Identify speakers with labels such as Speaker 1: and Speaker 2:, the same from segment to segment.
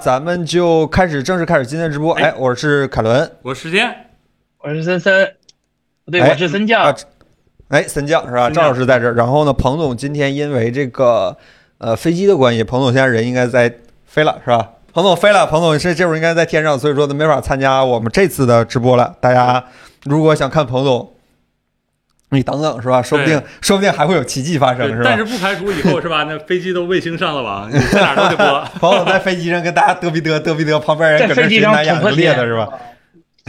Speaker 1: 咱们就开始正式开始今天的直播。哎，我是凯伦，
Speaker 2: 我时间，
Speaker 3: 我是森森，不对，
Speaker 1: 哎
Speaker 3: 我是森
Speaker 1: 啊
Speaker 3: 酱，
Speaker 1: 哎，森将是吧？
Speaker 2: 森将
Speaker 1: 张老师在这儿。然后呢，彭总今天因为这个呃飞机的关系，彭总现在人应该在飞了是吧？彭总飞了，彭总是这会儿应该在天上，所以说呢没法参加我们这次的直播了。大家如果想看彭总，你等等是吧？说不定说不定还会有奇迹发生
Speaker 2: 对
Speaker 1: 是吧？
Speaker 2: 但是不排除以后是 吧？那飞机都卫星上了网，你在哪儿都得播。
Speaker 1: 彭总在飞机上跟大家嘚逼嘚嘚逼嘚，旁边人
Speaker 3: 在
Speaker 1: 搁这
Speaker 3: 飞机
Speaker 1: 谁
Speaker 3: 上
Speaker 1: 拿
Speaker 3: 捅
Speaker 1: 眼
Speaker 3: 破
Speaker 1: 睛裂了
Speaker 3: 脸
Speaker 1: 是吧？？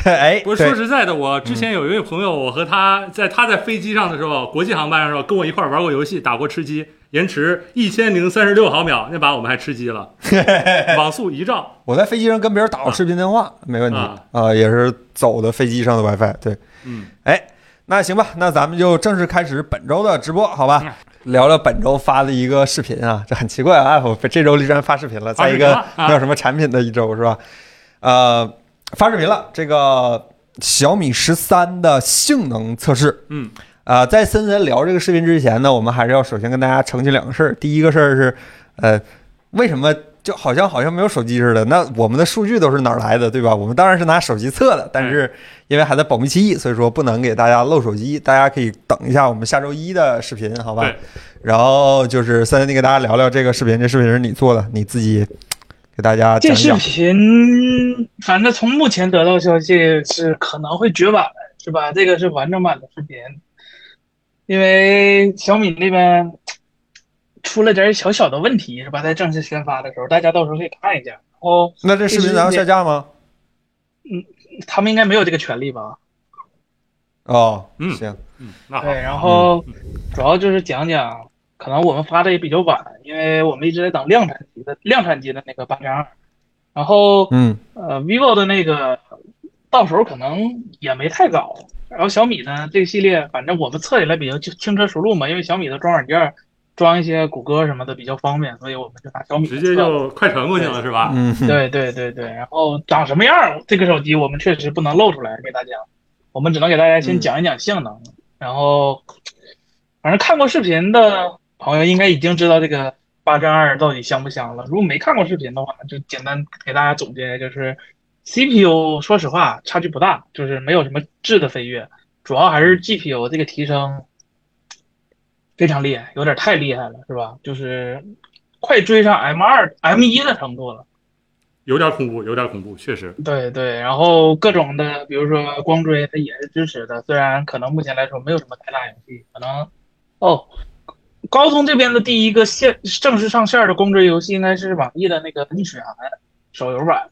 Speaker 1: 哎，
Speaker 2: 不是
Speaker 1: 对
Speaker 2: 说实在的，我之
Speaker 3: 嗯
Speaker 2: 前有一位朋友，我和他在他在飞机上的时候，国际航班上的时候，跟我一块儿玩过游戏，打过吃鸡，延迟一千零三十六毫秒，那把我们还吃鸡 了，网速一兆。
Speaker 1: 我在飞机上跟别人打过视频电话，没问题
Speaker 2: 啊
Speaker 1: 啊，也是走的飞机上的 WiFi。对，
Speaker 2: 嗯，
Speaker 1: 哎，那行吧，那咱们就正式开始本周的直播，好
Speaker 2: 嗯
Speaker 1: 吧？聊聊本周发的一个视频啊，这很奇怪啊，我这周居然发视频了，
Speaker 2: 发
Speaker 1: 在
Speaker 2: 视
Speaker 1: 一
Speaker 2: 频
Speaker 1: 个
Speaker 2: 了啊
Speaker 1: 没有什么产品的一周是吧？呃，发视频了，这个小米十三的性能测试，
Speaker 2: 嗯，
Speaker 1: 啊，在森森聊这个视频之前呢，我们还是要首先跟大家澄清两个事儿。第一个事儿是，呃，为什么就好像好像没有手机似的？那我们的数据都是哪儿来的，对吧？我们当然是拿手机测的，但是
Speaker 2: 哎
Speaker 1: 因为还在保密期，所以说不能给大家露手机。大家可以等一下我们下周一的视频，好吧
Speaker 2: 对？
Speaker 1: 然后就是森森，你给大家聊聊这个视频，这视频是你做的，你自己给大家讲
Speaker 3: 这
Speaker 1: 一
Speaker 3: 视
Speaker 1: 讲。
Speaker 3: 频，反正从目前得到消息是可能会绝版的，是吧？这个是完整版的视频，因为小米那边出了点小小的问题，是吧？在正式宣发的时候，大家到时候可以看一下。然后
Speaker 1: 那这视频咱要下架吗？
Speaker 3: 他们应该没有这个权利吧？
Speaker 1: 哦，
Speaker 2: 嗯
Speaker 1: 行，
Speaker 2: 嗯，那好
Speaker 3: 对，，然后主要就是讲讲，可能我们发的也比较晚，因为我们一直在等量产机的量产机的那个八千二，然后
Speaker 1: 嗯
Speaker 3: 呃，vivo 的那个到时候可能也没太搞，然后小米呢这个系列，反正我们测起来比较就轻车熟路嘛，因为小米的装软件儿装一些谷歌什么的比较方便，所以我们就拿小米
Speaker 2: 直接
Speaker 3: 测了
Speaker 2: 就快传过去了是吧？
Speaker 1: 嗯，哼
Speaker 3: 啊 对对对对，然后长什么样儿，这个手机我们确实不能露出来给大家，我们只能给大家先讲一讲性能。然后，反正看过视频的朋友应该已经知道这个八针二到底香不香了。如果没看过视频的话，就简单给大家总结，就是 CPU 说实话差距不大，就是没有什么质的飞跃，主要还是 GPU 这个提升非常厉害，有点太厉害了，是吧？就是快追上 M 二 M 一的程度了。
Speaker 2: 有点恐怖，有点恐怖，确实。
Speaker 3: 对对，然后各种的，比如说光追，它也是支持的，虽然可能目前来说没有什么太大游戏，可能哦，高通这边的第一个线正式上线的光追游戏应该是网易的那个逆水寒手游版，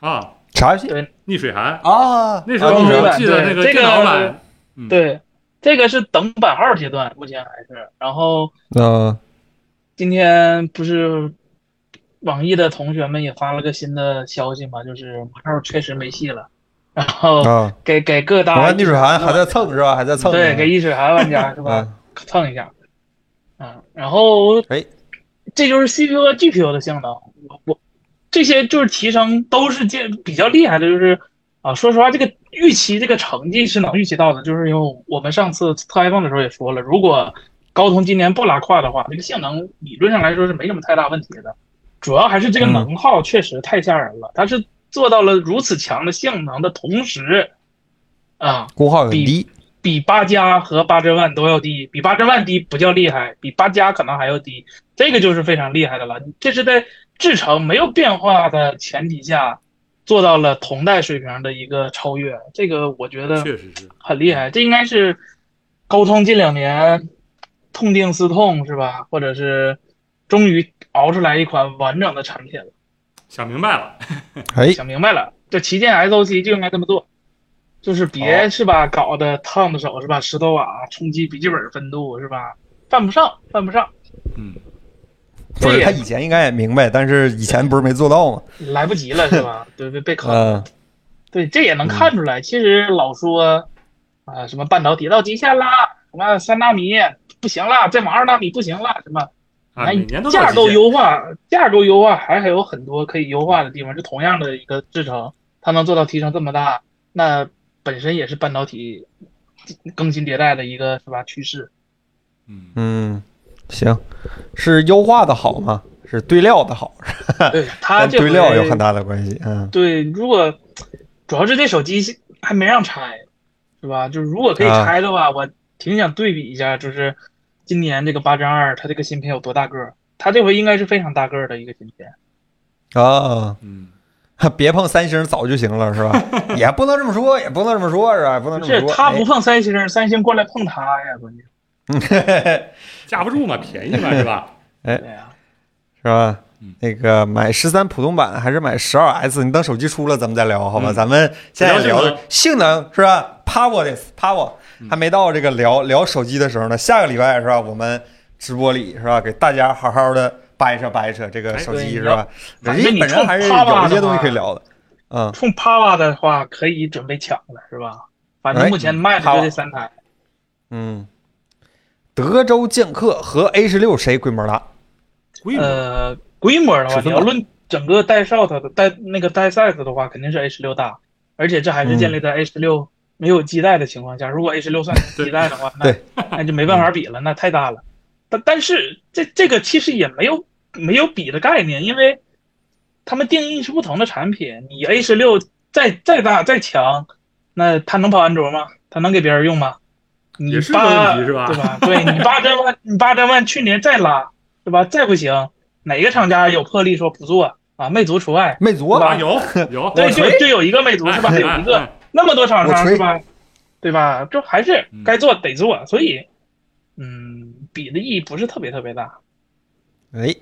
Speaker 2: 啊，
Speaker 1: 啥游戏
Speaker 3: 对
Speaker 2: 逆水寒，
Speaker 1: 啊？
Speaker 2: 那时候
Speaker 1: 啊你
Speaker 3: 逆水
Speaker 2: 我
Speaker 3: 寒
Speaker 2: 记得那
Speaker 3: 对
Speaker 2: 个
Speaker 3: 这个
Speaker 2: 电脑版，嗯
Speaker 3: 对，这个是等版号阶段，目前还是，然后
Speaker 1: 嗯。
Speaker 3: 今天不是网易的同学们也发了个新的消息嘛，就是版号确实没戏了，然后
Speaker 1: 啊，
Speaker 3: 给给各
Speaker 1: 我
Speaker 3: 大
Speaker 1: 看逆水寒还在蹭是吧？还在蹭。
Speaker 3: 对给易水寒 玩家是吧？
Speaker 1: 嗯
Speaker 3: 蹭一下，嗯，然后
Speaker 1: 哎，
Speaker 3: 这就是 CPU 和 GPU 的性能，我我这些就是提升都是这比较厉害的，就是啊，说实话，这个预期这个成绩是能预期到的，就是因为我们上次测 iPhone 的时候也说了，如果高通今年不拉胯的话，这个性能理论上来说是没什么太大问题的，主要还是这个
Speaker 1: 嗯
Speaker 3: 能耗确实太吓人了，它是做到了如此强的性能的同时，啊，
Speaker 1: 功耗很低。
Speaker 3: 比八加和八千万都要低，比八千万低不叫厉害，比八加可能还要低，这个就是非常厉害的了。这是在制程没有变化的前提下，做到了同代水平的一个超越，这个我觉得
Speaker 2: 确实是。
Speaker 3: 很厉害。这应该是高通近两年痛定思痛是吧？或者是终于熬出来一款完整的产品了。
Speaker 2: 想明白了，
Speaker 1: 哎，
Speaker 3: 想明白了，这旗舰 SOC 就应该这么做，就是别是吧，搞得烫的手是吧，十多瓦冲击笔记本分度是吧，犯不上，犯不上，
Speaker 2: 嗯，
Speaker 1: 不
Speaker 3: 这
Speaker 1: 是
Speaker 3: 也
Speaker 1: 他以前应该也明白，但是以前不是没做到吗？
Speaker 3: 来不及了是吧？对，被被坑了。
Speaker 1: 嗯，
Speaker 3: 对，这也能看出来。其实老说啊、什么半导体到极限啦，什么三纳米不行啦，再往二纳米不行啦，什么
Speaker 2: 啊，
Speaker 3: 哎
Speaker 2: 每年都到
Speaker 3: 架
Speaker 2: 极
Speaker 3: 构
Speaker 2: 限
Speaker 3: 优化，架构优化还还有很多可以优化的地方。就同样的一个制程，它能做到提升这么大，那本身也是半导体更新迭代的一个是吧趋势。
Speaker 2: 嗯，
Speaker 1: 嗯，行，是优化的好吗？是堆料的好，
Speaker 3: 对它
Speaker 1: 跟
Speaker 3: 这
Speaker 1: 堆料有很
Speaker 3: 大。
Speaker 1: 大的关系。嗯，
Speaker 3: 对，如果主要是这手机还没让拆，是吧？就是如果可以
Speaker 1: 啊
Speaker 3: 拆的话，我挺想对比一下，就是今年这个八针二，它这个芯片有多大个儿？它这回应该是非常大个儿的一个芯片。
Speaker 1: 啊，
Speaker 2: 嗯，
Speaker 1: 别碰三星早就行了， 是吧？也不能这么说，也不能这么说，是吧？不能
Speaker 3: 不
Speaker 1: 这么
Speaker 3: 是
Speaker 1: 说。
Speaker 3: 它
Speaker 1: 哎
Speaker 3: 不碰三星，三星过来碰它呀，关键。
Speaker 2: 架不住嘛，便宜嘛，是吧？
Speaker 3: 对啊呀、
Speaker 1: 是吧
Speaker 2: 嗯？
Speaker 1: 那个买十三普通版还是买十二 S？你等手机出了咱们再聊，好吧？
Speaker 2: 嗯
Speaker 1: 咱们现在聊的
Speaker 2: 聊
Speaker 1: 性能是吧？Power this power
Speaker 2: 嗯
Speaker 1: 还没到这个聊聊手机的时候呢。下个礼拜是吧？我们直播里是吧？给大家好好的掰扯掰扯这个
Speaker 2: 哎
Speaker 1: 手机
Speaker 3: 哎对
Speaker 1: 是吧？
Speaker 3: 聊
Speaker 1: 人家
Speaker 3: 反正你
Speaker 1: 本身
Speaker 3: 冲
Speaker 1: 还是
Speaker 3: 啪啪
Speaker 1: 有一些
Speaker 3: 的
Speaker 1: 东西
Speaker 3: 话
Speaker 1: 可以聊的，嗯。
Speaker 3: 冲 Pava 的话可以准备抢了，是吧？反正
Speaker 1: 哎
Speaker 3: 目前卖的就这三台。
Speaker 1: 嗯，德州剑客和 A 十六谁规模大？
Speaker 2: 规模
Speaker 3: 呃，规模的话，
Speaker 1: 尺寸
Speaker 3: 你
Speaker 1: 吧
Speaker 3: 要论整个带 shot 的带那个带 size 的话，肯定是 A 十六大，而且这还是建立在 A 十六没有基带的情况下。如果 A 十六算是基带的话，那
Speaker 1: 嗯对
Speaker 3: 那就没办法比了，那太大了。但但是这这个其实也没有没有比的概念，因为他们定义是不同的产品。你 A 十六再再大再强，那它能跑安卓吗？它能给别人用吗？你
Speaker 2: 也是个
Speaker 3: 八
Speaker 2: 问题是吧
Speaker 3: 对吧？对你八千万，你八千万去年再拉，对吧？再不行，哪个厂家有魄力说不做啊？魅族除外。
Speaker 1: 魅族
Speaker 2: 啊，
Speaker 1: 啊，
Speaker 2: 有有，
Speaker 3: 对，就
Speaker 1: 锤
Speaker 3: 就有一个魅族是吧？
Speaker 2: 哎
Speaker 3: 有一个
Speaker 2: 哎
Speaker 3: 那么多厂
Speaker 1: 我
Speaker 3: 商
Speaker 1: 锤
Speaker 3: 是吧？对吧？这还是
Speaker 2: 嗯
Speaker 3: 该做得做，所以，嗯，比的意义不是特别特别大。
Speaker 1: 哎。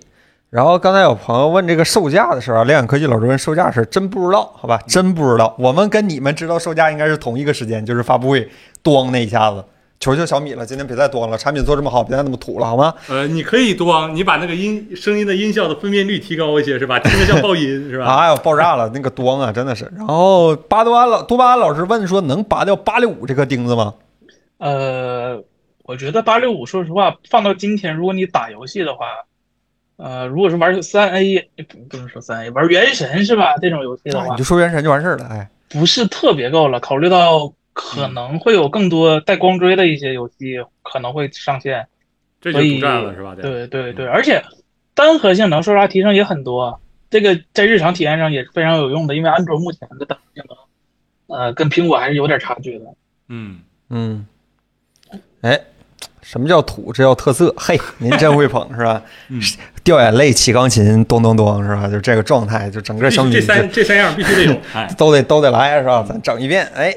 Speaker 1: 然后刚才有朋友问这个售价的时候啊，亮眼科技老周问售价是真不知道，好吧，真不知道。我们跟你们知道售价应该是同一个时间，就是发布会咣那一下子。求求小米了，今天别再咣了，产品做这么好，别再那么土了，好吗？
Speaker 2: 呃，你可以多，你把那个音声音的音效的分辨率提高一些，是吧？听着像爆音，是
Speaker 3: 啊
Speaker 2: 吧？
Speaker 1: 哎呦，爆炸了，那个咣啊，真的是。然后巴多安老多巴胺老师问说，能拔掉八六五这颗钉子吗？
Speaker 3: 呃，我觉得八六五，说实话，放到今天，如果你打游戏的话，呃，如果是玩三 A，不哎不能说三 A，玩原神是吧？这种游戏的
Speaker 1: 哎
Speaker 3: 话
Speaker 1: 你，就说原神就完事儿了，哎，
Speaker 3: 不是特别够了。考虑到可能会有更多带光追的一些游戏可能会上线，
Speaker 2: 这就
Speaker 3: 所以
Speaker 2: 独占了，是吧？得
Speaker 3: 对对对，而且单核性能说实话提升也很多，这个在日常体验上也是非常有用的，因为安卓目前的单核性能，呃，跟苹果还是有点差距的。
Speaker 2: 嗯，
Speaker 1: 嗯，哎，什么叫土？这叫特色。嘿，您真会捧是吧？
Speaker 2: 嗯
Speaker 1: 掉眼泪、起钢琴，咚咚咚是吧？就这个状态，就整个
Speaker 2: 必
Speaker 1: 小
Speaker 2: 须
Speaker 1: 米
Speaker 2: 这
Speaker 1: 这
Speaker 2: 三这三样必须得有， 哎，
Speaker 1: 都得都得来是吧？咱整一遍。哎，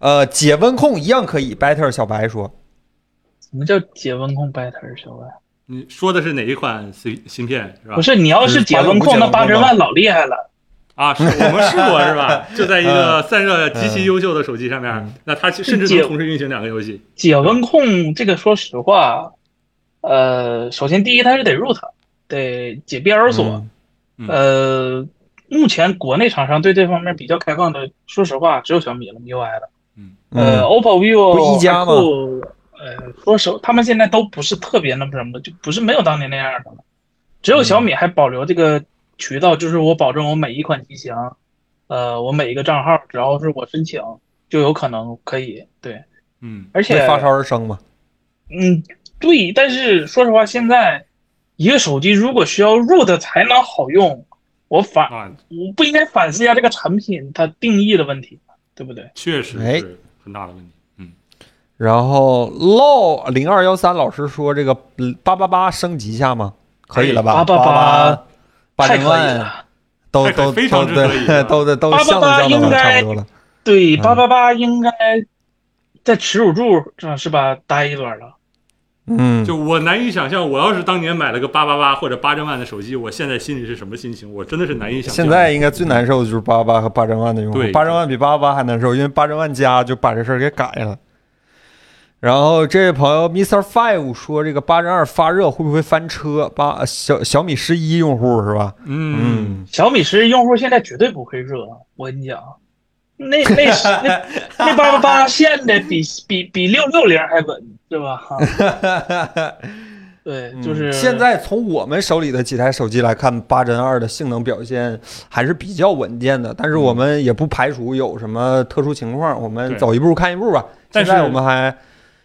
Speaker 1: 呃，解温控一样可以。Better 小白说，
Speaker 3: 什么叫解温控啊 better 小白？
Speaker 2: 你说的是哪一款芯芯片是吧
Speaker 3: 不？是，你要
Speaker 1: 就是
Speaker 3: 是解
Speaker 1: 八六
Speaker 3: 温
Speaker 1: 五
Speaker 3: 控，
Speaker 1: 解
Speaker 3: 那
Speaker 1: 温
Speaker 3: 八
Speaker 1: 控
Speaker 3: 十
Speaker 1: 吧
Speaker 3: 万老厉害了。
Speaker 2: 啊，是我们试 过是吧？就在一个散热极其优秀的手机上面，那它其甚至能同时运行两个游戏。
Speaker 3: 解温控这个，说实话，呃，首先第一，它是得 root，得解 BL 锁。
Speaker 2: 嗯
Speaker 3: 呃，目前国内厂商对这方面比较开放的，说实话，只有小米了，MIUI 了。呃
Speaker 1: 嗯，
Speaker 3: ，OPPO、
Speaker 1: 不
Speaker 3: vivo、
Speaker 1: 是一家吗
Speaker 3: iQOO，呃，说实话，他们现在都不是特别那么什么的，就不是没有当年那样的了。只有小米还保留这个渠道，就是我保证我每一款机型，呃，我每一个账号，只要是我申请，就有可能可以对。
Speaker 2: 嗯
Speaker 3: 而且
Speaker 1: 没发烧而生嘛。
Speaker 3: 嗯，对，但是说实话，现在一个手机如果需要 root 才能好用，我反
Speaker 2: 啊，
Speaker 3: 我不应该反思一下这个产品它定义的问题，对不对？
Speaker 2: 确实
Speaker 1: 哎
Speaker 2: 是很大的问题。嗯，
Speaker 1: 然后 low 零二幺三老师说，这个嗯八八八升级一下吗？可以了吧？888
Speaker 3: 哎888
Speaker 1: 八
Speaker 3: 太
Speaker 1: 零
Speaker 3: 可以
Speaker 1: 万
Speaker 3: 了。
Speaker 1: 都
Speaker 2: 太可以
Speaker 1: 都
Speaker 2: 非
Speaker 1: 都
Speaker 2: 常之可以
Speaker 1: 对，
Speaker 2: 啊
Speaker 1: 都都都
Speaker 3: 888
Speaker 1: 相当相当
Speaker 3: 应该
Speaker 1: 差不多了。
Speaker 3: 对，
Speaker 1: 嗯
Speaker 3: 八八八应该在耻辱柱上是吧？待一段了。
Speaker 1: 嗯，
Speaker 2: 就我难以想象，我要是当年买了个八八八或者八千万的手机，我现在心里是什么心情？我真的是难以想象。
Speaker 1: 现在应该最难受的就是八八和八千万的用户
Speaker 2: 对，
Speaker 1: 八千万比八八还难受，因为八千万加就把这事儿给改了。然后这位朋友 Mr. Five 说，这个八千二发热会不会翻车？八小小米十一用户是吧？
Speaker 2: 嗯，，
Speaker 3: 小米十用户现在绝对不会热，啊我跟你讲，那那 那那八八八现在比比比六六零还稳，是吧？哈 对，就是
Speaker 1: 嗯现在从我们手里的几台手机来看，八针二的性能表现还是比较稳健的，但是我们也不排除有什么特殊情况，我们
Speaker 2: 对
Speaker 1: 走一步看一步吧。
Speaker 2: 但是
Speaker 1: 现在我们还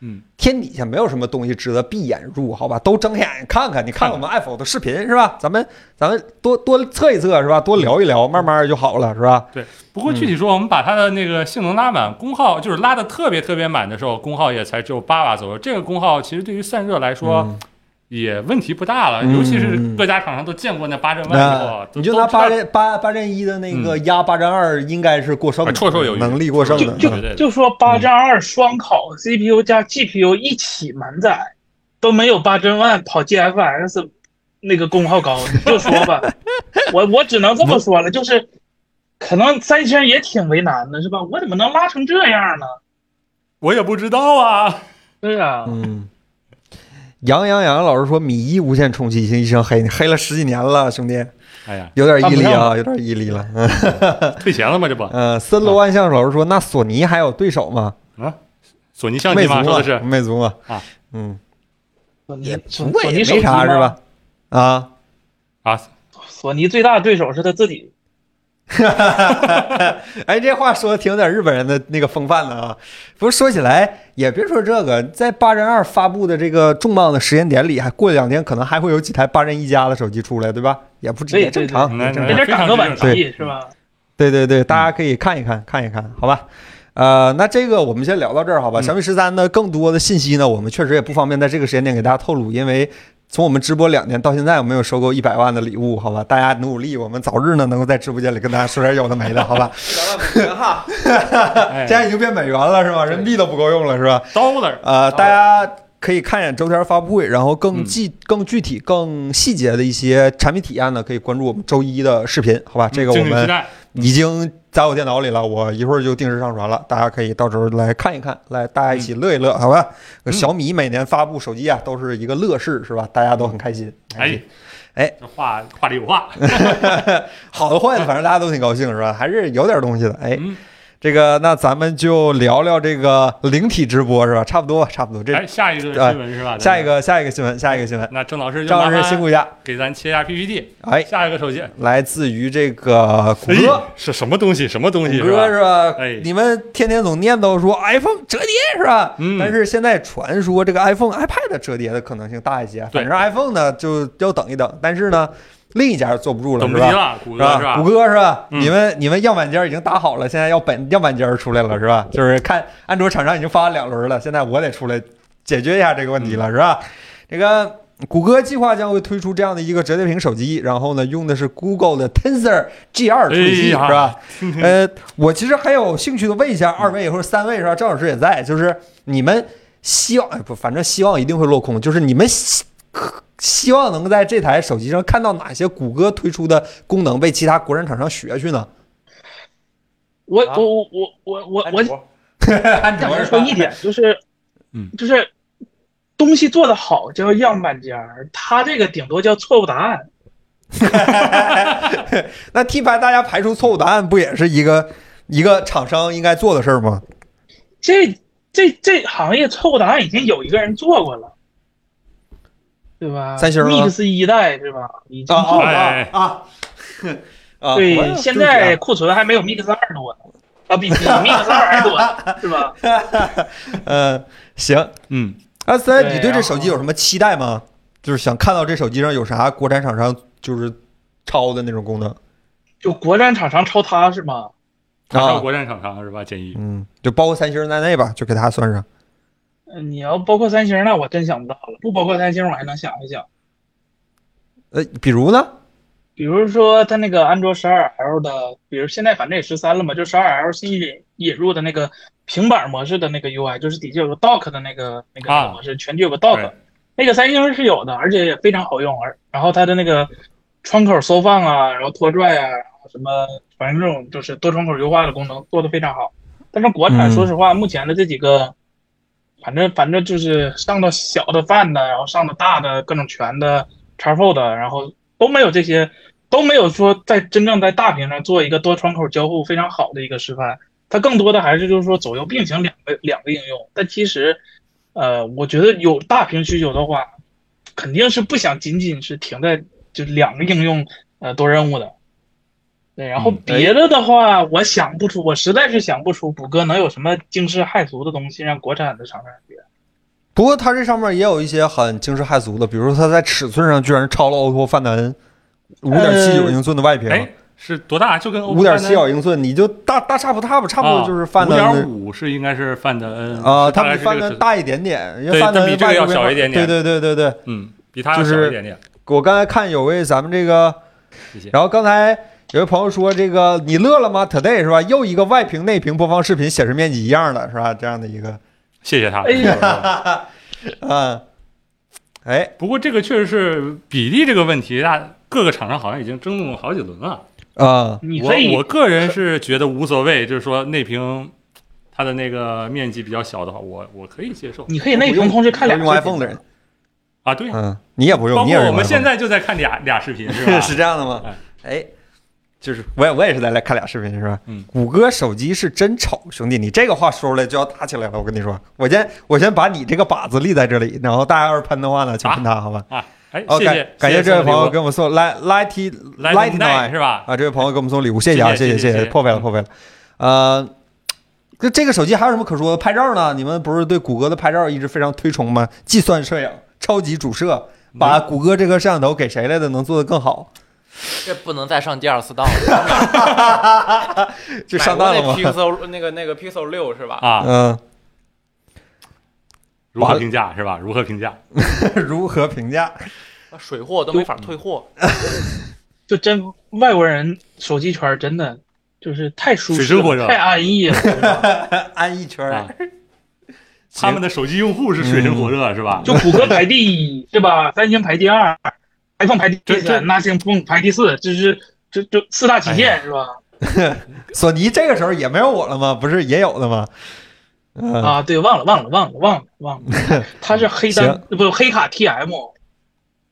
Speaker 2: 嗯，
Speaker 1: 天底下没有什么东西值得闭眼入，好吧？都睁开眼看看，你
Speaker 2: 嗯
Speaker 1: 看我们爱否的视频是吧？咱们咱们多多测一测是吧？多聊一聊，慢慢就好了是吧？
Speaker 2: 对。不过具体说，我们把它的那个性能拉满，功耗就是拉的特别特别满的时候，功耗也才只有八瓦左右。这个功耗其实对于散热来说。也问题不大了，
Speaker 1: 嗯啊
Speaker 2: 尤其是各家厂商都见过那八阵万以后
Speaker 1: 那，
Speaker 2: 都
Speaker 1: 你就拿
Speaker 2: 都知道嗯
Speaker 1: 八阵八八阵一的那个压八阵二，应该是过剩的，
Speaker 2: 啊绰绰有余
Speaker 1: 能力过剩
Speaker 3: 就
Speaker 1: 的。
Speaker 2: 对对
Speaker 3: 就
Speaker 2: 对
Speaker 3: 就说八加二双烤 CPU 加 GPU 一起满载，都没有八针万跑 GFS 那个功耗高，你就说吧，我我只能这么说了，就是可能三星也挺为难的，是吧？我怎么能拉成这样呢？
Speaker 2: 我也不知道啊。
Speaker 3: 对啊，
Speaker 1: 嗯，杨洋洋老师说米一无线充气已经黑黑了十几年了，兄弟，
Speaker 2: 哎呀，
Speaker 1: 有点毅力啊，有点毅力了。嗯
Speaker 2: 退钱了吗？这不
Speaker 1: 呃，森罗万象老师说，那索尼还有对手吗？
Speaker 2: 啊，索尼相
Speaker 1: 魅
Speaker 2: 机
Speaker 1: 族
Speaker 2: 吗？说
Speaker 1: 啊
Speaker 2: 的是，
Speaker 1: 魅族啊
Speaker 2: 啊，
Speaker 1: 嗯，
Speaker 3: 索尼
Speaker 1: 也
Speaker 3: 索
Speaker 1: 不过
Speaker 3: 索
Speaker 1: 也
Speaker 3: 尼手
Speaker 1: 没
Speaker 3: 机
Speaker 1: 啥
Speaker 3: 吗
Speaker 1: 是吧？？啊，
Speaker 2: 啊，
Speaker 3: 索尼最大的对手是他自己，
Speaker 1: 哎，这话说的挺有点日本人的那个风范了啊。不是说起来也别说这个，在八人二发布的这个重磅的时间点里，还过两天可能还会有几台八人一加的手机出来，对吧？也不止
Speaker 3: 对
Speaker 1: 也正
Speaker 3: 对
Speaker 1: 常，
Speaker 2: 对
Speaker 1: 也正哎
Speaker 2: 嗯
Speaker 1: 常
Speaker 3: 有。点赶个晚
Speaker 1: 对
Speaker 3: 集是吧？
Speaker 1: 对对对，大家可以看一
Speaker 2: 嗯
Speaker 1: 看，看一看，好吧？呃，那这个我们先聊到这儿，好吧？
Speaker 2: 嗯
Speaker 1: 小米十三呢，更多的信息呢，我们确实也不方便在这个时间点给大家透露，因为从我们直播两年到现在，我们没有收购一百万的礼物，好吧？大家努努力，我们早日呢能够在直播间里跟大家说点有的没的，好吧？
Speaker 4: 哈，
Speaker 2: 哎
Speaker 1: 现在已经变美元了是吧？人民币都不够用了是吧？
Speaker 2: ，dollar
Speaker 1: 呃，大家可以看一眼周天发布会，然后更
Speaker 2: 嗯
Speaker 1: 具、更具体、更细节的一些产品体验呢，可以关注我们周一的视频，好吧？这个我
Speaker 2: 敬请
Speaker 1: 们
Speaker 2: 期待。
Speaker 1: 已经在我电脑里了，我一会儿就定时上传了，大家可以到时候来看一看，来大家一起乐一乐，好吧？小米每年发布手机啊，都是一个乐事，是吧？大家都很开心。
Speaker 2: 哎，
Speaker 1: 哎，
Speaker 2: 这话话里有话，
Speaker 1: 好的坏的，反正大家都挺高兴，是吧？还是有点东西的。哎，
Speaker 2: 嗯
Speaker 1: 这个那咱们就聊聊这个灵体直播，是吧？差不多吧，差不多。这
Speaker 2: 哎，下一个新闻是吧？
Speaker 1: 啊下一，个下一个新闻，下一个新闻，
Speaker 2: 那郑老师就
Speaker 1: 张
Speaker 2: 麻
Speaker 1: 老师
Speaker 2: 烦
Speaker 1: 辛苦一下。
Speaker 2: 给咱切一下 PPT。
Speaker 1: 哎，
Speaker 2: 下一个手机，
Speaker 1: 来自于这个谷歌。
Speaker 2: 哎是什么东西？什么 东西
Speaker 1: 谷
Speaker 2: 是
Speaker 1: 歌
Speaker 2: 吧？
Speaker 1: 是吧？
Speaker 2: 哎
Speaker 1: 你们天天总念叨说 iPhone 折叠是吧？
Speaker 2: 嗯
Speaker 1: 但是现在传说这个 iPhone、iPad 折叠的可能性大一些。
Speaker 2: 对
Speaker 1: 反正 iPhone 呢就要等一等，但是呢，另一家坐不住了，
Speaker 2: 等
Speaker 1: 是
Speaker 2: 不及
Speaker 1: 吧？
Speaker 2: 了，谷
Speaker 1: 是
Speaker 2: 歌是
Speaker 1: 吧？
Speaker 2: 吧
Speaker 1: 谷？歌是吧？
Speaker 2: 嗯
Speaker 1: 你们你们样板间已经打好了，现在要本样板间出来了是吧？就是看安卓厂商已经发了两轮了，现在我得出来解决一下这个问题
Speaker 2: 嗯
Speaker 1: 了是吧？这个谷歌计划将会推出这样的一个折叠屏手机，然后呢用的是 Google 的 Tensor G2 处理器是
Speaker 2: 哎呀
Speaker 1: 吧？
Speaker 2: 听嗯听
Speaker 1: 呃，我其实还有兴趣的问一下二位或者三位是吧？郑老师也在，就是你们希望哎不，反正希望一定会落空，就是你们希可希望能在这台手机上看到哪些谷歌推出的功能被其他国产厂商学去 呢？
Speaker 3: 我
Speaker 4: 啊
Speaker 3: 我我我我我
Speaker 4: 我
Speaker 1: 按
Speaker 3: 想说一点就是，
Speaker 2: 嗯
Speaker 3: 就是东西做的好叫样板间儿，它这个顶多叫错误答案。
Speaker 1: 那 T 牌大家排除错误答案，不也是一个一个厂商应该做的事儿吗？
Speaker 3: 这这这行业错误答案已经有一个人做过了，对吧？
Speaker 1: 三星儿吗
Speaker 3: Mix 一代对吧？已经
Speaker 1: 啊
Speaker 3: 做
Speaker 1: 啊
Speaker 3: 了。
Speaker 2: 哎
Speaker 1: 啊 啊！我也
Speaker 3: 对，
Speaker 1: 是
Speaker 3: 现
Speaker 1: 这么想
Speaker 3: 在库存还没有 Mix 二多呢，啊，比比 Mix 二还多，是吧？
Speaker 1: 呃行，
Speaker 2: 嗯，
Speaker 1: 阿森，
Speaker 3: 对
Speaker 1: 你对这
Speaker 3: 然
Speaker 1: 手机
Speaker 3: 后
Speaker 1: 有什么期待吗？就是想看到这手机上有啥国产厂商就是抄的那种功能啊
Speaker 3: 就国产厂商抄它是吗？
Speaker 2: 厂商
Speaker 1: 啊？
Speaker 2: 国产厂商是吧？建议
Speaker 1: 嗯，就包括三星在内吧，就给它算上。
Speaker 3: 呃你要包括三星儿，那我真想不到了；不包括三星儿，我还能想一想。
Speaker 1: 呃，比如呢？
Speaker 3: 比如说它那个安卓十二 L 的，比如现在反正也十三了嘛，就十二 L 新引引入的那个平板模式的那个 UI，就是底下有个 dock 的那个那
Speaker 2: 啊
Speaker 3: 个模式，全局有个 dock，
Speaker 2: 对
Speaker 3: 那个三星是有的，而且也非常好用。而然后它的那个窗口缩放啊，然后拖拽啊，然后什么反正这种就是多窗口优化的功能做得非常好。但是国产
Speaker 1: 嗯
Speaker 3: 说实话，目前的这几个，反正反正就是上到小的泛的，然后上到大的各种全的 x fold 的，然后都没有这些，都没有说在真正在大屏上做一个多窗口交互非常好的一个示范。它更多的还是就是说左右并行两个两个应用。但其实，呃，我觉得有大屏需求的话，肯定是不想仅仅是停在就两个应用呃多任务的。对，然后
Speaker 2: 嗯
Speaker 1: 哎
Speaker 3: 别的的话，我想不出，我实在是想不出谷歌能有什么惊世骇俗的东西让国产的厂商学。
Speaker 1: 不过它这上面也有一些很惊世骇俗的，比如说它在尺寸上居然超了 OPPO 范南五点七
Speaker 3: 呃
Speaker 1: 九英寸的外屏，
Speaker 2: 哎，是多大？就跟
Speaker 1: 嗯五点七九英寸，你就大大差不差不差不多就是范
Speaker 2: 啊五
Speaker 1: 南
Speaker 2: 点
Speaker 1: 的
Speaker 2: 五是应该是范的 N
Speaker 1: 啊，它
Speaker 2: 大概
Speaker 1: 比
Speaker 2: 是这
Speaker 1: 范南
Speaker 2: 个尺寸，
Speaker 1: 大一点点，因为
Speaker 2: 对
Speaker 1: 范南
Speaker 2: 它比这个要小一点点
Speaker 1: 对对对对对，
Speaker 2: 嗯，比它要
Speaker 1: 就
Speaker 2: 小
Speaker 1: 是
Speaker 2: 一点点。
Speaker 1: 我刚才看有位咱们这个
Speaker 2: 谢谢。
Speaker 1: 然后刚才有位朋友说，这个你乐了吗？Today 是吧？又一个外屏内屏播放视频显示面积一样的是吧？这样的一个，
Speaker 2: 谢谢他。
Speaker 3: 哎
Speaker 2: 呀，
Speaker 1: 嗯，哎，
Speaker 2: 不过这个确实是比例这个问题，大各个厂商好像已经争论过好几轮了。
Speaker 1: 啊、
Speaker 3: 你可以
Speaker 2: 我我个人是觉得无所谓，就是说内屏它的那个面积比较小的话，我我可以接受
Speaker 3: 你可以内屏同时看俩
Speaker 1: 用
Speaker 3: 视频
Speaker 1: iPhone 的人，
Speaker 2: 啊。对呀，
Speaker 1: 嗯，你也不用，
Speaker 2: 包
Speaker 1: 你也
Speaker 2: 括
Speaker 1: 是
Speaker 2: 我们
Speaker 1: iPhone
Speaker 2: 现在就在看俩俩视频，是吧？
Speaker 1: 是这样的吗？哎，就是我也我也是在来看俩视频是吧？
Speaker 2: 嗯，
Speaker 1: 谷歌手机是真丑，兄弟，你这个话说出来就要打起来了。我跟你说，我先我先把你这个靶子立在这里，然后大家要是喷的话呢，请喷他，好吧？
Speaker 2: 啊，哎，
Speaker 1: 哦，
Speaker 2: 谢
Speaker 1: 感
Speaker 2: 谢，
Speaker 1: 感谢这位朋友给
Speaker 2: 跟
Speaker 1: 我们送 light light light night
Speaker 2: Lightning Night 是吧？
Speaker 1: 啊，这位朋友给我们送礼物，谢谢啊，
Speaker 2: 谢
Speaker 1: 谢
Speaker 2: 谢
Speaker 1: 谢
Speaker 2: 谢谢
Speaker 1: 谢，
Speaker 2: 谢谢嗯
Speaker 1: 破费了破费了。呃，这这个手机还有什么可说的？拍照呢？你们不是对谷歌的拍照一直非常推崇吗？计算摄影，超级主摄，把
Speaker 2: 嗯
Speaker 1: 谷歌这个摄像头给谁来的能做得更好？
Speaker 4: 这不能再上第二次当了。
Speaker 1: 就上当了
Speaker 4: 买过
Speaker 1: 吗？
Speaker 4: 那 Pixel 那个那个 Pixel 六是吧？
Speaker 2: 啊，
Speaker 1: 嗯，
Speaker 2: 如
Speaker 1: 完
Speaker 2: 何
Speaker 1: 了
Speaker 2: 评价是吧？如何评价？
Speaker 1: 如何评价？
Speaker 4: 啊水货都没法退货。
Speaker 3: 就真外国人手机圈真的就是太舒
Speaker 2: 水
Speaker 3: 适
Speaker 2: 深火
Speaker 3: 了，
Speaker 2: 热
Speaker 3: 太安逸了，
Speaker 1: 安一圈
Speaker 2: 啊，他们的手机用户是水深火
Speaker 1: 嗯
Speaker 2: 热是吧？
Speaker 3: 就谷歌排第一是吧？三星排第二，iPhone 排第
Speaker 2: 这这哎
Speaker 3: 三，Nothing Phone 排第四，这是这这四大旗舰是吧？
Speaker 1: 索尼这个时候也没有我了吗？不是也有的吗？嗯，
Speaker 3: 啊，对，忘了忘了忘了忘了忘 了，它是黑单不黑卡 TM，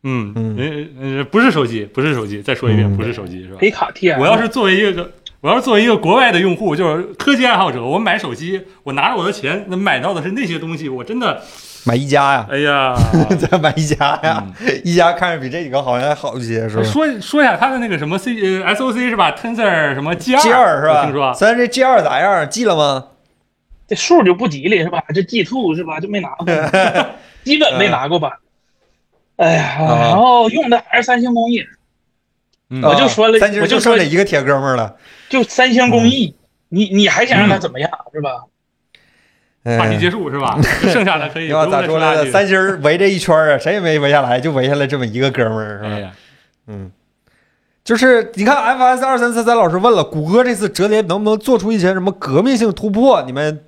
Speaker 2: 嗯
Speaker 1: 嗯
Speaker 2: 人人人不是手机，不是手机，再说一遍，
Speaker 1: 嗯
Speaker 2: 不是手机是吧？
Speaker 3: 黑卡 TM。
Speaker 2: 我要是作为一个，我要是作为一个国外的用户，就是科技爱好者，我买手机，我拿着我的钱能买到的是那些东西，我真的，
Speaker 1: 买一加 呀，嗯
Speaker 2: 哎呀，
Speaker 1: 再买一加呀，一加看着比这几个好像还好一些，是吧？
Speaker 2: 说说一下它的那个什么 C 呃 SOC 是吧？Tensor 什么 G 二
Speaker 1: G 二是吧？
Speaker 2: 听说
Speaker 1: 虽然这 G 二咋样？记了吗？
Speaker 3: 这数就不吉利是吧？这 G two 是吧？就没拿 过，基本没拿过吧？哎呀，
Speaker 1: 啊
Speaker 3: 然后用的还是三星工艺，
Speaker 2: 嗯
Speaker 3: 我就说了
Speaker 1: 啊三星
Speaker 3: 我就
Speaker 1: 剩
Speaker 3: 说
Speaker 1: 这一个铁哥们儿了。
Speaker 3: 就三星工艺，
Speaker 2: 嗯
Speaker 3: 你你还想让它怎么样是吧？
Speaker 2: 话题
Speaker 1: 嗯
Speaker 2: 结束是吧？就剩下 的可以不
Speaker 1: 要
Speaker 2: 用
Speaker 1: 咋
Speaker 2: 再
Speaker 1: 说来
Speaker 2: 下
Speaker 1: 着？
Speaker 2: 去。
Speaker 1: 三星儿围这一圈儿啊，谁也没围下来，就围下来这么一个哥们儿，是吧？
Speaker 2: 哎呀，
Speaker 1: 嗯，就是你看 FS 二三三三老师问了，谷歌这次折叠能不能做出一些什么革命性突破？你们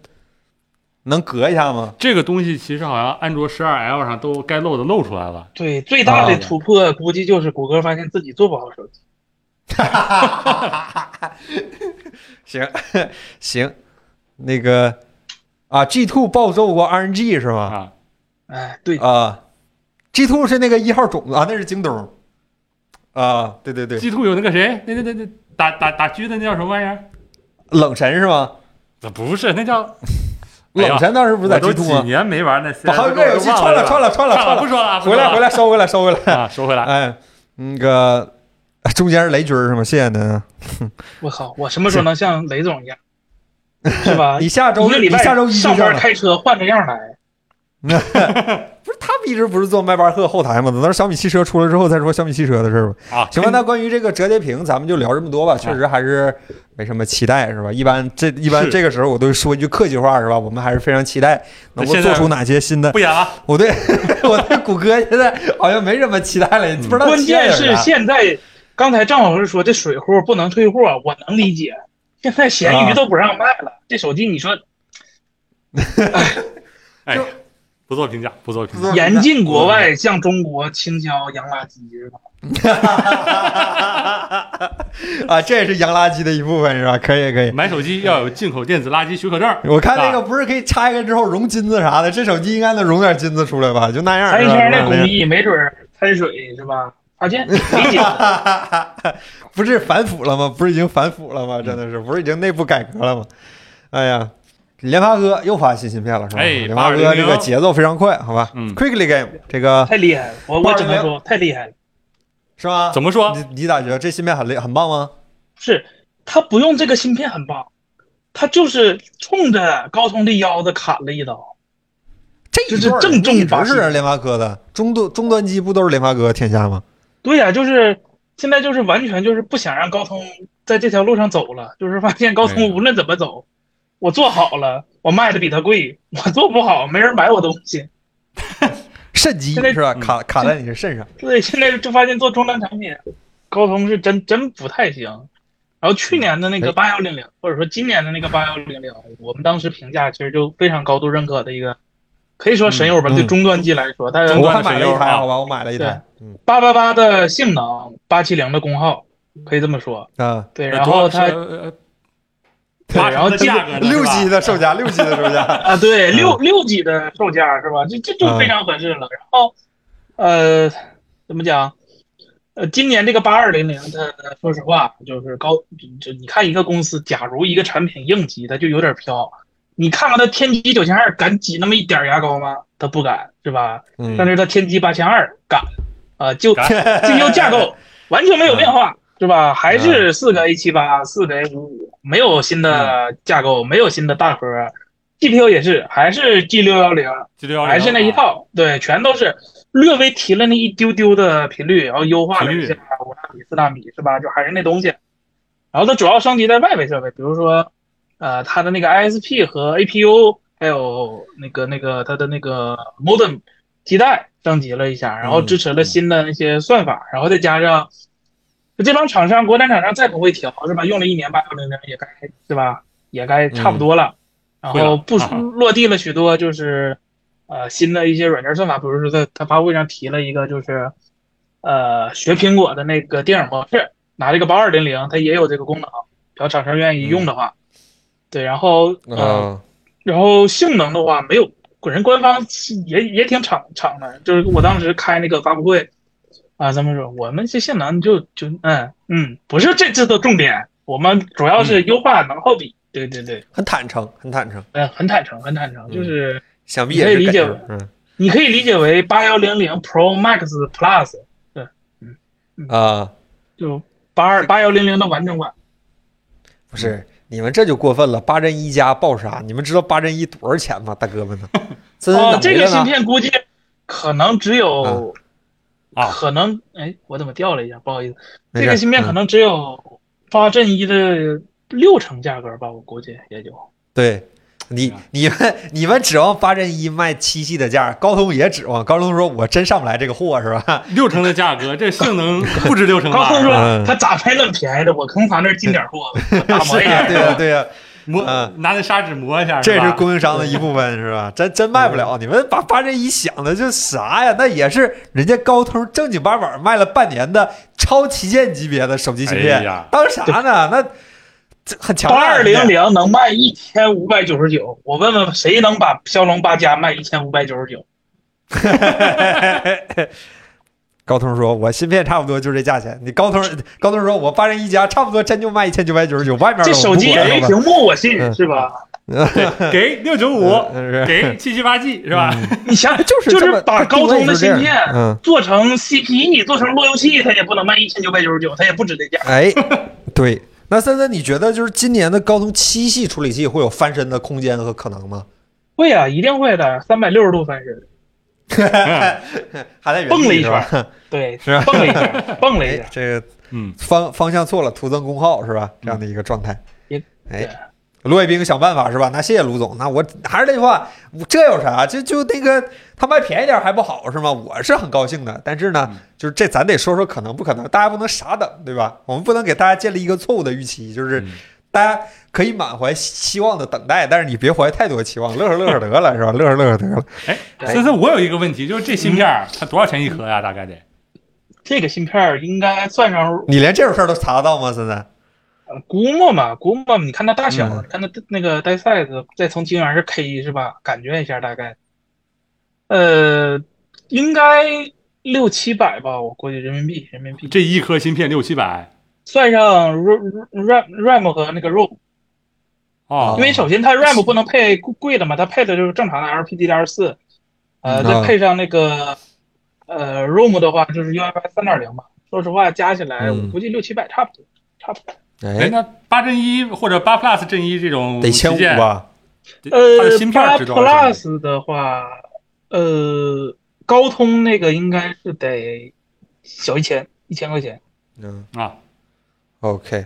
Speaker 1: 能隔一下吗？
Speaker 2: 这个东西其实好像安卓十二 L 上都该露的露出来了。
Speaker 3: 对，最大的
Speaker 1: 啊
Speaker 3: 突破估计就是谷歌发现自己做不好手机。
Speaker 1: 行行，那个啊，G two 暴揍过 RNG 是吗？
Speaker 2: 啊，
Speaker 3: 哎，对，
Speaker 1: 啊，G two 是那个一号种子啊，那是京东啊，对对对，
Speaker 2: G two 有那个谁，那那那那打打打狙的那叫什么玩意儿？
Speaker 1: 冷神是吗？
Speaker 2: 那不是，那叫哎呀
Speaker 1: 冷神当时不是在
Speaker 2: 我
Speaker 1: G
Speaker 2: 都
Speaker 1: two
Speaker 2: 几
Speaker 1: 吗？
Speaker 2: 年没玩那 CS，
Speaker 1: 把这个游戏串了串了串了
Speaker 2: 串
Speaker 1: 串
Speaker 2: 不说了，不
Speaker 1: 回
Speaker 2: 说
Speaker 1: 来回
Speaker 2: 了
Speaker 1: 来收回来收回来。
Speaker 2: 啊，说回来，
Speaker 1: 哎，那个中间是雷军儿是吗？谢谢您啊。
Speaker 3: 我靠，我什么时候能像雷总一样，是 吧？
Speaker 1: 你下周
Speaker 3: 啊一个礼
Speaker 1: 你
Speaker 3: 拜
Speaker 1: 下周一就
Speaker 3: 上
Speaker 1: 这
Speaker 3: 班
Speaker 1: 样
Speaker 3: 开车换着样来，
Speaker 1: 不是他们一直不是做迈巴赫后台吗？等到小米汽车出了之后再说小米汽车的事儿吧。
Speaker 2: 啊，
Speaker 1: 行吧，那关于这个折叠屏，咱们就聊这么多吧。确实还是没什么期待，是吧？一般这一般
Speaker 2: 是
Speaker 1: 这个时候我都说一句客气话，是吧？我们还是非常期待能够
Speaker 2: 现在
Speaker 1: 做出哪些新的。
Speaker 2: 不演了，
Speaker 1: 我对 我对谷歌现在好像没什么期待了，不知道
Speaker 3: 关
Speaker 1: 期待
Speaker 3: 键
Speaker 1: 点啥
Speaker 3: 是现在，刚才郑老师说这水货不能退货，我能理解。现在闲
Speaker 1: 啊
Speaker 3: 鱼都不让卖了，这手机你说
Speaker 2: 哎
Speaker 1: 就，
Speaker 2: 不做评价，不做评
Speaker 1: 不
Speaker 2: 价
Speaker 1: 做，
Speaker 3: 严禁国外向中国倾销洋垃圾是吧？
Speaker 1: 啊，这也是洋垃圾的一部分，是吧？可以可
Speaker 3: 嗯
Speaker 1: 以。
Speaker 2: 买手机要有进口电子垃圾许可证。
Speaker 1: 我看那个
Speaker 2: 啊
Speaker 1: 不是可以拆开之后融金子啥的，这手机应该能融点金子出来吧？就那样。
Speaker 3: 餐
Speaker 1: 是吧
Speaker 3: 圈的
Speaker 1: 那样
Speaker 3: 工艺没准儿掺水是吧？发现理解
Speaker 1: 不是反腐了吗？不是已经反腐了吗？
Speaker 3: 嗯
Speaker 1: 真的是，不是已经内部改革了吗？哎呀，联发哥又发新芯片了是吧？
Speaker 2: 哎
Speaker 1: 联发哥这个
Speaker 2: 8200
Speaker 1: 节奏非常快，好吧、
Speaker 2: 嗯
Speaker 1: q u i c k l y Game 这个
Speaker 3: 太厉害了，我我只能说太厉害了。
Speaker 1: 是吧？
Speaker 2: 怎
Speaker 1: 么
Speaker 2: 么说？
Speaker 1: 你你咋觉得这芯片很厉很棒吗？
Speaker 3: 是他不用这个芯片很棒，他就是冲着高通的腰子砍了一刀。
Speaker 1: 这一
Speaker 3: 这
Speaker 1: 对儿
Speaker 3: 正
Speaker 1: 不一
Speaker 3: 中八
Speaker 1: 直是
Speaker 3: 旗
Speaker 1: 联发科的，中端中端机不都是联发科天下吗？
Speaker 3: 对呀、就是现在就是完全就是不想让高通在这条路上走了，就是发现高
Speaker 1: 对
Speaker 3: 通无论怎么走，我做好了，我卖的比它贵；我做不好，没人买我东西。
Speaker 1: 肾机
Speaker 3: 现在
Speaker 1: 是吧？
Speaker 2: 嗯
Speaker 1: 卡卡在你的肾上，
Speaker 3: 对，现在就发现做终端产品，高通是真真不太行。然后去年的那
Speaker 1: 哎
Speaker 3: 个八幺零零，或者说今年的那个八幺零零，我们当时评价其实就非常高度认可的一个，可以说神友吧。
Speaker 1: 嗯嗯
Speaker 3: 对终端机来说，它
Speaker 2: 中
Speaker 1: 我
Speaker 2: 端
Speaker 1: 还
Speaker 2: 的
Speaker 1: 买
Speaker 2: 神
Speaker 1: 了一
Speaker 2: 油
Speaker 1: 台，
Speaker 2: 啊
Speaker 1: 好吧，我买了一台，嗯
Speaker 3: 八八八的性能，八七零的功耗，可以这么说。
Speaker 1: 啊，
Speaker 3: 对，然后它 对啊
Speaker 2: 八
Speaker 3: 然后
Speaker 2: 成的价格呢，
Speaker 1: 六
Speaker 2: 是吧
Speaker 1: G 的售价，六 G 的售价，
Speaker 3: 啊，对，
Speaker 1: 嗯
Speaker 3: 六六级的售价是吧？这这就非常合适了。然后，呃，怎么讲？呃，今年这个八二零零，它说实话就是高，就你看一个公司，假如一个产品应急，它就有点飘。你看看它天玑九千二敢挤那么一点儿牙膏吗？它不敢，是吧？
Speaker 1: 嗯
Speaker 3: 但是它天玑八千二敢，啊、 就
Speaker 2: 敢
Speaker 3: 精英架构完全没有变化，是吧？还是四个 A 七八，四个 A 五五，没有新的架构，没有新的大核，GPU 也是，还是 G 六幺零，
Speaker 2: G 六幺零
Speaker 3: 还是那一套，对，全都是略微提了那一丢丢的频率，然后优化了一下
Speaker 2: 频
Speaker 3: 五纳米、四纳米，是吧？就还是那东西。然后它主要升级在外围设备，比如说，呃，它的那个 ISP 和 APU，还有那个那个它的那个 modem 基带升级了一下，然后支持了新的那些算法，然后再加上就这帮厂商，国产厂商再不会调是吧？用了一年八幺零零也该是吧？也该差不多了。然
Speaker 2: 嗯会了
Speaker 3: 后部署
Speaker 2: 啊
Speaker 3: 落地了许多就是呃新的一些软件算法，比如说在他发布会上提了一个就是呃学苹果的那个电影模式，拿这个八二零零它也有这个功能，只要厂商愿意用的
Speaker 2: 嗯
Speaker 3: 话。对，然后呃，
Speaker 1: 啊，
Speaker 3: 然后性能的话没有，人官方也也挺敞敞的，就是我当时开那个发布会啊，他们说我们这性能就就嗯嗯，不是这次的重点，我们主要
Speaker 2: 嗯
Speaker 3: 是优化能耗比。对对对，
Speaker 1: 很坦诚，很坦诚，
Speaker 3: 嗯，很坦诚，很坦诚，就是
Speaker 1: 想必
Speaker 3: 你
Speaker 1: 也
Speaker 3: 可以
Speaker 1: 是
Speaker 3: 理
Speaker 1: 感
Speaker 3: 解
Speaker 1: 受
Speaker 3: 为，
Speaker 1: 嗯
Speaker 3: 你可以理解为八幺零零 Pro Max Plus
Speaker 1: 啊，
Speaker 3: 就八二八幺零零的完整版。
Speaker 1: 不是，你们这就过分了，八针一加爆杀，你们知道八针一多少钱吗，大哥们呢？真
Speaker 3: 哦
Speaker 1: 的，
Speaker 3: 这
Speaker 1: 没
Speaker 3: 个
Speaker 1: 了
Speaker 3: 芯
Speaker 1: 呢，
Speaker 3: 片估计可能只有
Speaker 2: 啊
Speaker 3: 可能哎，我怎么掉了一下？不好意思，
Speaker 1: 没
Speaker 3: 这
Speaker 1: 事
Speaker 3: 个芯片可
Speaker 1: 嗯
Speaker 3: 能只有八阵一的六成价格吧，我估计也就。
Speaker 1: 对。
Speaker 3: 啊
Speaker 1: 你你们你们指望八针一卖七系的价，高通也指望。高通说：“我真上不来这个货，是吧
Speaker 2: 六成的价格，这性能 不止六成
Speaker 3: 高
Speaker 2: 吧？
Speaker 1: 嗯
Speaker 3: 通说他咋拍那么便宜的？我从他那儿进点货，我打？” 磨
Speaker 1: 是
Speaker 3: 一
Speaker 1: 呀，
Speaker 3: 下。
Speaker 1: 对啊呀，对呀，
Speaker 2: 磨
Speaker 1: 嗯
Speaker 2: 拿那砂纸磨一下，
Speaker 1: 这
Speaker 2: 是
Speaker 1: 是
Speaker 2: 吧
Speaker 1: 供应商的一部分，是吧？真真卖不
Speaker 3: 嗯
Speaker 1: 了。你们把八针一想的就啥呀？那也是人家高通正经八板卖了半年的超旗舰级别的手机芯
Speaker 2: 哎
Speaker 1: 片
Speaker 2: 呀，
Speaker 1: 当啥呢？那这很强
Speaker 3: 八
Speaker 1: 大啊
Speaker 3: 二
Speaker 1: 的芯片。
Speaker 3: 零零能卖一千五百九十九，我问问谁能把骁龙八加卖一千五百九十九？
Speaker 1: 高通说：“我芯片差不多就这价钱。”你高通高通说：“我八人一加差不多真就卖一千九百九十九，外面的
Speaker 3: 这
Speaker 1: 我不
Speaker 3: 手机哎
Speaker 1: 管
Speaker 3: 有
Speaker 1: 了
Speaker 3: 屏幕，我信
Speaker 1: 嗯
Speaker 3: 是吧？
Speaker 2: 给六九五，
Speaker 1: 嗯是
Speaker 2: 给七七八 G 是吧？
Speaker 3: 你想，
Speaker 1: 就是
Speaker 3: 就
Speaker 1: 这么
Speaker 3: 是把高通的芯
Speaker 1: 定位就是这
Speaker 3: 片
Speaker 1: 样嗯，
Speaker 3: 做成 CPE，做成路由器，它也不能卖一千九百九十九，它也不值这价。
Speaker 1: 哎，对。那森森，你觉得就是今年的高通七系处理器会有翻身的空间和可能吗？
Speaker 3: 会啊，一定会的，三百六十度翻身，
Speaker 1: 还在原
Speaker 3: 蹦了
Speaker 1: 地
Speaker 3: 一
Speaker 1: 是
Speaker 3: 圈
Speaker 1: 吧？
Speaker 3: 儿，对，
Speaker 1: 是吧
Speaker 3: 蹦了一圈 儿，蹦了一
Speaker 1: 哎
Speaker 3: 下，，
Speaker 1: 这个
Speaker 2: 嗯，
Speaker 1: 方方向错了，徒增功耗是吧？这样的一个状态。
Speaker 3: 也
Speaker 1: 哎
Speaker 3: 对，
Speaker 1: 卢伟冰想办法是吧？那谢谢卢总，那我还是那句话，我这有啥？就就那个他卖便宜点还不好是吗？我是很高兴的，但是
Speaker 2: 嗯
Speaker 1: 呢，就是这咱得说说可能不可能，大家不能傻等，对吧？我们不能给大家建立一个错误的预期，就是
Speaker 2: 嗯
Speaker 1: 大家可以满怀希望的等待，但是你别怀太多期望，乐呵乐呵得了是吧？乐呵乐呵得了。
Speaker 2: 哎，森森，我有一个问题，就是这芯片儿
Speaker 3: 嗯
Speaker 2: 它多少钱一盒呀？大概得
Speaker 3: 这个芯片儿应该算上
Speaker 1: 你连这种事儿都查得到吗？森森？
Speaker 3: 呃估摸嘛，估摸，你看它大小，
Speaker 1: 嗯
Speaker 3: 你看它那个带 size，再从晶圆是 K 是吧？感觉一下大概，呃，应该六七百吧，我估计人民币，人民币，
Speaker 2: 这一颗芯片六七百
Speaker 3: 算上 RAM RAM RAM 和那个 ROM，
Speaker 2: 哦
Speaker 3: 因，
Speaker 1: 啊
Speaker 3: 为首先它 RAM 不能配贵贵的嘛，它配的就是正常的 LPDDR 四，
Speaker 1: 嗯
Speaker 3: 呃，再配上那个呃 ROM 的话，就是 UFS 三点零嘛。说实话，加起来我
Speaker 1: 嗯
Speaker 3: 估计六七百差不多，差不多。
Speaker 2: 哎，
Speaker 1: 哎，
Speaker 2: 那八阵一或者八 Plus 阵一这种
Speaker 1: 得千五
Speaker 2: 旗舰，
Speaker 1: 吧？
Speaker 2: 它
Speaker 3: 呃
Speaker 2: 的芯片
Speaker 3: 八
Speaker 2: 儿值多少钱？
Speaker 3: Plus 的话，呃，高通那个应该是得小一千一千块钱。
Speaker 1: 嗯
Speaker 2: 啊，
Speaker 1: ，OK，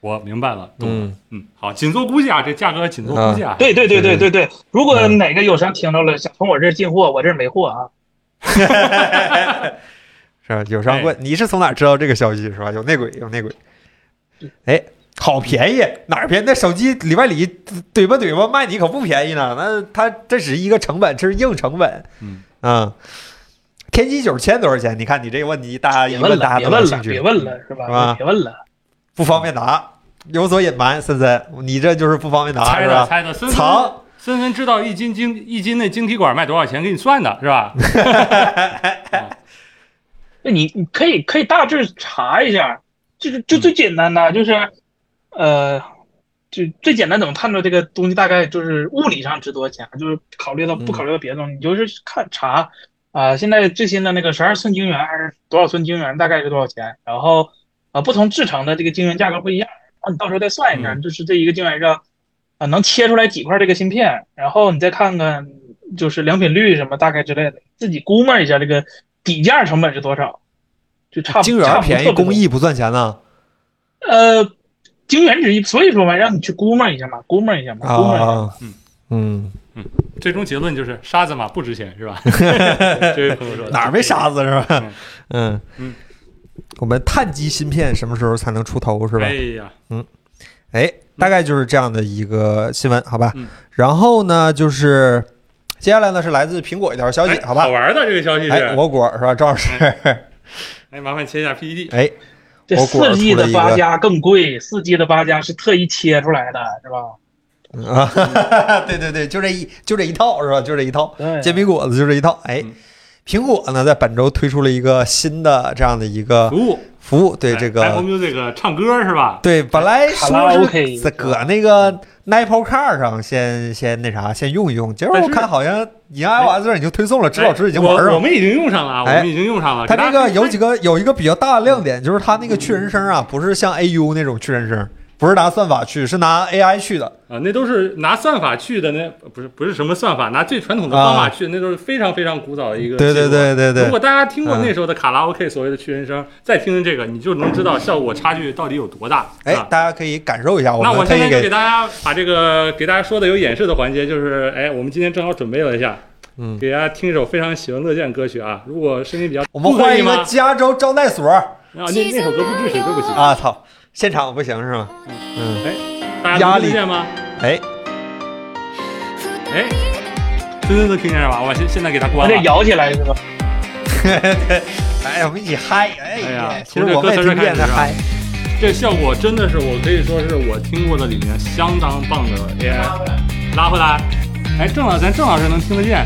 Speaker 2: 我明白了，懂了。
Speaker 1: 嗯，
Speaker 2: 嗯，好，仅做估计啊，这价格仅做估计啊。
Speaker 3: 对对对对对对，如果
Speaker 1: 嗯
Speaker 3: 哪个友商听着了，想从我这儿进货，我这儿没货啊。
Speaker 1: 是吧？友
Speaker 3: 哎
Speaker 1: 商问、你是从哪知道这个消息是吧？有内鬼，有内鬼。
Speaker 3: 嗯
Speaker 1: 哎，好便宜，哪儿便宜？那手机里外里怼吧怼吧卖你可不便宜呢。那它这只是一个成本，这是硬成本。
Speaker 2: 嗯
Speaker 1: 嗯，天玑九千多少钱？你看你这个问题，大家一
Speaker 3: 别问
Speaker 1: 大家
Speaker 3: 了，别
Speaker 1: 都感
Speaker 3: 问了，
Speaker 1: 兴趣
Speaker 3: 别。问了，是吧？
Speaker 1: 是吧
Speaker 3: 别问了，
Speaker 1: 不方便答，有所隐瞒，森森，你这就是不方便答
Speaker 2: 猜
Speaker 1: 啊是
Speaker 2: 的
Speaker 1: 吧？
Speaker 2: 猜的，森森
Speaker 1: 藏，
Speaker 2: 森森知道一斤晶一斤那晶体管卖多少钱，给你算的是 吧？
Speaker 3: 那你你可以可以大致查一下，就是就最简单的就是，呃，就最简单怎么判断这个东西大概就是物理上值多少钱，啊就是考虑到
Speaker 1: 嗯
Speaker 3: 不考虑到别的东西，你就是看查啊、现在最新的那个十二寸晶圆还是多少寸晶圆大概是多少钱，然后啊、不同制成的这个晶圆价格不一样，然后你到时候再算
Speaker 1: 嗯
Speaker 3: 一下，就是这一个晶圆上啊、能切出来几块这个芯片，然后你再看看就是良品率什么大概之类的，自己估摸一下这个底价成本是多少，就差不
Speaker 1: 啊晶
Speaker 3: 差
Speaker 1: 圆
Speaker 3: 不
Speaker 1: 便宜，
Speaker 3: 特别
Speaker 1: 工
Speaker 3: 多
Speaker 1: 艺不算钱呢。
Speaker 3: 呃，晶圆之一，所以说嘛，让你去估摸一下嘛，估摸一下嘛，估摸一下。
Speaker 1: 啊，
Speaker 2: 嗯
Speaker 1: 嗯，
Speaker 2: 最终结论就是沙子嘛不值钱 是吧？这位朋友 说的
Speaker 1: 哪儿没？沙子是吧
Speaker 2: 嗯？
Speaker 1: 嗯
Speaker 2: 嗯，
Speaker 1: 我们碳基芯片什么时候才能出头是吧
Speaker 2: 哎？呀，
Speaker 1: 哎，大概就是这样的一个新闻，好吧
Speaker 2: 嗯？
Speaker 1: 然后呢，就是接下来呢是来自苹果一条消息，
Speaker 2: 哎
Speaker 1: 好吧
Speaker 2: 好？玩的这个消息是，
Speaker 1: 哎，我果是吧，赵老师？
Speaker 2: 哎，麻烦切一下 PPT。
Speaker 1: 哎，
Speaker 3: 这
Speaker 1: 我果儿
Speaker 3: 四 G
Speaker 1: 出了
Speaker 3: 的
Speaker 1: 一个
Speaker 3: 八加更贵，四 G 的八加是特意切出来的，是吧？
Speaker 1: 啊，哈哈哈对对对，就这一就这一套是吧？就这一套。
Speaker 3: 对，
Speaker 1: 煎饼果子就这一套。哎
Speaker 2: 嗯，
Speaker 1: 苹果呢在本周推出了一个新的这样的一个
Speaker 2: 服务
Speaker 1: 服务，对这
Speaker 2: 哎 Apple
Speaker 1: 个。
Speaker 2: Music 唱歌是吧？
Speaker 1: 对，本来
Speaker 3: 卡拉
Speaker 1: 说
Speaker 3: OK
Speaker 1: 是搁那个 Apple Car 上先先那啥，先用一用。结果
Speaker 2: 但
Speaker 1: 我
Speaker 2: 是
Speaker 1: 看好像你按 iOS 已经推送了，指
Speaker 2: 哎
Speaker 1: 导师已经玩
Speaker 2: 我我
Speaker 1: 上了。
Speaker 2: 们已经用上了，我
Speaker 1: 哎
Speaker 2: 们已经用上了。
Speaker 1: 它
Speaker 2: 给
Speaker 1: 这
Speaker 2: 大家
Speaker 1: 个
Speaker 2: 看
Speaker 1: 有几个有一个比较大的亮点，就是它那个去人声啊，不是像 AU 那种去人声，不是拿算法去，是拿 AI 去的。
Speaker 2: 啊，那都是拿算法去的，那不是不是什么算法，拿最传统的方法去，那都是非常非常古早的一个。
Speaker 1: 啊对对。对对
Speaker 2: 如
Speaker 1: 对
Speaker 2: 果大家听过
Speaker 1: 嗯
Speaker 2: 那时候的卡拉 OK 所谓的去人声，再听听这个，你就能知道效果差距到底有多大。
Speaker 1: 哎
Speaker 2: 啊，
Speaker 1: 大家可以感受一下，
Speaker 2: 那
Speaker 1: 们
Speaker 2: 我
Speaker 1: 特
Speaker 2: 现在
Speaker 1: 意
Speaker 2: 就给大家把这个给大家说的有演示的环节，就是哎，我们今天正好准备了一下，
Speaker 1: 嗯
Speaker 2: 给大家听一首非常喜闻乐见的歌曲啊。如果声音比较，
Speaker 1: 我们换一
Speaker 2: 吗？
Speaker 1: 个
Speaker 2: 啊，
Speaker 1: 加州招待所。
Speaker 2: 那那首歌不支持，对不起，
Speaker 1: 啊操，现场不行是吗？嗯，
Speaker 2: 大
Speaker 1: 压
Speaker 2: 家
Speaker 1: 力
Speaker 2: 能听见吗？
Speaker 1: 哎，
Speaker 2: 哎，真真能听见了吧？我现现在给它
Speaker 3: 我
Speaker 2: 关
Speaker 3: 得
Speaker 2: 了。
Speaker 3: 摇起来是吧？
Speaker 1: 哎，我们一起嗨，哎
Speaker 2: 哎呀
Speaker 1: 其实我们也听不见他嗨，
Speaker 2: 这效果真的是我可以说是我听过的里面相当棒的 AI。拉回来，哎，正好咱正好是能听得见。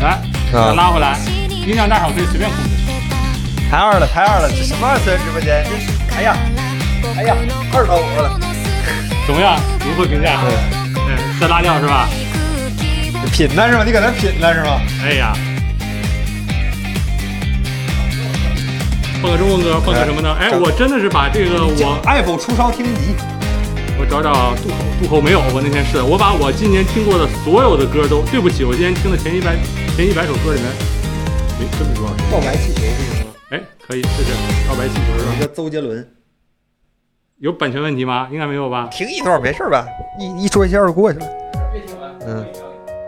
Speaker 2: 来，
Speaker 1: 啊
Speaker 2: 拉回来，音量大小可以随便控制。
Speaker 1: 排二了，排二了，这什么二次元直播间？这是哎呀，哎呀，二头五了，
Speaker 2: 怎么样？如何评价？嗯，再拉掉是吧？
Speaker 1: 品了是吧？你搁那品了是吧？
Speaker 2: 哎呀，放个中文歌，放个什么呢？哎，我真的是把这个我
Speaker 1: 爱否出烧听集，
Speaker 2: 我找找渡口，渡口没有。我那天试，我把我今年听过的所有的歌都，对不起，我今年听的前一百前一百首歌里面，没真没多少首。
Speaker 1: 告白气球是吗？
Speaker 2: 哎，可以试试告白气球是吧
Speaker 1: 有一？个周杰伦，
Speaker 2: 有版权问题吗？应该没有吧？
Speaker 1: 停一段没事吧？一一说一笑就过去了。嗯，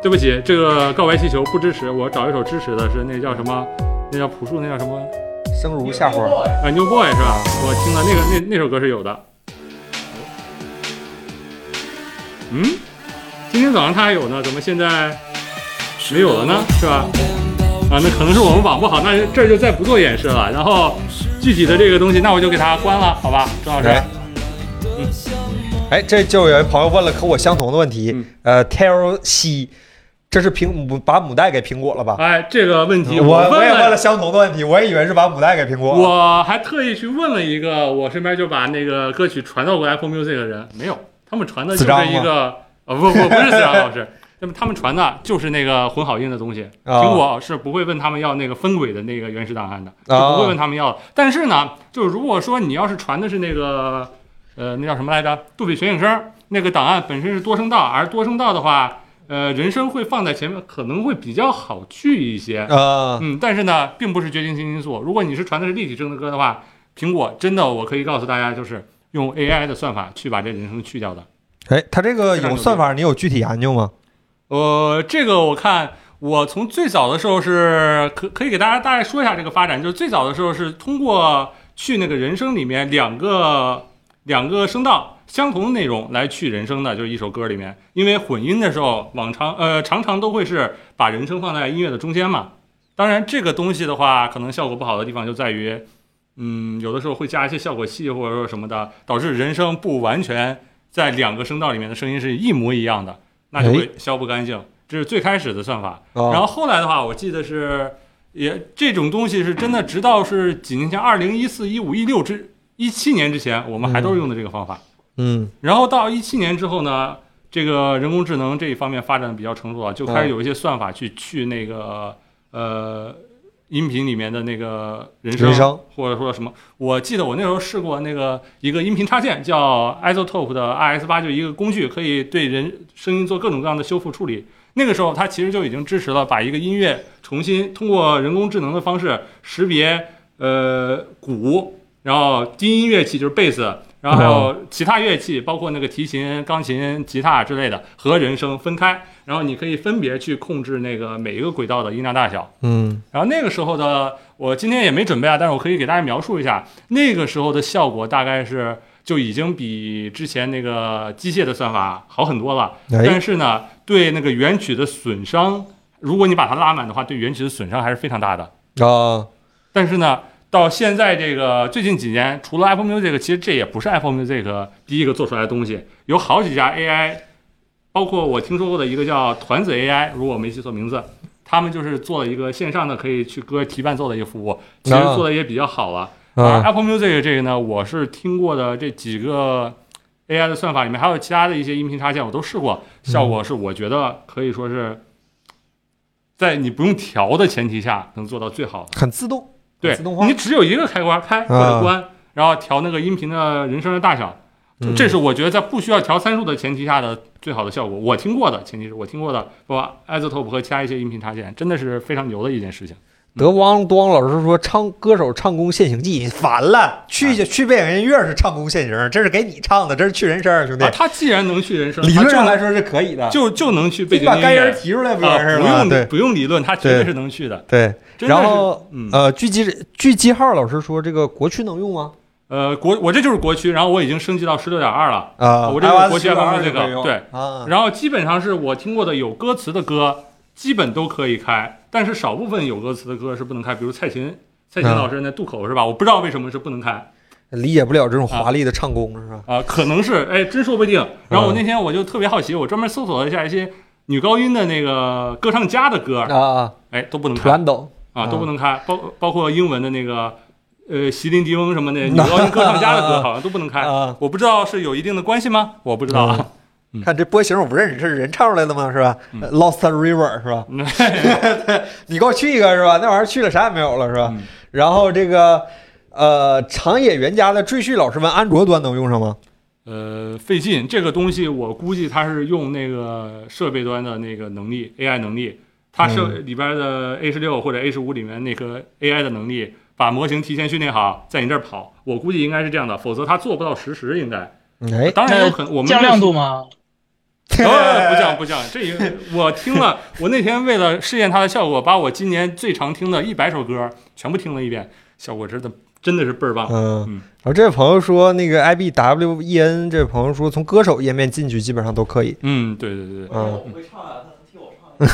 Speaker 2: 对不起，这个告白气球不支持。我找一首支持的是那叫什么？那叫朴树，那叫什么？
Speaker 1: 生如夏花，
Speaker 2: 啊，New Boy 是吧？我听了那个那那首歌是有的。嗯，今天早上它还有呢，怎么现在没有了呢？是吧？啊，那可能是我们网不好，那这儿就再不做演示了。然后具体的这个东西，那我就给它关了，好吧，周老师。
Speaker 1: 哎，哎，这就有位朋友问了和我相同的问题
Speaker 2: 嗯，
Speaker 1: 呃，Taro C，这是苹母把母带给苹果了吧？
Speaker 2: 哎，这个问题
Speaker 1: 我
Speaker 2: 问
Speaker 1: 也问了相同的问题，我也以为是把母带给苹果。
Speaker 2: 我还特意去问了一个我身边就把那个歌曲传到过 Apple Music 的人，没有，他们传的就
Speaker 1: 子章
Speaker 2: 是
Speaker 1: 吗
Speaker 2: 一个，呃，不不不是子章老师， 那么他们传的就是那个混好音的东西。
Speaker 1: 啊
Speaker 2: 苹果是不会问他们要那个分轨的那个原始档案的，
Speaker 1: 啊
Speaker 2: 是不会问他们要的。但是呢，就是如果说你要是传的是那个，呃，那叫什么来着？杜比全景声那个档案本身是多声道，而多声道的话。呃，人生会放在前面，可能会比较好去一些。
Speaker 1: 啊，
Speaker 2: 嗯，但是呢，并不是决定性因素。如果你是传的是立体声的歌的话，苹果真的，我可以告诉大家，就是用 AI 的算法去把这人声去掉的。
Speaker 1: 哎，它这个有算法，你有具体研究吗？
Speaker 2: 呃，这个我看，我从最早的时候是可可以给大家大概说一下这个发展，就是最早的时候是通过去那个人声里面两个两个声道相同的内容来去人声的，就是一首歌里面，因为混音的时候往常呃常常都会是把人声放在音乐的中间嘛。当然，这个东西的话，可能效果不好的地方就在于，嗯，有的时候会加一些效果器或者说什么的，导致人声不完全在两个声道里面的声音是一模一样的，那就会消不干净。这是最开始的算法。
Speaker 1: 啊
Speaker 2: 然后后来的话，我记得是也这种东西是真的，直到是几年前，二零一四、一五、一六之一七年之前，我们还都是用的这个方法。
Speaker 1: 嗯
Speaker 2: 然后到一七年之后呢，这个人工智能这一方面发展的比较成熟了，就
Speaker 1: 嗯
Speaker 2: 开始有一些算法去去那个呃音频里面的那个人声，
Speaker 1: 人声
Speaker 2: 或者说什么。我记得我那时候试过那个一个音频插件叫 Isotope 的 RS 八，就一个工具，可以对人声音做各种各样的修复处理。那个时候它其实就已经支持了把一个音乐重新通过人工智能的方式识别呃鼓，然后低音乐器就是贝斯。然后还有其他乐器，包括那个提琴、钢琴、吉他之类的，和人声分开。然后你可以分别去控制那个每一个轨道的音量大小。
Speaker 1: 嗯，
Speaker 2: 然后那个时候的我今天也没准备啊，但是我可以给大家描述一下那个时候的效果，大概是就已经比之前那个机械的算法好很多了。但
Speaker 1: 哎，
Speaker 2: 是呢，对那个原曲的损伤，如果你把它拉满的话，对原曲的损伤还是非常大的。
Speaker 1: 啊，
Speaker 2: 但是呢，到现在这个最近几年，除了 Apple Music，其实这也不是 Apple Music 第一个做出来的东西，有好几家 AI，包括我听说过的一个叫团子 AI，如果我没记错名字，他们就是做了一个线上的可以去歌提伴奏的一个服务，其实
Speaker 1: 啊
Speaker 2: 做的也比较好了。啊
Speaker 1: 啊，
Speaker 2: ，Apple Music 这个呢，我是听过的这几个 AI 的算法里面，还有其他的一些音频插件，我都试过，效果是我觉得可以说是在你不用调的前提下，能做到最好的。
Speaker 1: 很自动，
Speaker 2: 对，
Speaker 1: 自动化啊
Speaker 2: 你只有一个开关开或者关，然后调那个音频的人声的大小，
Speaker 1: 嗯
Speaker 2: 这是我觉得在不需要调参数的前提下的最好的效果。我听过的前提是我听过的，包括 Isotope 和其他一些音频插件，真的是非常牛的一件事情。
Speaker 1: 德汪多汪老师说，唱歌手唱功现形记，烦了，去去去背景音乐是唱功现形，这是给你唱的，这是去人声儿，兄弟
Speaker 2: 啊，。它既然能去人声，
Speaker 1: 理
Speaker 2: 它
Speaker 1: 论
Speaker 2: 就
Speaker 1: 上来说是可以的，
Speaker 2: 就就能去背
Speaker 1: 你
Speaker 2: 景
Speaker 1: 把
Speaker 2: 音
Speaker 1: 该人
Speaker 2: 乐。
Speaker 1: 提出来不就
Speaker 2: 啊，
Speaker 1: 完事儿
Speaker 2: 不
Speaker 1: 了吗？
Speaker 2: 用
Speaker 1: 对
Speaker 2: 不用理论，它绝
Speaker 1: 对
Speaker 2: 对是能去的。
Speaker 1: 对。
Speaker 2: 真的
Speaker 1: 然
Speaker 2: 是
Speaker 1: 后
Speaker 2: 嗯
Speaker 1: 呃，据机据机号老师说，这个国区能用吗？
Speaker 2: 呃，国我这就是国区，然后我已经升级到十六点二了。
Speaker 1: 啊，
Speaker 2: 我这个
Speaker 1: iOS
Speaker 2: 国区
Speaker 1: 16
Speaker 2: iPhone
Speaker 1: 就
Speaker 2: 这个
Speaker 1: 可以用
Speaker 2: 对
Speaker 1: 啊，
Speaker 2: 然后基本上是我听过的有歌词的歌，基本都可以开，但是少部分有歌词的歌是不能开，比如蔡琴，蔡琴
Speaker 1: 嗯
Speaker 2: 老师那渡口是吧？我不知道为什么是不能开啊、
Speaker 1: 理解不了这种华丽的唱功是吧？
Speaker 2: 可能是哎，真说不定。然后我那天我就特别好奇，我专门搜索了一下一些女高音的那个歌唱家的歌，
Speaker 1: 啊，
Speaker 2: 哎，都不能
Speaker 1: 土
Speaker 2: 开
Speaker 1: 兰斗
Speaker 2: 啊，都
Speaker 1: 嗯
Speaker 2: 不能开，包包括英文的那个呃席琳迪翁什么的女高音歌唱家的
Speaker 1: 啊
Speaker 2: 歌好像都不能开。
Speaker 1: 啊，
Speaker 2: 我不知道是有一定的关系吗？我不知道啊。嗯
Speaker 1: 看这波形我不认识，这是人唱出来的吗？是吧
Speaker 2: 嗯
Speaker 1: 呃？Lost River 是吧？你给我去一个是吧？那玩意儿去了啥也没有了是吧
Speaker 2: 嗯？
Speaker 1: 然后这个呃，长野原家的赘婿老师问安卓端能用上吗？
Speaker 2: 呃，费劲这个东西，我估计它是用那个设备端的那个能力，AI 能力，它设
Speaker 3: 嗯
Speaker 2: 里边的 A 十六或者 A 十五里面那个 AI 的能力，把模型提前训练好，在你这儿跑，我估计应该是这样的，否则它做不到实时，应该。
Speaker 1: 哎，
Speaker 2: 当然有可能，我们
Speaker 3: 降亮度吗？
Speaker 2: 呃，不降不降，这一个我听了，我那天为了试验它的效果，把我今年最常听的一百首歌全部听了一遍，效果真的真的是倍儿棒。
Speaker 1: 嗯，
Speaker 2: 嗯
Speaker 1: 然后这位朋友说，那个 I B W E N 这位朋友说，从歌手页面进去基本上都可以。
Speaker 2: 嗯，对对对对，
Speaker 1: 嗯
Speaker 4: 我不会唱啊，他能替我唱一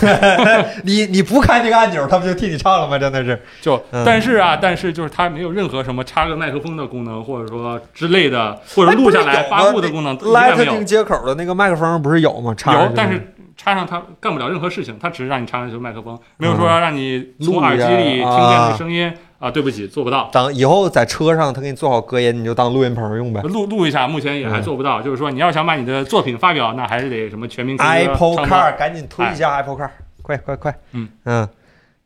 Speaker 4: 下。
Speaker 1: 你你不开那个按钮，他不就替你唱了吗？真的是，
Speaker 2: 就
Speaker 1: 嗯
Speaker 2: 但是啊，但是就是它没有任何什么插个麦克风的功能，或者说之类的，或者录下
Speaker 1: 哎
Speaker 2: 来
Speaker 1: 不是有吗
Speaker 2: 发布的功能，一概没有。
Speaker 1: Lightning 接口的那个麦克风不是有吗？插上
Speaker 2: 有
Speaker 1: 去，
Speaker 2: 但是插上它干不了任何事情，它只是让你插上去麦克风，没有说让你从耳机里听见那声音啊。对不起，做不到。
Speaker 1: 等以后在车上他给你做好隔音，你就当录音棚用呗。
Speaker 2: 录录一下，目前也还做不到。就是说，你要想把你的作品发表，那还是得什么全民啊 K 歌
Speaker 1: Apple
Speaker 2: 唱吧
Speaker 1: Car，赶紧推一下 Apple Car，快快快！
Speaker 2: 哎嗯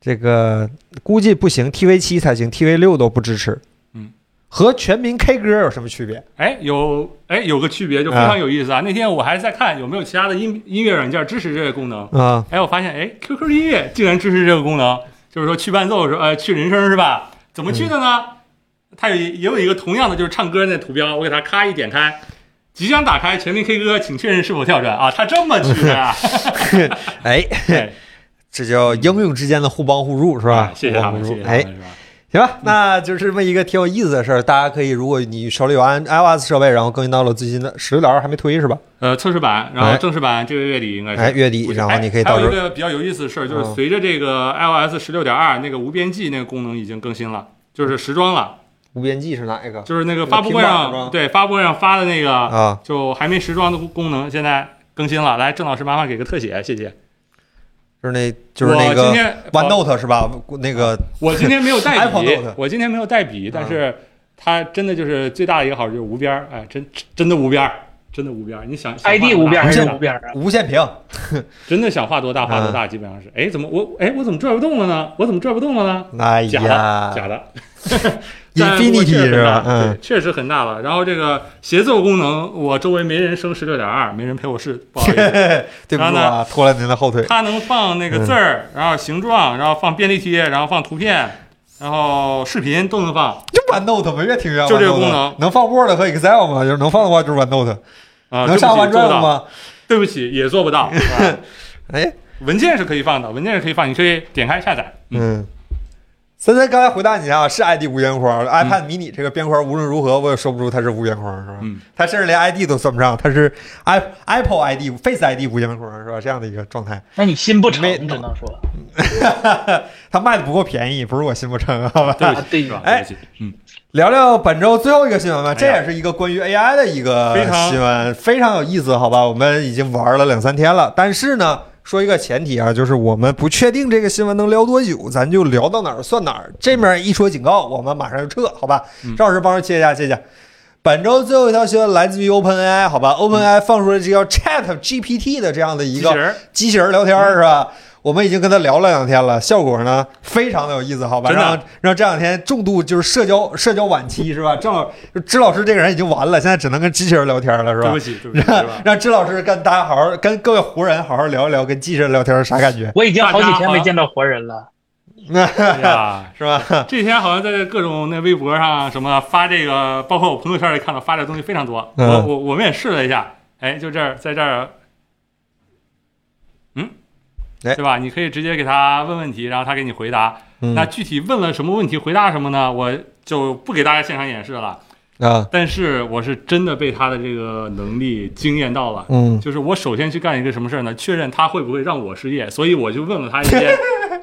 Speaker 1: 这个估计不行，TV 七才行，TV 六都不支持。
Speaker 2: 嗯，
Speaker 1: 和全民 K 歌有什么区别？
Speaker 2: 哎，有哎有个区别就非常有意思啊！那天我还在看有没有其他的音音乐软件支持这个功能，
Speaker 1: 啊，
Speaker 2: 哎，我发现哎，QQ 音乐竟然支持这个功能，就是说去伴奏是呃去人声是吧？怎么去的呢？它有一也有一个同样的就是唱歌那图标，我给它咔一点开，即将打开全民 K 歌，请确认是否跳转啊！它这么去的 啊，
Speaker 1: 哎，
Speaker 2: 对
Speaker 1: 这叫应用之间的互帮互助是
Speaker 2: 是
Speaker 1: 吧？
Speaker 2: 谢谢他们，
Speaker 1: 互帮互助。
Speaker 2: 谢谢啊他
Speaker 1: 哎，
Speaker 2: 们是吧？
Speaker 1: 行吧，那就是这么一个挺有意思的事儿。大家可以，如果你手里有安 iOS 设备，然后更新到了最新的十六点二还没推是吧？
Speaker 2: 呃，测试版，然
Speaker 1: 哎
Speaker 2: 后正式版这个月底应该是
Speaker 1: 哎，月底，
Speaker 2: 不是
Speaker 1: 然后
Speaker 2: 哎
Speaker 1: 你可以
Speaker 2: 还
Speaker 1: 到时
Speaker 2: 有一
Speaker 1: 候
Speaker 2: 个比较有意思的事儿，就
Speaker 1: 嗯
Speaker 2: 是随着这个 iOS 十六点二那个无边际那个功能已经更新了，就是时装了，
Speaker 1: 无边际是哪一个
Speaker 2: 就是那个发布
Speaker 1: 那
Speaker 2: 会
Speaker 1: 个平板是吧
Speaker 2: 上对发布会上发的那个
Speaker 1: 啊？
Speaker 2: 就还没时装的功能，现在更新了。来，郑老师麻烦给个特写，谢谢。
Speaker 1: 就是那，就是那
Speaker 2: 我今
Speaker 1: 个
Speaker 2: 天
Speaker 1: OneNote 是吧？那个
Speaker 2: 我今天没有带
Speaker 1: iPhone
Speaker 2: 笔
Speaker 1: Note，
Speaker 2: 我今天没有带
Speaker 1: 啊
Speaker 2: 笔，但是它真的就是最大的一个好处就是无边儿，哎，真真的无边儿，真的无边儿。你想想画
Speaker 3: ID
Speaker 2: 多
Speaker 3: 无边
Speaker 2: 大
Speaker 3: 还是
Speaker 1: 这
Speaker 3: 无边啊？
Speaker 1: 无线屏，
Speaker 2: 真的想画多大画多大，基本上是。哎，怎么我哎我怎么拽不动了呢？我怎么拽不动了呢？
Speaker 1: 哎
Speaker 2: 假的，
Speaker 1: 呀
Speaker 2: 假的。但不过确
Speaker 1: ，Infinity
Speaker 2: 实
Speaker 1: 是
Speaker 2: 很
Speaker 1: 吧
Speaker 2: 大？
Speaker 1: 嗯
Speaker 2: 对，，确实很大了。然后这个协奏功能，我周围没人升十六点二，没人陪我试，不好意思。
Speaker 1: 对不
Speaker 2: 然
Speaker 1: 住
Speaker 2: 后
Speaker 1: 啊，拖了您的 后腿。
Speaker 2: 它能放那个字儿，
Speaker 1: 嗯
Speaker 2: 然后形状，然后放便利贴，然后放图片，然后视频都能放
Speaker 1: 就 OneNote 吧，越听越像
Speaker 2: 就这个
Speaker 1: OneNote
Speaker 2: 功能
Speaker 1: 能放 Word 和 Excel 吗？就是能放的话就是 OneNote，
Speaker 2: 啊。
Speaker 1: 能上
Speaker 2: 对不起做不
Speaker 1: OneDrive
Speaker 2: 到，
Speaker 1: 吗？
Speaker 2: 对不起，也做 不到。是吧
Speaker 1: 哎，
Speaker 2: 文件是可以放的，文件是可以放，你可以点开下载。
Speaker 1: 嗯。森森刚才回答你啊，是 ID 无边框，iPad mini 这个边框无论如何我也说不出它是无边框，是吧？
Speaker 2: 嗯，
Speaker 1: 它甚至连 ID 都算不上，它是 i Apple ID、Face ID 无边框，是吧？这样的一个状态，
Speaker 3: 那你心不诚，
Speaker 1: 没
Speaker 3: 只能说
Speaker 1: 它卖的不够便宜，不是我心不诚，好吧？
Speaker 2: 对不
Speaker 3: 啊
Speaker 2: 起，，
Speaker 3: 对
Speaker 2: 是吧？
Speaker 1: 哎
Speaker 2: 对不起，嗯，
Speaker 1: 聊聊本周最后一个新闻吧，这
Speaker 2: 哎呀
Speaker 1: 也是一个关于 AI 的一个
Speaker 2: 非常
Speaker 1: 新闻，非常有意思，好吧？我们已经玩了两三天了，但是呢，说一个前提啊，就是我们不确定这个新闻能聊多久，咱就聊到哪儿算哪儿。这面一说警告，我们马上就撤，好吧？
Speaker 2: 嗯
Speaker 1: 赵老师帮着切一下，切一下。本周最后一条新闻来自于 OpenAI，好吧？OpenAI 放出了这叫 Chat GPT 的这样的一
Speaker 2: 机
Speaker 1: 个
Speaker 2: 器人儿
Speaker 1: 机器人聊天儿是吧？我们已经跟他聊了两天了，效果呢非常的有意思，好吧？
Speaker 2: 真的啊
Speaker 1: 让让这两天重度就是社交社交晚期是吧？郑老支老师这个人已经完了，现在只能跟机器人聊天了是
Speaker 2: 对
Speaker 1: 吧
Speaker 2: 不？起，对不起，是吧？
Speaker 1: 让支老师跟大家好好跟各位活人好好聊一聊，跟机器人聊天是啥感 觉？
Speaker 3: 我已经好几天
Speaker 2: 啊
Speaker 3: 没见到活人了。
Speaker 2: 哎呀。
Speaker 1: 是吧？
Speaker 2: 这几天好像在各种那微博上什么发这个，包括我朋友圈里看到发这东西非常多。
Speaker 1: 嗯
Speaker 2: 我我我们也试了一下，哎，就这儿在这儿，嗯，
Speaker 1: 哎
Speaker 2: 对吧？你可以直接给他问问题，然后他给你回答。
Speaker 1: 嗯
Speaker 2: 那具体问了什么问题，回答什么呢？我就不给大家现场演示了。
Speaker 1: 啊，
Speaker 2: 但是我是真的被他的这个能力惊艳到了。
Speaker 1: 嗯，
Speaker 2: 就是我首先去干一个什么事儿呢？确认他会不会让我失业，所以我就问了他 一些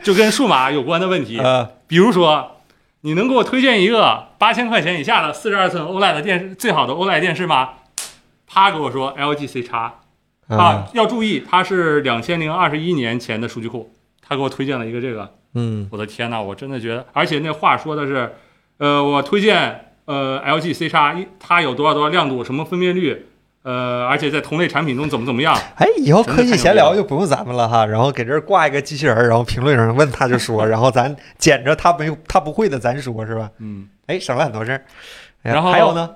Speaker 2: 就跟数码有关的问题。
Speaker 1: 呃，
Speaker 2: 比如说，你能给我推荐一个八千块钱以下的四十二寸 OLED 的电视最好的 OLED 电视吗？啪给我说 LG C 叉
Speaker 1: 嗯
Speaker 2: 啊，，要注意，它是两千零二十一年前的数据库。他给我推荐了一个这个，
Speaker 1: 嗯，
Speaker 2: 我的天呐，我真的觉得，而且那话说的是，呃，我推荐呃 LG C 叉一，它有多少多少亮度，什么分辨率，呃，而且在同类产品中怎么怎么样。
Speaker 1: 哎，以后科技闲聊就不用咱们了哈，然后给这儿挂一个机器人儿，然后评论上问他就 说，然后咱捡着他没他不会的咱说是吧？
Speaker 2: 嗯，
Speaker 1: 哎，省了很多事儿。哎呀
Speaker 2: 然后
Speaker 1: 还有呢？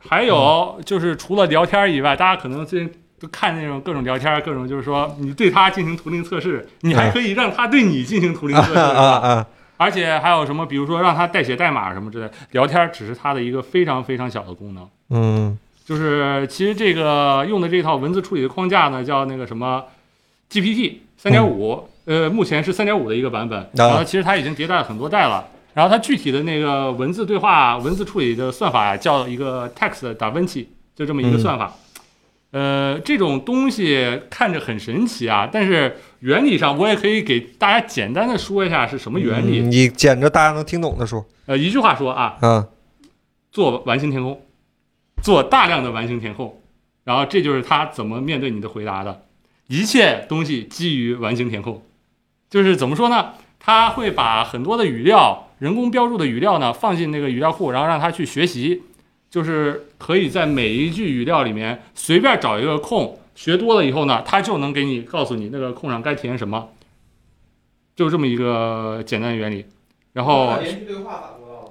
Speaker 2: 还
Speaker 1: 嗯
Speaker 2: 有就是除了聊天以外，大家可能最近都看那种各种聊天，各种就是说你对他进行图灵测试，你还可以让他对你进行图灵测
Speaker 1: 啊啊
Speaker 2: 试，
Speaker 1: 啊！
Speaker 2: 而且还有什么，比如说让他代写代码什么之类。聊天只是它的一个非常非常小的功能，
Speaker 1: 嗯
Speaker 2: 就是其实这个用的这套文字处理的框架呢，叫那个什么 GPT 三点五，呃，目前是三点五的一个版本，然后其实它已经迭代了很多代了。然后它具体的那个文字对话、文字处理的算法呀、叫一个 Text Da Vinci，就这么一个算法。呃，这种东西看着很神奇啊，但是原理上我也可以给大家简单的说一下是什么原理。
Speaker 1: 嗯你捡着大家能听懂的说
Speaker 2: 呃，一句话说啊，
Speaker 1: 啊，
Speaker 2: 做完形填空，做大量的完形填空，然后这就是他怎么面对你的回答的。一切东西基于完形填空，就是怎么说呢？他会把很多的语料、人工标注的语料呢放进那个语料库，然后让他去学习，就是可以在每一句语料里面随便找一个空，学多了以后呢，他就能给你告诉你那个空上该填什么，就这么一个简单的原理。然后
Speaker 4: 连续对话打过到了，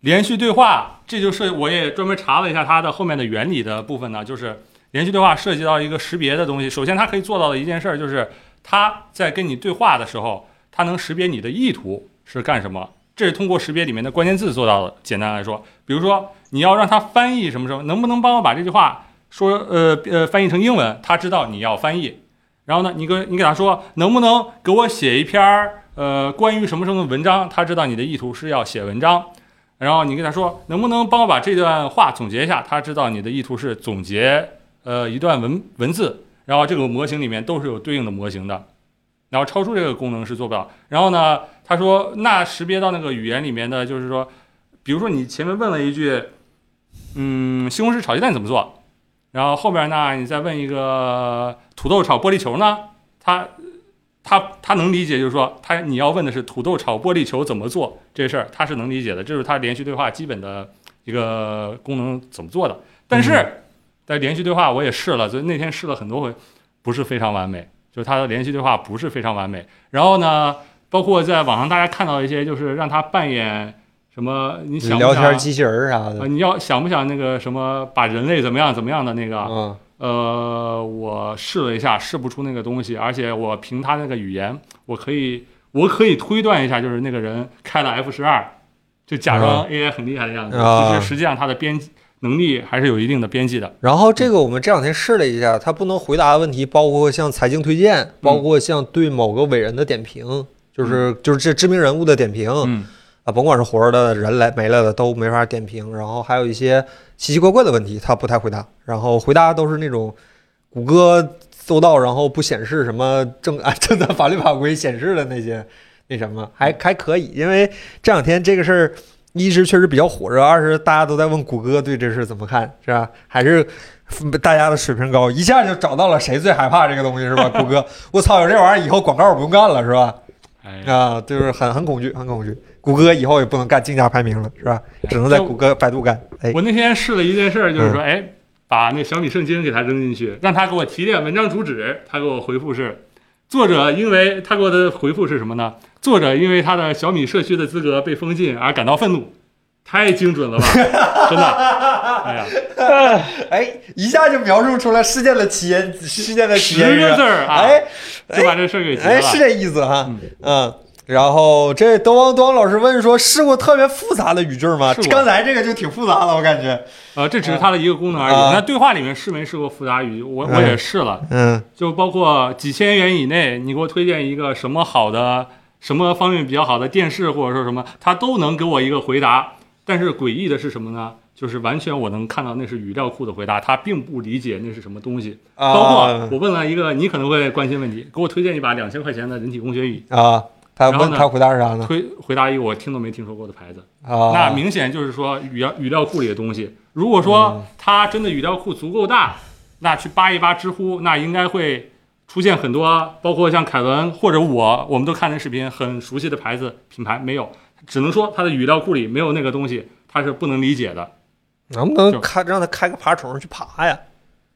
Speaker 2: 连续对话，这就是我也专门查了一下它的后面的原理的部分呢，就是连续对话涉及到一个识别的东西。首先，它可以做到的一件事儿就是，它在跟你对话的时候，它能识别你的意图是干什么，这是通过识别里面的关键字做到的。简单来说，比如说你要让它翻译什么什么，能不能帮我把这句话说呃呃翻译成英文，它知道你要翻译。然后呢，你跟你给他说，能不能给我写一篇儿呃关于什么什么的文章？他知道你的意图是要写文章。然后你跟他说，能不能帮我把这段话总结一下？他知道你的意图是总结呃一段文文字，然后这个模型里面都是有对应的模型的。然后超出这个功能是做不到。然后呢，他说那识别到那个语言里面的，就是说，比如说你前面问了一句，嗯，西红柿炒鸡蛋怎么做？然后后边呢，你再问一个土豆炒玻璃球呢，他他他能理解，就是说他你要问的是土豆炒玻璃球怎么做这事儿，他是能理解的，这是他连续对话基本的一个功能怎么做的。但是在连续对话我也试了，所以那天试了很多回，不是非常完美，就是他的连续对话不是非常完美。然后呢，包括在网上大家看到一些，就是让他扮演什么，你想不
Speaker 1: 聊
Speaker 2: 想
Speaker 1: 天机器人儿啥
Speaker 2: 啊，
Speaker 1: 的，
Speaker 2: 你要想不想那个什么把人类怎么样怎么样的那个？
Speaker 1: 嗯，
Speaker 2: 呃，我试了一下，试不出那个东西，而且我凭他那个语言，我可以我可以推断一下，就是那个人开了 F 十二，就假装 AI 很厉害的样子，
Speaker 1: 嗯啊
Speaker 2: 其实实际上他的编辑能力还是有一定的编辑的。
Speaker 1: 嗯然后这个我们这两天试了一下，它不能回答的问题包括像财经推荐，包括像对某个伟人的点评，就是就是这知名人物的点评
Speaker 2: 嗯
Speaker 1: 啊，甭管是活着的人来没了的都没法点评。然后还有一些奇奇怪怪的问题，它不太回答。然后回答都是那种谷歌搜到，然后不显示什么正啊正当法律法规显示的那些 那什么，还还可以。因为这两天这个事儿。一是确实比较火热，二是大家都在问谷歌对这事怎么看，是吧？还是 大家的水平高，一下就找到了谁最害怕这个东西，是吧？谷歌，我操，有这玩意儿以后广告我不用干了，是吧？
Speaker 2: 哎，
Speaker 1: 啊，就是很很恐惧，很恐惧。谷歌以后也不能干竞价排名了，是吧？只能在
Speaker 2: 就
Speaker 1: 谷歌、百度干。哎，嗯
Speaker 2: 我那天试了一件事儿，就是说，哎，把那小米圣经给他扔进去，让他给我提炼文章主旨，他给我回复是，作者因为他给我的回复是什么呢？作者因为他的小米社区的资格被封禁而感到愤怒，太精准了吧， 真的，哎呀，
Speaker 1: 哎，一下就描述出来事件的起因，事件的起因
Speaker 2: 十
Speaker 1: 是
Speaker 2: 个字
Speaker 1: 吧。
Speaker 2: 儿啊，
Speaker 1: 哎，
Speaker 2: 就把这事儿给结
Speaker 1: 哎，是
Speaker 2: 了。
Speaker 1: 这意思哈，
Speaker 2: 嗯
Speaker 1: 嗯。然后这东方东方老师问说，试过特别复杂的语句吗
Speaker 2: 试？过
Speaker 1: 刚才这个就挺复杂的，我感觉。
Speaker 2: 呃，这只是它的一个功能而已。
Speaker 1: 啊
Speaker 2: 那对话里面试没试过复杂语？我我
Speaker 1: 嗯
Speaker 2: 也试了，
Speaker 1: 嗯
Speaker 2: 就包括几千元以内，你给我推荐一个什么好的、什么方面比较好的电视，或者说什么，他都能给我一个回答。但是诡异的是什么呢？就是完全我能看到那是语料库的回答，他并不理解那是什么东西。
Speaker 1: 啊，
Speaker 2: 包括我问了一个你可能会关心问题，给我推荐一把两千块钱的人体工学椅，
Speaker 1: 啊，他
Speaker 2: 然后
Speaker 1: 问
Speaker 2: 呢
Speaker 1: 他回答是啥呢？
Speaker 2: 推回答一个我听都没听说过的牌子。
Speaker 1: 啊，
Speaker 2: 那明显就是说语料语料库里的东西。如果
Speaker 1: 嗯
Speaker 2: 说它真的语料库足够大，那去扒一扒知乎，那应该会出现很多，包括像凯文或者我，我们都看那视频，很熟悉的牌子品牌没有，只能说它的语料库里没有那个东西，它是不能理解的。
Speaker 1: 能不能开让他开个爬虫去爬呀？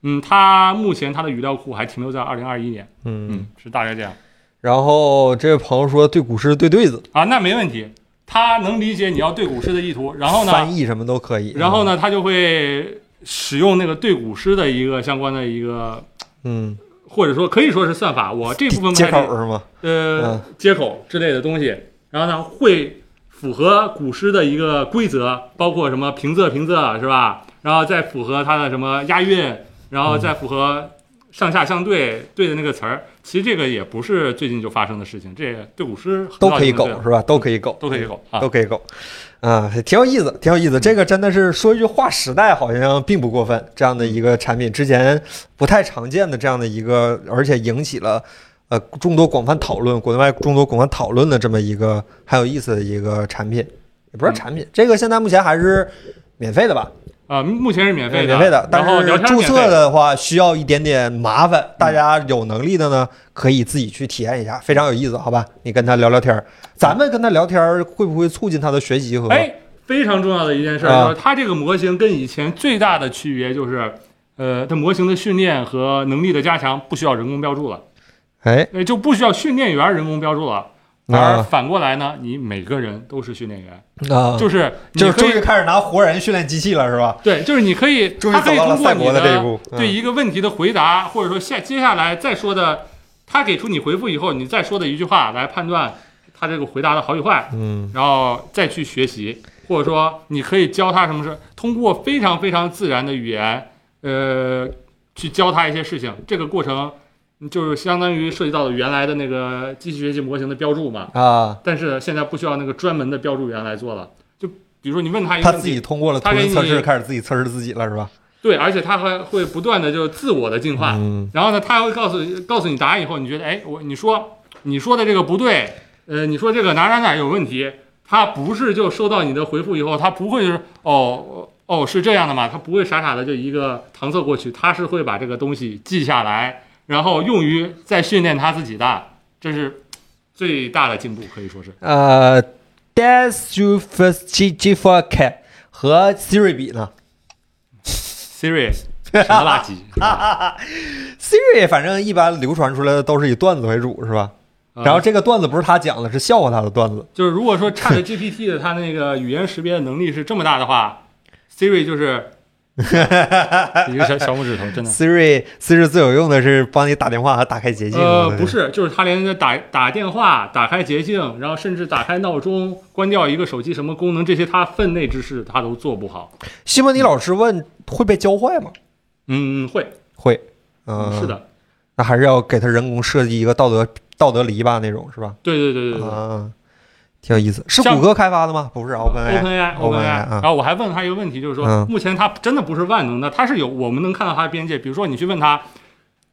Speaker 2: 嗯，它目前它的语料库还停留在二零二一年，
Speaker 1: 嗯，，
Speaker 2: 是大概这样
Speaker 1: 然后这位朋友说对股市对对子，
Speaker 2: 啊，那没问题，它能理解你要对股市的意图，然后呢，
Speaker 1: 翻译什么都可以。
Speaker 2: 然后呢，它就会使用那个对股市的一个相关的一个
Speaker 1: 嗯，
Speaker 2: 或者说可以说是算法，我这部分
Speaker 1: 嗯，
Speaker 2: 不
Speaker 1: 接
Speaker 2: 太
Speaker 1: 口嗯是吗？
Speaker 2: 呃接口之类的东西，然后呢会符合古诗的一个规则，包括什么平仄平仄是吧？然后再符合它的什么押韵，然后再符合上下相对对的那个词儿。其实这个也不是最近就发生的事情，这对古诗很
Speaker 1: 都
Speaker 2: 早
Speaker 1: 可以
Speaker 2: 就对
Speaker 1: 狗
Speaker 2: 了
Speaker 1: 是吧？都可以狗，
Speaker 2: 都可以狗啊
Speaker 1: 都。可以狗，啊，挺有意思，挺有意思。这个真的是说一句划时代，好像并不过分。这样的一个产品，之前不太常见的这样的一个，而且引起了呃众多广泛讨论，国内外众多广泛讨论的这么一个很有意思的一个产品，也不是
Speaker 2: 嗯
Speaker 1: 产品，这个现在目前还是免费的吧？
Speaker 2: 啊，目前是免费的，
Speaker 1: 免费的，但
Speaker 2: 然后
Speaker 1: 是
Speaker 2: 聊天
Speaker 1: 注
Speaker 2: 免费
Speaker 1: 册的话需要一点点麻烦。大家有能力的呢，可以自己去体验一下，非常有意思，好吧？你跟他聊聊天儿，咱们跟他聊天儿会不会促进他的学习和？
Speaker 2: 哎，非常重要的一件事儿
Speaker 1: 啊
Speaker 2: 就是它这个模型跟以前最大的区别就是，呃，它模型的训练和能力的加强不需要人工标注了，
Speaker 1: 哎，
Speaker 2: 呃，就不需要训练员人工标注了。而
Speaker 1: 啊
Speaker 2: 反过来呢，你每个人都是训练员，
Speaker 1: 啊，
Speaker 2: 就是你
Speaker 1: 就是
Speaker 2: 可
Speaker 1: 终
Speaker 2: 以
Speaker 1: 于开始拿活人训练机器了，是吧？
Speaker 2: 对，就是你可以，
Speaker 1: 终于
Speaker 2: 他可以
Speaker 1: 走到了
Speaker 2: 通过
Speaker 1: 赛
Speaker 2: 你
Speaker 1: 博的这一步嗯
Speaker 2: 对一个问题的回答，或者说下接下来再说的，他给出你回复以后，你再说的一句话来判断他这个回答的好与坏，
Speaker 1: 嗯，
Speaker 2: 然后再去学习，或者说你可以教他什么事，通过非常非常自然的语言，呃，去教他一些事情。这个过程就是相当于涉及到了原来的那个机器学习模型的标注嘛，
Speaker 1: 啊，
Speaker 2: 但是现在不需要那个专门的标注员来做了。就比如说你问他一个
Speaker 1: 他
Speaker 2: 问
Speaker 1: 自
Speaker 2: 题，
Speaker 1: 己通过了图
Speaker 2: 他给
Speaker 1: 文测试，
Speaker 2: 你
Speaker 1: 开始自己测试自己了，是吧？
Speaker 2: 对，而且它还会不断的就自我的进化。
Speaker 1: 嗯
Speaker 2: 然后呢，它还会告诉告诉你答案以后，你觉得哎，我你说你说的这个不对，呃，你说这个哪哪哪有问题，它不是就收到你的回复以后，它不会就是哦哦是这样的嘛，它不会傻傻的就一个搪塞过去，它是会把这个东西记下来，然后用于再训练它自己的，这是最大的进步，可以说是。
Speaker 1: 呃 d e s u f g g f o k 和 Siri 比呢
Speaker 2: Siri 什么垃圾？是吧
Speaker 1: ？Siri 反正一般流传出来的都是以段子为主，是吧？
Speaker 2: 嗯
Speaker 1: 然后这个段子不是他讲的，是笑话他的段子。
Speaker 2: 就是如 果说 Chat GPT 的它那个语言识别的能力是这么大的话，Siri 就是 一个小小拇指头，真的。
Speaker 1: Siri Siri 最有用的是帮你打电话和打开捷径。啊
Speaker 2: 呃
Speaker 1: 我，的
Speaker 2: 不是，就是它连着打打电话、打开捷径，然后甚至打开闹钟、关掉一个手机什么功能，这些它分内之事它都做不好。
Speaker 1: 西蒙尼老师问会被教坏吗？
Speaker 2: 嗯，会，
Speaker 1: 会，嗯、
Speaker 2: 是，的，
Speaker 1: 那还是要给他人工设计一个道德道德篱笆那种，是吧？
Speaker 2: 对对对对对。
Speaker 1: 啊，挺有意思。是
Speaker 2: 像
Speaker 1: 谷歌开发的吗？不是 OpenAI。
Speaker 2: OpenAI
Speaker 1: OpenAI，啊
Speaker 2: 然后我还问他一个问题，就是说
Speaker 1: 嗯，
Speaker 2: 目前它真的不是万能的，它是有我们能看到它的边界。比如说，你去问他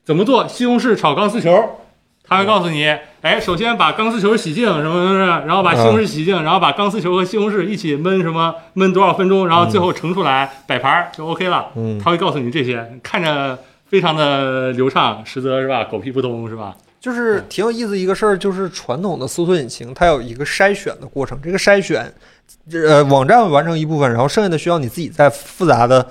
Speaker 2: 怎么做西红柿炒钢丝球，他会告诉你，哎，首先把钢丝球洗净，什么什么什么，然后把西
Speaker 1: 嗯
Speaker 2: 红柿洗净，然后把钢丝球和西红柿一起焖什么焖多少分钟，然后最后盛出来摆盘儿就 OK 了。
Speaker 1: 嗯，
Speaker 2: 他会告诉你这些，看着非常的流畅，实则是吧，狗屁不通是吧？
Speaker 1: 就是挺有意思一个事儿，就是传统的搜索引擎它有一个筛选的过程，这个筛选，呃，网站完成一部分，然后剩下的需要你自己在复杂的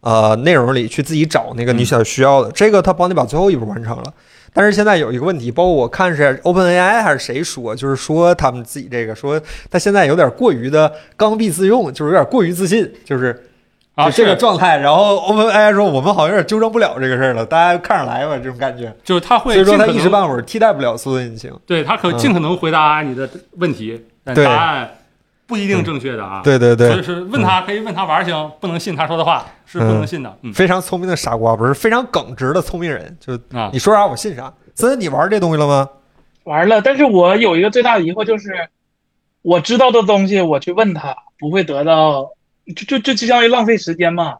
Speaker 1: 呃内容里去自己找那个
Speaker 2: 嗯
Speaker 1: 你想需要的，这个它帮你把最后一步完成了。但是现在有一个问题，包括我看是 OpenAI 还是谁说，就是说他们自己这个说他现在有点过于的刚愎自用，就是有点过于自信，就是
Speaker 2: 啊，
Speaker 1: 就这个
Speaker 2: 是
Speaker 1: 状态。然后 OpenAI 说我们好像有点纠正不了这个事儿了，大家看着来吧，这种感觉。
Speaker 2: 就是他会
Speaker 1: 所以说
Speaker 2: 尽
Speaker 1: 它
Speaker 2: 可
Speaker 1: 一
Speaker 2: 能
Speaker 1: 时半会儿替代不了搜索引擎。
Speaker 2: 对他可
Speaker 1: 嗯
Speaker 2: 尽可能回答你的问题，但
Speaker 1: 对
Speaker 2: 答案不一定正确的啊。
Speaker 1: 对对嗯
Speaker 2: 所
Speaker 1: 对
Speaker 2: 以，是问他可以问他玩儿行，不能信他说的话是不能信的。嗯
Speaker 1: 非常聪明的傻瓜，不是非常耿直的聪明人，就
Speaker 2: 啊，
Speaker 1: 嗯你说啥我信啥。森，你玩这东西了吗？
Speaker 3: 玩了，但是我有一个最大的疑惑就是，我知道的东西我去问他，不会得到，就就就就相当于浪费时间嘛。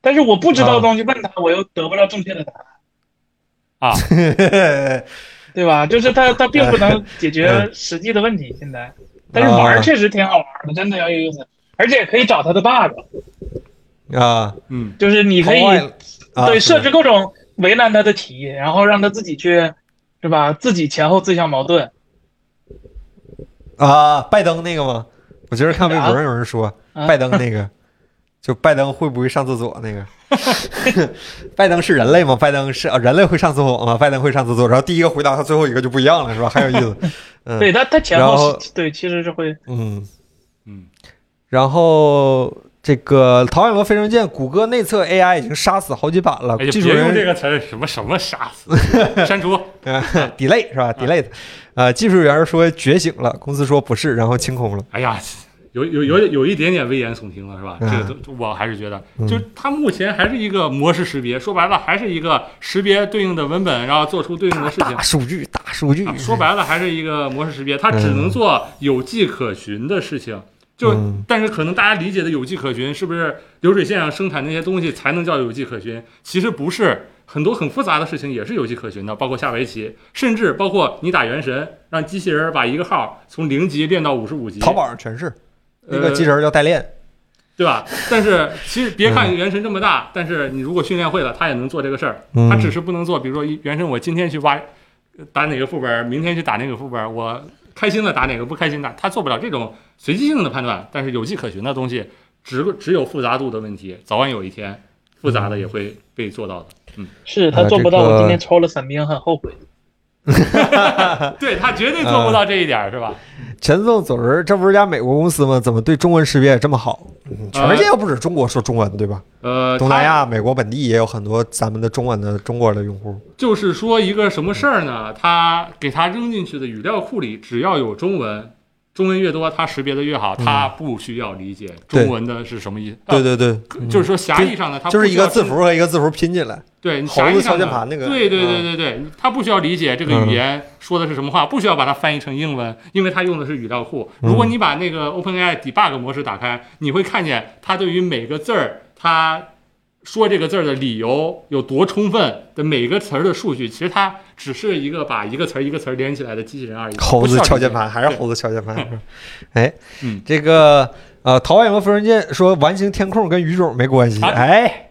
Speaker 3: 但是我不知
Speaker 1: 啊
Speaker 3: 道的东西问他，我又得不到正确的答案，对吧？就是他他并不能 解
Speaker 1: 嗯
Speaker 3: 决实际的问题。现在，但是
Speaker 1: 啊
Speaker 3: 玩儿确实挺好玩的，真的挺有意思，而且可以找他的 bug，
Speaker 1: 啊，
Speaker 2: 嗯，
Speaker 3: 就是你可以
Speaker 1: 好坏啊，
Speaker 3: 对，
Speaker 1: 是
Speaker 3: 设
Speaker 1: 的
Speaker 3: 置各种为难他的题，然后让他自己去，是吧？自己前后自相矛盾。
Speaker 1: 啊，拜登那个吗？我今儿看微博上有人说
Speaker 3: 啊
Speaker 1: 拜登那个，就拜登会不会上厕所那个？ 拜登是人类吗？拜登是啊，人类会上厕所吗？拜登会上厕所，然后第一个回答和最后一个就不一样了，是吧？很有意思。嗯，
Speaker 3: 对他，他前
Speaker 1: 然
Speaker 3: 后
Speaker 1: 后
Speaker 3: 是对，其实是会
Speaker 1: 嗯
Speaker 2: 嗯，
Speaker 1: 然后这个《逃亡罗飞升舰》，谷歌内测 AI 已经杀死好几版了，
Speaker 2: 哎呀，
Speaker 1: 技术
Speaker 2: 别用这
Speaker 1: 人
Speaker 2: 个词儿，什么什么杀死， 删除。
Speaker 1: 呃 delay
Speaker 2: 啊
Speaker 1: 是吧？delay，呃，技术员说觉醒了，公司说不是，然后清空了。
Speaker 2: 哎呀，有有有有一点点危言耸听了，是吧？
Speaker 1: 嗯
Speaker 2: 这个都我还是觉得，就是它目前还是一个模式识别，说白了还是一个识别对应的文本，然后做出对应的事情
Speaker 1: 大。数据，大数据
Speaker 2: 啊，说白了还是一个模式识别，它只能做有迹可循的事情。就
Speaker 1: 嗯
Speaker 2: 但是可能大家理解的有迹可循，是不是流水线上生产那些东西才能叫有迹可循？其实不是，很多很复杂的事情也是有迹可循的，包括下围棋，甚至包括你打原神，让机器人把一个号从零级练到五十五级，
Speaker 1: 淘宝上全是那
Speaker 2: 呃
Speaker 1: 个机器人叫代练，
Speaker 2: 对吧？但是其实别看原神这么大，但是你如果训练会了，它也能做这个事儿。
Speaker 1: 嗯
Speaker 2: 它只是不能做，比如说一原神，我今天去挖呃打哪个副本，明天去打哪个副本，我开心了打哪个，不开心打，它做不了这种随机性的判断。但是有迹可循的东西，只只有复杂度的问题，早晚有一天复杂的也会被做到的。
Speaker 3: 是他
Speaker 1: 呃
Speaker 3: 做
Speaker 1: 这
Speaker 3: 不到。我
Speaker 1: 个
Speaker 3: 今天抽了伞兵，很后悔。
Speaker 2: 对他绝对做不到这一点，是吧？
Speaker 1: 全自动左轮，这不是家美国公司吗？怎么对中文识别也这么好？嗯全世界又不止中国说中文的，对吧？
Speaker 2: 呃，
Speaker 1: 东南
Speaker 2: 他
Speaker 1: 亚、美国本地也有很多咱们的中文的中国的用户。
Speaker 2: 就是说一个什么事儿呢？他给他扔进去的语料库里，只要有中文，中文越多，他识别的越好，他不需要理解中文的是什么意思。
Speaker 1: 嗯对对对，嗯
Speaker 2: 呃就是说狭义上的，他
Speaker 1: 就是
Speaker 2: 不需
Speaker 1: 一
Speaker 2: 要
Speaker 1: 个字
Speaker 2: 真
Speaker 1: 符和一个字符拼进来。
Speaker 2: 对，你
Speaker 1: 猴
Speaker 2: 狭义
Speaker 1: 子
Speaker 2: 上
Speaker 1: 敲键
Speaker 2: 的
Speaker 1: 盘那个
Speaker 2: 对对
Speaker 1: 嗯
Speaker 2: 对对对，他不需要理解这个
Speaker 1: 嗯
Speaker 2: 语言说的是什么话，不需要把它翻译成英文，因为他用的是语料库。如
Speaker 1: 嗯
Speaker 2: 果你把那个 OpenAI debug 模式打开，你会看见它对于每个字儿，它说这个字儿的理由有多充分的每个词儿的数据，其实它只是一个把一个词儿一个词儿连起来的机器人而已。
Speaker 1: 猴子
Speaker 2: 不需要
Speaker 1: 敲
Speaker 2: 理解
Speaker 1: 键盘，还是猴子敲键盘？是吧哎
Speaker 2: 嗯，
Speaker 1: 这个呃，桃花影和芙人剑说完形填空跟语种没关系。
Speaker 2: 啊
Speaker 1: 哎，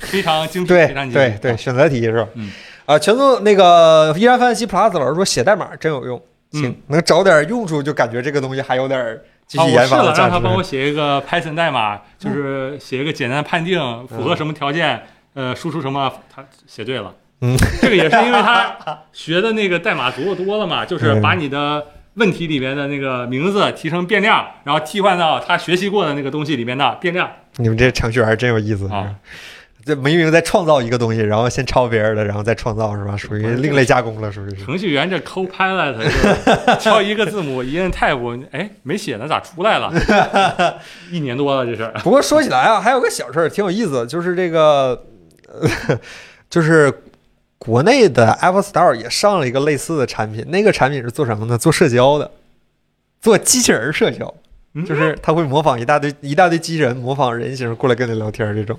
Speaker 2: 非常精致，
Speaker 1: 对
Speaker 2: 非常精
Speaker 1: 对
Speaker 2: 致。
Speaker 1: 对，选择题是吧？
Speaker 2: 嗯
Speaker 1: 啊，全都那个依然范西 plus 老师说写代码真有用，行
Speaker 2: 嗯，
Speaker 1: 能找点用处，就感觉这个东西还有点继
Speaker 2: 啊，
Speaker 1: 续
Speaker 2: 我
Speaker 1: 研
Speaker 2: 试
Speaker 1: 发的
Speaker 2: 了，
Speaker 1: 价
Speaker 2: 让
Speaker 1: 值嗯
Speaker 2: 他。帮我写一个 Python 代码，就是写一个简单的判定，符合什么条件，呃，输出什么，他写对了。
Speaker 1: 嗯，
Speaker 2: 这个也是因为他学的那个代码足够多了嘛，
Speaker 1: 嗯
Speaker 2: 就是把你的问题里面的那个名字提成变量，然后替换到他学习过的那个东西里面的变量。
Speaker 1: 你们这程序员真有意思
Speaker 2: 啊！
Speaker 1: 这明明在创造一个东西，然后先抄别人的，然后再创造，是吧？属于另类加工了，属于是。
Speaker 2: 程序员这 Copilot 就是敲一个字母一摁 Tab，哎，没写呢，咋出 来了？一年多了这事儿。
Speaker 1: 不过说起来啊，还有个小事儿挺有意思，就是这个， 呃就是国内的 Apple Store 也上了一个类似的产品，那个产品是做什么呢？做社交的，做机器人儿社交，
Speaker 2: 嗯
Speaker 1: 就是它会模仿一大堆一大堆机器人，模仿人形过来跟你聊天儿这种。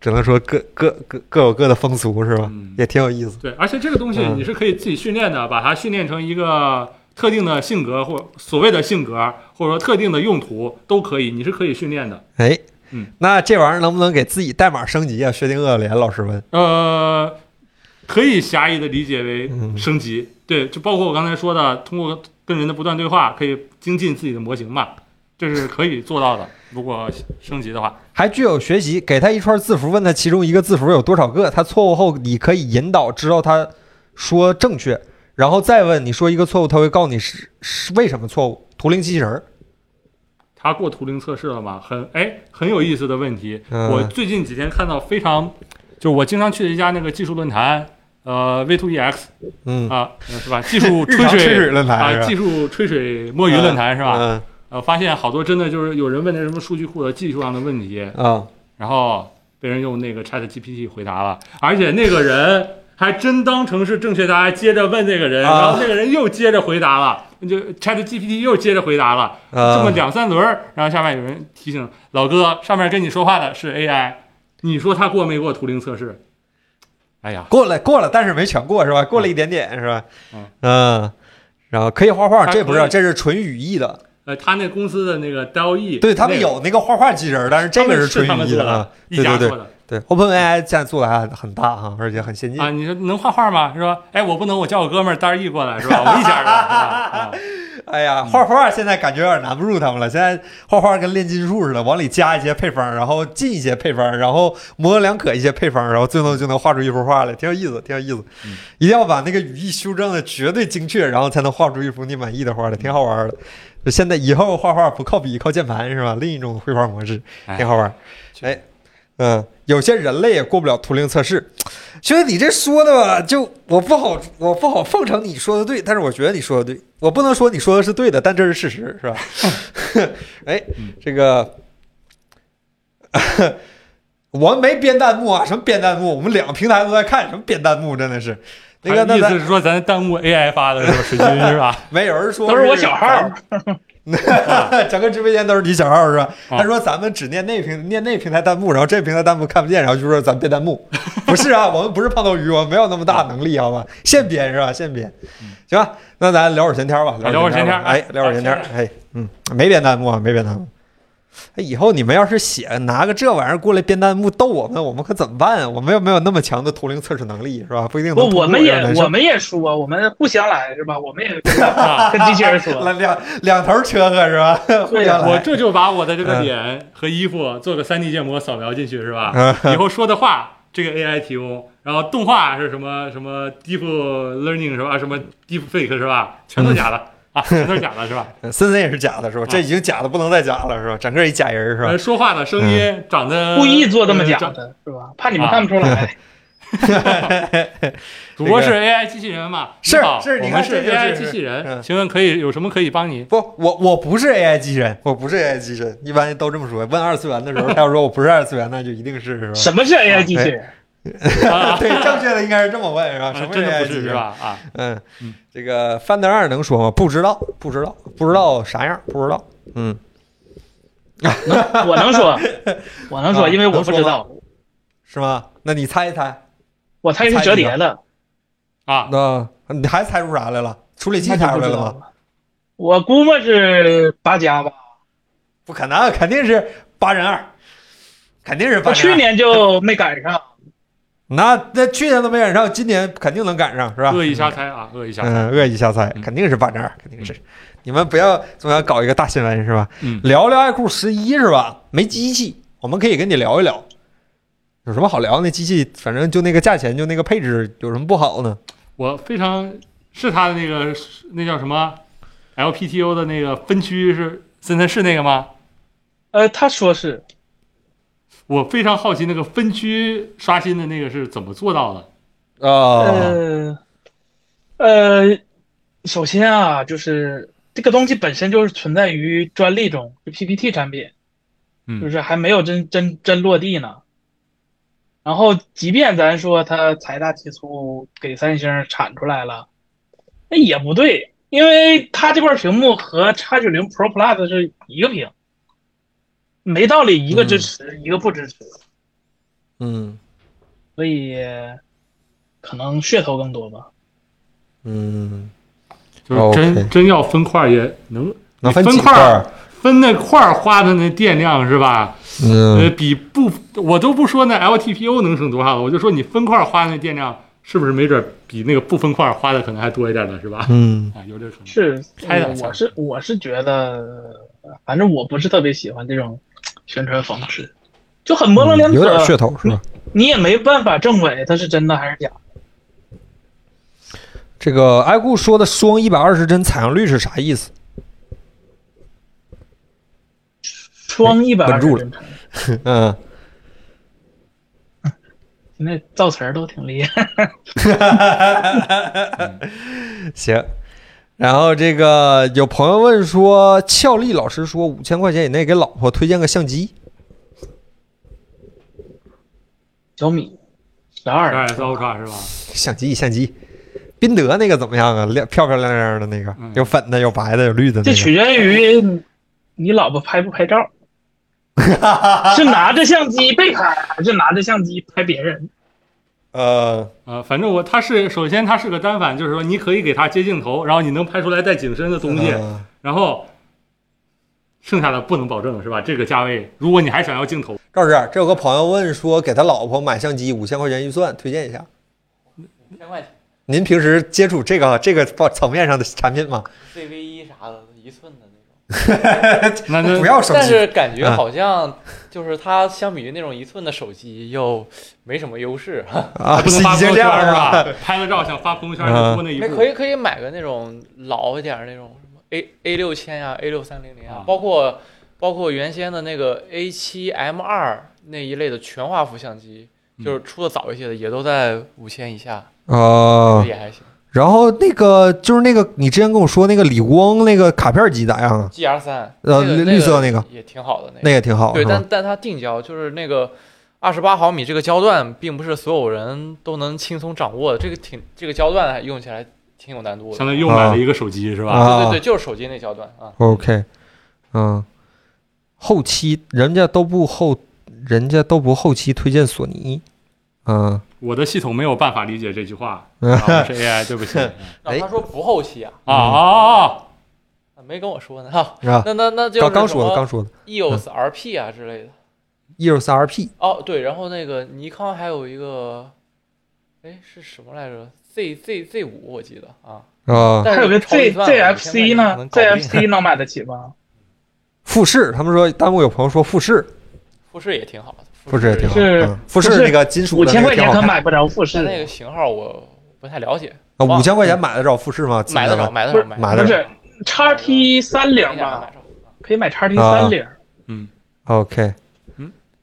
Speaker 1: 只能说各各各各有各的风俗是吧？
Speaker 2: 嗯
Speaker 1: 也挺有意思。
Speaker 2: 对，而且这个东西
Speaker 1: 嗯
Speaker 2: 你是可以自己训练的，把它训练成一个特定的性格或所谓的性格，或者说特定的用途都可以，你是可以训练的。
Speaker 1: 哎，
Speaker 2: 嗯，
Speaker 1: 那这玩意儿能不能给自己代码升级啊？薛定谔连老师问。
Speaker 2: 呃，可以狭义的理解为
Speaker 1: 嗯
Speaker 2: 升级，对，就包括我刚才说的，通过跟人的不断对话，可以精进自己的模型嘛，这是可以做到的。如果升级的话，
Speaker 1: 还具有学习，给他一串字符，问他其中一个字符有多少个，他错误后你可以引导知道他说正确，然后再问你说一个错误，他会告诉你是是为什么错误。图灵机器人儿，
Speaker 2: 他过图灵测试了吗？很哎，很有意思的问题。
Speaker 1: 嗯
Speaker 2: 我最近几天看到非常，就是我经常去的一家那个技术论坛，呃，V2EX，
Speaker 1: 嗯，
Speaker 2: 啊，是吧？技术
Speaker 1: 日
Speaker 2: 吹
Speaker 1: 常
Speaker 2: 水
Speaker 1: 吹水论坛是
Speaker 2: 啊，
Speaker 1: 吧
Speaker 2: 技术吹水摸鱼哦论坛是吧？
Speaker 1: 嗯
Speaker 2: 呃，发现好多真的就是有人问那什么数据库的技术上的问题，
Speaker 1: 啊，
Speaker 2: 然后被人用那个 Chat GPT 回答了，而且那个人还真当成是正确答案，接着问那个人，
Speaker 1: 啊
Speaker 2: 然后那个人又接着回答了，就 Chat GPT 又接着回答了，
Speaker 1: 啊
Speaker 2: 这么两三轮儿，然后下面有人提醒老哥，上面跟你说话的是 AI，你说他过没过图灵测试？哎呀，
Speaker 1: 过了过了，但是没全过是吧？过了一点点是吧？
Speaker 2: 嗯
Speaker 1: 嗯，然后可以画画，
Speaker 2: 还
Speaker 1: 这不是
Speaker 2: 可以
Speaker 1: 这是纯语义的，
Speaker 2: 呃，他那公司的那个 DALL-E，
Speaker 1: 对他们
Speaker 2: 那个
Speaker 1: 有那个画画机器人儿，但是这个是纯
Speaker 2: 他们
Speaker 1: 语义
Speaker 2: 做
Speaker 1: 的啊，
Speaker 2: 一
Speaker 1: 对
Speaker 2: 家
Speaker 1: 对对
Speaker 2: 做的
Speaker 1: 对，OpenAI 现在做的还很大哈，而且很先进
Speaker 2: 啊！你说能画画吗？是吧？哎，我不能，我叫我哥们儿单一过来 是吧？我一家人是吧？啊
Speaker 1: 哎呀， 画画现在感觉有点拿不住他们了。现在画画跟炼金术似的，往里加一些配方，然后进一些配方，然后模棱两可一些配方，然后最后就能画出一幅画来，挺有意思，挺有意思。一定要把那个语义修正的绝对精确，然后才能画出一幅你满意的画来，挺好玩的。就现在以后画画不靠笔，靠键盘是吧？另一种绘画模式，
Speaker 2: 哎
Speaker 1: 挺好玩。
Speaker 2: 确
Speaker 1: 哎，嗯，有些人类也过不了图灵测试。兄弟，你这说的吧，就我不好，我不好奉承你说的对，但是我觉得你说的对，我不能说你说的是对的，但这是事实，是吧？ 哎，这个。 我们没编弹幕啊，什么编弹幕？我们两个平台都在看，什么编弹幕？真的是，那个
Speaker 2: 他
Speaker 1: 那
Speaker 2: 意
Speaker 1: 咱
Speaker 2: 思是说咱弹幕 AI 发的是吧？使劲 是吧？
Speaker 1: 没有人说
Speaker 3: 都是我小号儿，
Speaker 1: 整个直播间都是你小号是吧？
Speaker 2: 啊
Speaker 1: 他说咱们只念那平念那平台弹幕，然后这平台弹幕看不见，然后就说咱编弹 幕，不是啊，我们不是胖头鱼，我们没有那么大能力，好吧？现编是吧？现编，行吧？那咱聊会儿闲天吧，会儿闲吧
Speaker 2: 聊会儿闲天
Speaker 1: 哎，聊会儿闲天，哎，嗯，没编弹幕啊，没编弹幕。哎，以后你们要是写拿个这玩意儿过来编弹幕逗我们，我们可怎么办啊？我们又没有那么强的图灵测试能力，是吧？不一定能
Speaker 3: 不，
Speaker 1: 通过。
Speaker 3: 我们也
Speaker 1: 让人
Speaker 3: 我们也说，我们互相来是吧？我们也
Speaker 2: 啊
Speaker 3: 跟机器人说，
Speaker 1: 两两两头车和是吧？互
Speaker 3: 对呀
Speaker 1: 相来
Speaker 2: 我这就把我的这个脸和衣服做个 3D 建模扫描进去是吧？
Speaker 1: 嗯
Speaker 2: 以后说的话，这个 AI 提供。然后动画是什么什么 deep learning 是吧？什么 deep fake 是吧？全都假
Speaker 1: 嗯
Speaker 2: 的、啊，全都是假的是吧？
Speaker 1: 森森也是假的是吧？这已经假的不能再假了是吧？整个一假人 儿是吧嗯
Speaker 2: 呃，？说话的声音长得
Speaker 3: 故意做这么假
Speaker 2: 呃长
Speaker 3: 的是吧？怕你们看不出
Speaker 1: 哎
Speaker 3: 来。
Speaker 1: 呃
Speaker 2: 主播是 AI 机器人嘛？
Speaker 1: 是
Speaker 2: 你好
Speaker 1: 是你
Speaker 2: 我
Speaker 1: 看
Speaker 2: 们
Speaker 1: 这
Speaker 2: 是
Speaker 1: 就是
Speaker 2: AI 机
Speaker 1: 嗯
Speaker 2: 器人，请问可以有什么可以帮你？
Speaker 1: 不，我我不是 AI 机器人，我不是 AI 机器人，一般都这么说。问二次元的时候，他要说我不是二次元，那就一定是是吧？
Speaker 3: 什么是 AI 机器人？
Speaker 2: 啊
Speaker 1: 对，正确的应该是这么问是吧？
Speaker 2: 啊
Speaker 1: 什么
Speaker 2: 真的
Speaker 1: AI
Speaker 2: 不
Speaker 1: 机
Speaker 2: 是
Speaker 1: 器
Speaker 2: 是
Speaker 1: 人？
Speaker 2: 吧？啊，
Speaker 1: 嗯
Speaker 2: 嗯，
Speaker 1: 这个 Finder 二能说吗？不知道，不知道，不知道啥样，不知道。嗯，
Speaker 3: 我能 说，我能说，
Speaker 1: 啊
Speaker 3: 因为我不知道，
Speaker 1: 是吗？那你猜一猜，
Speaker 3: 我猜是折叠的，
Speaker 2: 啊，
Speaker 1: 那你还猜出啥来了？处理器
Speaker 3: 那
Speaker 1: 猜
Speaker 3: 就
Speaker 1: 出
Speaker 3: 不
Speaker 1: 来
Speaker 3: 知
Speaker 1: 了
Speaker 3: 道
Speaker 1: 吗？。
Speaker 3: 我估摸是八加吧。
Speaker 1: 不可能，肯定是八人二，肯定是八
Speaker 3: 我
Speaker 1: 人二。
Speaker 3: 去年就没赶上，
Speaker 1: 那那去年都没赶上，今年肯定能赶上，是吧？
Speaker 2: 恶意瞎猜啊，恶意瞎猜。
Speaker 1: 嗯，恶意瞎猜，
Speaker 2: 嗯
Speaker 1: 肯定是八点二，肯定是。你们不要总要搞一个大新闻是吧？
Speaker 2: 嗯
Speaker 1: 聊聊爱酷十一是吧？没机器，我们可以跟你聊一聊，有什么好聊？那机器反正就那个价钱，就那个配置，有什么不好呢？
Speaker 2: 我非常是他的那个那叫什么 LPTO 的那个分区是森森是那个吗？
Speaker 3: 呃，他说是
Speaker 2: 我非常好奇那个分区刷新的那个是怎么做到的？
Speaker 1: 啊、
Speaker 3: 呃，呃，首先啊，就是这个东西本身就是存在于专利中，就 PPT 产品，
Speaker 2: 嗯
Speaker 3: 就是还没有真真真落地呢。然后，即便咱说它财大气粗给三星产出来了，那也不对，因为它这块屏幕和 X 九零 Pro Plus 是一个屏，没道理一个支
Speaker 1: 嗯
Speaker 3: 持一个不支持。
Speaker 1: 嗯
Speaker 3: 所以可能噱头更多吧。
Speaker 1: 嗯，
Speaker 2: 就是真
Speaker 1: 哦 OK
Speaker 2: 真要分块也能
Speaker 1: 能分
Speaker 2: 分
Speaker 1: 几
Speaker 2: 块
Speaker 1: 块
Speaker 2: 儿啊
Speaker 1: 儿？
Speaker 2: 分那块儿花的那电量是吧？呃，
Speaker 1: 嗯，
Speaker 2: 比不我都不说那 LTPO 能省多少了，我就说你分块儿花的那电量是不是没准儿比那个不分块儿花的可能还多一点呢？是吧？
Speaker 1: 嗯
Speaker 2: 啊，有这可能。
Speaker 3: 是，嗯
Speaker 2: 开导一下
Speaker 3: 我是我是觉得，反正我不是特别喜欢这种宣传方式，就很模棱两
Speaker 1: 嗯
Speaker 3: 嗯
Speaker 1: 有点
Speaker 3: 可
Speaker 1: 噱，头是吧？
Speaker 3: 你也没办法证伪它是真的还是假的。
Speaker 1: 这个爱酷说的双一百二十帧采样率是啥意思？
Speaker 3: 双一百
Speaker 1: 哎稳
Speaker 3: 二
Speaker 1: 住
Speaker 3: 十
Speaker 1: 了
Speaker 3: 帧，
Speaker 1: 嗯，
Speaker 3: 现在造词儿都挺厉害。
Speaker 1: 行。然后这个有朋友问说，俏丽老师说五千块钱以内给老婆推荐个相机，
Speaker 3: 小米十
Speaker 2: 十二
Speaker 3: 二
Speaker 2: S Ultra 哎是吧？
Speaker 1: 相机相机，宾得那个怎么样啊？亮漂漂亮亮的那个
Speaker 2: 嗯，
Speaker 1: 有粉的，有白的，有绿的那
Speaker 3: 这取
Speaker 1: 个。
Speaker 3: 决于你老婆拍不 拍照，是拿着相机被拍，还是拿着相机拍别人？
Speaker 1: 呃，
Speaker 2: 啊，反正我它是首先它是个单反，就是说你可以给它接镜头，然后你能拍出来带景深的东西，
Speaker 1: 呃
Speaker 2: 然后剩下的不能保证是吧？这个价位，如果你还想要镜头，
Speaker 1: 赵志，这有个朋友问说，给他老婆买相机五千块钱预算，推荐一下。
Speaker 4: 五千块钱
Speaker 1: 您平时接触这个这个层面上的产品吗？
Speaker 4: ，ZV 一啥的，一寸的那种。
Speaker 2: 那就
Speaker 1: 不要手
Speaker 4: 但
Speaker 1: 机，
Speaker 4: 是感觉
Speaker 1: 嗯
Speaker 4: 好像就是它相比于那种一寸的手机又没什么优势。
Speaker 1: 啊，嗯
Speaker 2: 不能
Speaker 1: 已
Speaker 2: 发朋
Speaker 1: 经
Speaker 2: 友
Speaker 1: 这
Speaker 2: 圈
Speaker 1: 样啊
Speaker 2: 是
Speaker 1: 了。
Speaker 2: 吧？拍个照想发朋友圈就多那一
Speaker 4: 那
Speaker 2: 步。
Speaker 4: 可以可以买个那种老一点儿那种什么 A A 六千呀，A 六三零零
Speaker 2: 啊
Speaker 4: 啊，包括包括原先的那个 A 七 M 二那一类的全画幅相机，就是
Speaker 1: 嗯
Speaker 4: 出的早一些的，也都在五千以下，
Speaker 1: 哦，
Speaker 4: 也还行。
Speaker 1: 然后那个就是那个你之前跟我说那个理光那个卡片机咋样啊？
Speaker 4: G R 三，
Speaker 1: 呃
Speaker 4: 那
Speaker 1: 绿
Speaker 4: 个
Speaker 1: 绿色那个
Speaker 4: 也挺好的那
Speaker 1: 那。也挺好，
Speaker 4: 哎对，
Speaker 1: 是吧？
Speaker 4: 但但它定焦就是那个二十八毫米这个焦段，并不是所有人都能轻松掌握的。这个挺这个焦段还用起来挺有难度的。
Speaker 2: 相当于又买了一个手机是吧？
Speaker 1: 啊
Speaker 4: 对对对，就是手机那焦段啊。
Speaker 1: OK，嗯，后期人家都不后，人家都不后期推荐索尼，嗯，
Speaker 2: 我的系统没有办法理解这 句话，然后我是 AI，对不起啊
Speaker 4: 那
Speaker 1: 哎
Speaker 4: 他说不后期啊，
Speaker 2: 啊啊！
Speaker 4: 没跟我说呢哈。
Speaker 1: 是吧？
Speaker 4: 那那那就
Speaker 1: 刚
Speaker 4: 是
Speaker 1: 刚
Speaker 4: 什
Speaker 1: 说的，嗯刚
Speaker 4: 么 E
Speaker 1: 说的
Speaker 4: EOS RP 啊之类的。
Speaker 1: EOS RP
Speaker 4: 哦，对，然后那个尼康还有一个，哎是什么来着？Z Z Z 五我记得啊，
Speaker 1: 啊，
Speaker 4: 但
Speaker 3: 还
Speaker 4: 是
Speaker 3: 有个
Speaker 4: 超预
Speaker 3: Z
Speaker 4: 算了
Speaker 3: ZFC 呢，ZFC 能买得起吗？
Speaker 1: 富士，他们说弹幕有朋友说富士，
Speaker 4: 富士也挺好的，
Speaker 1: 富士也挺好。
Speaker 3: 是
Speaker 1: 嗯富
Speaker 3: 富
Speaker 1: 士
Speaker 3: 士
Speaker 1: 那个金属
Speaker 3: 五
Speaker 1: 的
Speaker 3: 千
Speaker 1: 那
Speaker 3: 块
Speaker 1: 个挺
Speaker 3: 钱
Speaker 1: 好
Speaker 3: 可
Speaker 1: 看。
Speaker 3: 买不着富士
Speaker 4: 但，那个型号我不太了解，
Speaker 1: 啊，
Speaker 4: 哇
Speaker 1: 五千块钱买得着富士吗？
Speaker 4: 买得着，买得
Speaker 3: 不
Speaker 4: 着，
Speaker 3: 是
Speaker 4: 买
Speaker 1: 买得
Speaker 4: 得
Speaker 3: 不
Speaker 1: 着
Speaker 3: 是叉 T 三零
Speaker 4: 着，买
Speaker 3: 吧？
Speaker 4: 得着。
Speaker 3: 可以买叉 T 三零。
Speaker 1: OK，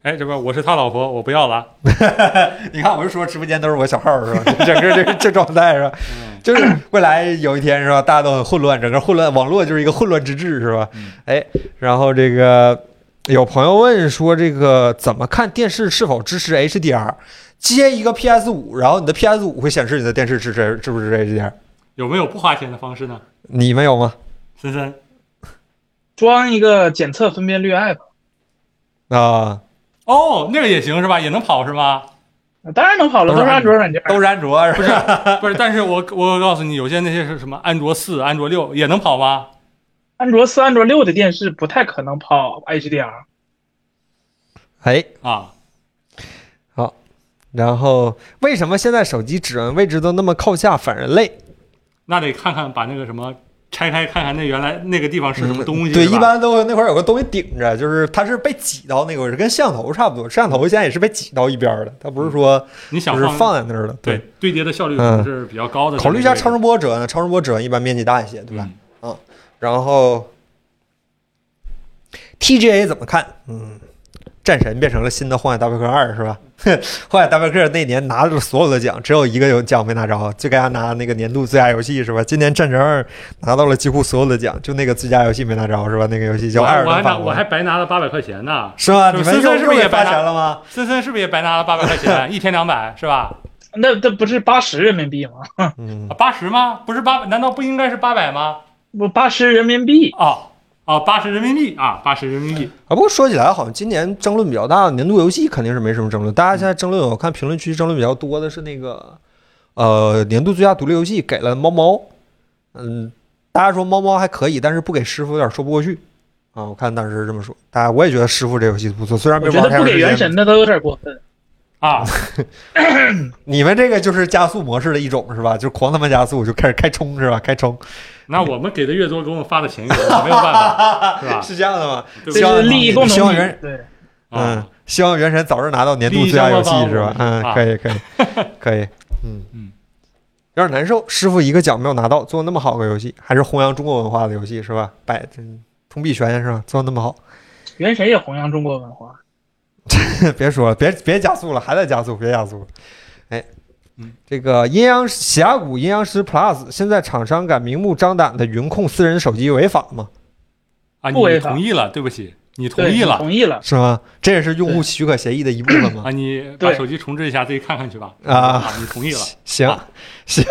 Speaker 2: 哎，这边我是他老婆，我不要了。
Speaker 1: 你看我就说直播间都是我小号是吧？ 整个这这状态是吧？就是未来有一天是吧，大家都很混乱，整个混乱网络就是一个混乱之治是吧？哎，然后这个有朋友问说，这个怎么看电视是否支持 HDR？接一个 PS 五，然后你的 PS 五会显示你的电视支持支不支持 HDR？
Speaker 2: 有没有不花钱的方式呢？
Speaker 1: 你们有吗？
Speaker 2: 森森，
Speaker 3: 装一个检测分辨率 app，
Speaker 1: 啊，
Speaker 2: 哦，那个也行是吧？也能跑是吗？
Speaker 3: 当然能跑了，
Speaker 1: 都
Speaker 3: 都
Speaker 1: 是
Speaker 3: 是安卓软件。
Speaker 1: 都是安卓是吧？
Speaker 2: 不是，但是我我告诉你，有些那些是什么安卓四、安卓六也能跑吗？
Speaker 3: 安卓四、安卓六的电视不太可能跑 HDR。
Speaker 1: 哎，
Speaker 2: 啊，
Speaker 1: 然后为什么现在手机指纹位置都那么靠下，反人类？
Speaker 2: 那得看看把那个什么拆开，看看那原来那个地方是什么东西。
Speaker 1: 嗯对，
Speaker 2: 是吧
Speaker 1: 一般都会那块儿有个东西顶着，就是它是被挤到那个位置，跟摄像头差不多。摄像头现在也是被挤到一边儿的，它不是说
Speaker 2: 你
Speaker 1: 就
Speaker 2: 想
Speaker 1: 是
Speaker 2: 嗯放
Speaker 1: 放在那儿的。对，
Speaker 2: 对
Speaker 1: 嗯
Speaker 2: 堆叠的效率可能是比较高的。
Speaker 1: 考虑一下超声波指纹，超声波指纹一般面积大一些，对吧？
Speaker 2: 嗯
Speaker 1: 然后 TGA 怎么看？嗯，战神变成了新的《荒野大镖客二》是吧？荒野大镖客那年拿了所有的奖，只有一个有奖没拿着，就给他拿那个年度最佳游戏是吧？今年战神二拿到了几乎所有的奖，就那个最佳游戏没拿着是吧？那个游戏叫《
Speaker 2: 我
Speaker 1: 艾尔
Speaker 2: 还我
Speaker 1: 登
Speaker 2: 还
Speaker 1: 法
Speaker 2: 拿
Speaker 1: 环》
Speaker 2: 我还白拿了八百块钱呢。
Speaker 1: 是吧？
Speaker 2: 就
Speaker 1: 你
Speaker 2: 是
Speaker 1: 们
Speaker 2: 森森
Speaker 1: 又
Speaker 2: 是不是
Speaker 1: 又
Speaker 2: 也
Speaker 1: 给发
Speaker 2: 白拿
Speaker 1: 钱了吗？
Speaker 2: 森森是不是也白拿了八百块 钱？一天两百是吧？啊
Speaker 3: 那这不是八十人民币吗？
Speaker 1: 嗯，
Speaker 2: 八十吗？不是八，难道不应该是八百吗？
Speaker 3: 不，八十人民币。
Speaker 2: 哦哦，八十人民币啊，八十人民币。
Speaker 1: 啊，不过说起来，好像今年争论比较大的年度游戏肯定是没什么争论。大家现在争论，我看评论区争论比较多的是那个，呃，年度最佳独立游戏给了猫猫，嗯，大家说猫猫还可以，但是不给师傅有点说不过去啊。我看当时是这么说，大家我也觉得师傅这游戏不错，虽然没
Speaker 3: 我觉
Speaker 1: 玩太
Speaker 3: 得
Speaker 1: 长
Speaker 3: 不
Speaker 1: 时
Speaker 3: 给原
Speaker 1: 间。
Speaker 3: 神的都有点过分。
Speaker 2: 啊，
Speaker 1: 你们这个就是加速模式的一种是吧？就是狂他妈加速就开始开冲是吧？开冲
Speaker 2: 那我们给的越多，给我们发的钱越多，没有办法，是 吧？
Speaker 1: 是这样的吗？
Speaker 2: 对
Speaker 3: 这
Speaker 1: 希望
Speaker 3: 是利益共
Speaker 1: 希
Speaker 3: 同
Speaker 1: 望
Speaker 3: 体
Speaker 1: 原。
Speaker 3: 对，
Speaker 1: 嗯
Speaker 2: 啊，，
Speaker 1: 希望原神早日拿到年度最佳游戏是吧？嗯，可以，可以， 可以，嗯
Speaker 2: 嗯，
Speaker 1: 有点难受，师傅一个奖没有拿到，做那么好个游戏，还是弘扬中国文化的游戏是吧？百嗯通必全是吧？做那么好，
Speaker 3: 原神也弘扬中国文化。
Speaker 1: 别说了，别别加速了，还在加速，别加速了。哎
Speaker 2: 嗯，
Speaker 1: 这个阴阳峡谷阴阳师 Plus 现在厂商敢明目张胆的云控私人手机违法吗？
Speaker 2: 啊，
Speaker 3: 不
Speaker 2: 你
Speaker 3: 违法
Speaker 2: 同意了，对不起，你同
Speaker 3: 对
Speaker 2: 意了
Speaker 3: 同意了。
Speaker 1: 是吗？这也是用户许可协议的一部分吗？
Speaker 2: 啊，你把
Speaker 3: 对
Speaker 2: 手机重置一下，自己看看去吧。
Speaker 1: 啊，
Speaker 2: 你同意了。
Speaker 1: 行
Speaker 2: 啊
Speaker 1: 行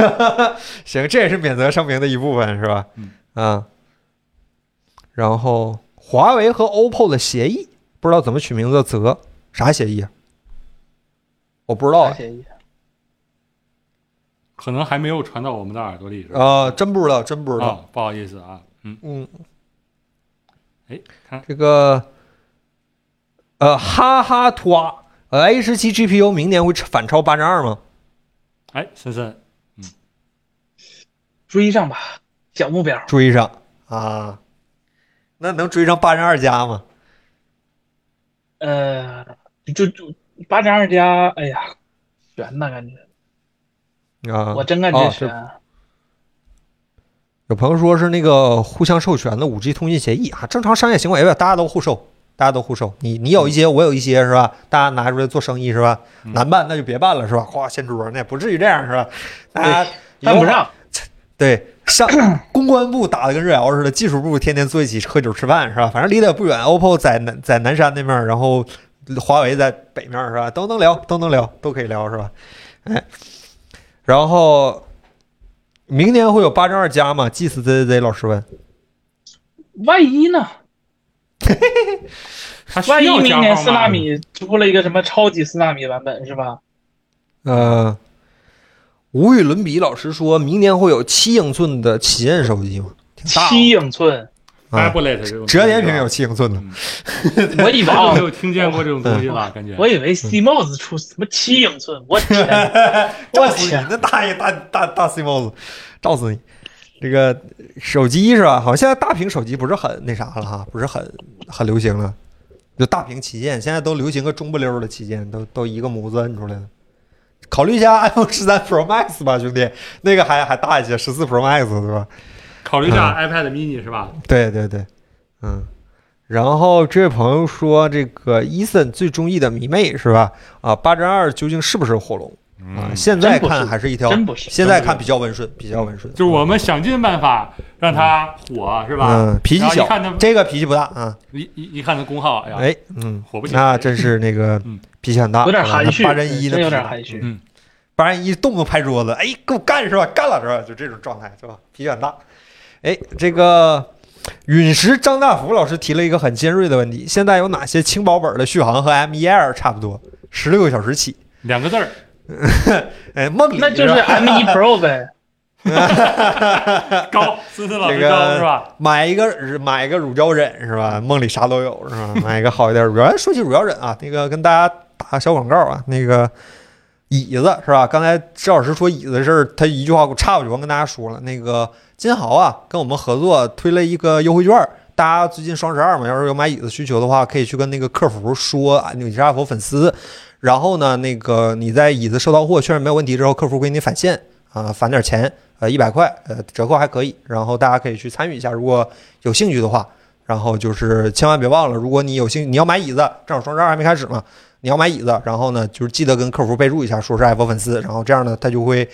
Speaker 1: 行，这也是免责声明的一部分，是吧？
Speaker 2: 嗯
Speaker 1: 啊，然后华为和 OPPO 的协议不知道怎么取名字，责啥协议啊？我不知道
Speaker 3: 啥
Speaker 1: 啊、
Speaker 3: 协议？
Speaker 2: 可能还没有传到我们的耳朵里，是吧？
Speaker 1: 啊真不知道，真不知道。
Speaker 2: 啊，不好意思啊，嗯，
Speaker 1: 嗯，
Speaker 2: 哎，看
Speaker 1: 这个，呃，哈哈图啊，呃，A 十七 GPU 明年会反超八针二吗？
Speaker 2: 哎，森森，
Speaker 3: 追上吧，小目标。
Speaker 1: 追上啊？那能追上八针二加吗？
Speaker 3: 呃，就就八加二加，哎呀，悬呐，感觉
Speaker 1: 啊，
Speaker 3: 我真感
Speaker 1: 哦
Speaker 3: 觉
Speaker 1: 是
Speaker 3: 悬。
Speaker 1: 有朋友说是那个互相授权的五 G 通信协议啊，正常商业行为吧，大家都互授，大家都互授，你你有一些，我有一些，是吧？大家拿出来做生意是吧？
Speaker 2: 嗯
Speaker 1: 难办那就别办了是吧？哗掀桌，那也不至于这样是吧？大家
Speaker 3: 犯不，啊上，
Speaker 1: 对上公关部打的跟热窑似的，技术部天天坐一起喝酒吃饭是吧？反正离得也不远，OPPO 在南在南山那面，然后华为在北面是吧？都能聊，都能聊，都可以聊是吧？哎，然后明年会有八针二加吗？祭祀 Z Z Z 老师问。
Speaker 3: 万一呢？
Speaker 2: 他需
Speaker 3: 万一
Speaker 2: 要
Speaker 3: 明
Speaker 2: 加
Speaker 3: 年
Speaker 2: 号
Speaker 3: 四纳
Speaker 2: 吗？
Speaker 3: 米出了一个什么超级四纳米版本是吧？
Speaker 1: 呃，无与伦比老师说明年会有七英寸的旗舰手机吗？挺大哦
Speaker 3: 七 英寸，
Speaker 1: 啊
Speaker 2: Tablet 这种东西
Speaker 1: 折叠屏
Speaker 2: 是吧
Speaker 1: 有七英寸的，
Speaker 3: 我以为
Speaker 2: 好 久没，
Speaker 3: 啊
Speaker 2: 有听见过这种东西
Speaker 1: 嗯
Speaker 2: 了，感觉
Speaker 3: 我以为 CMOS 出什么七英寸，我天，
Speaker 1: 照
Speaker 3: 我
Speaker 1: 死你！
Speaker 3: 天，
Speaker 1: 那大爷大大大 CMOS，照死你！这个手机是吧？好像现在大屏手机不是很那啥了哈，不是很很流行了。就大屏旗舰，现在都流行个中不溜儿的旗舰，都都一个模子摁出来的。考虑一下 iPhone 十三 Pro Max 吧，兄弟，那个还还大一些，十四 Pro Max 对吧？
Speaker 2: 考虑一
Speaker 1: 嗯
Speaker 2: 下 iPad mini 是吧？
Speaker 1: 对对对，嗯。然后这位朋友说，这个伊森最中意的迷妹是吧？啊，八针二究竟是不是火龙啊？
Speaker 5: 嗯，
Speaker 1: 现在
Speaker 3: 真不是
Speaker 1: 看还是一条，
Speaker 3: 真不是
Speaker 1: 现在看比较温顺，比较温顺。
Speaker 2: 就是我们想尽办法让它火是吧
Speaker 1: 嗯，？脾气
Speaker 2: 然后
Speaker 1: 小
Speaker 2: 一看它，
Speaker 1: 这个脾气不大啊。
Speaker 2: 一一一看它功耗，哎呀，
Speaker 1: 哎，嗯，
Speaker 2: 火不起来
Speaker 1: 那真是那个
Speaker 2: 嗯
Speaker 1: 脾气很大，啊
Speaker 3: 有点含蓄，
Speaker 1: 八针一呢，
Speaker 3: 真有点含蓄
Speaker 2: 嗯。
Speaker 1: 八人一动不动拍桌子，哎，给我干是吧？干了是吧？就这种状态是吧？脾气很大。哎，这个陨石张大福老师提了一个很尖锐的问题：现在有哪些轻薄本的续航和 M 1 L 差不多，十六个小时起？
Speaker 2: 两个字儿，
Speaker 1: 哎，梦里
Speaker 3: 那就 是
Speaker 1: 是吧
Speaker 3: M 1 Pro 呗，
Speaker 2: 高，思思老师
Speaker 1: 这个
Speaker 2: 高是吧？
Speaker 1: 买一个买一个乳胶枕是吧？梦里啥都有是吧？买一个好一点乳胶。哎，说起乳胶枕啊，那个跟大家打个小广告啊，那个椅子是吧？刚才石老师说椅子的事儿，他一句话给我插过去，我跟大家说了，那个金豪啊跟我们合作推了一个优惠券儿。大家最近双十二嘛，要是有买椅子需求的话，可以去跟那个客服说啊，纽吉拉佛粉丝。然后呢，那个你在椅子收到货确认没有问题之后，客服会给你返现啊、返点钱，呃，一百块，呃，折扣还可以。然后大家可以去参与一下，如果有兴趣的话，然后就是千万别忘了，如果你有兴你要买椅子，正好双十二还没开始嘛，你要买椅子，然后呢，就是记得跟客服备注一下，说是爱博粉丝，然后这样呢，他就会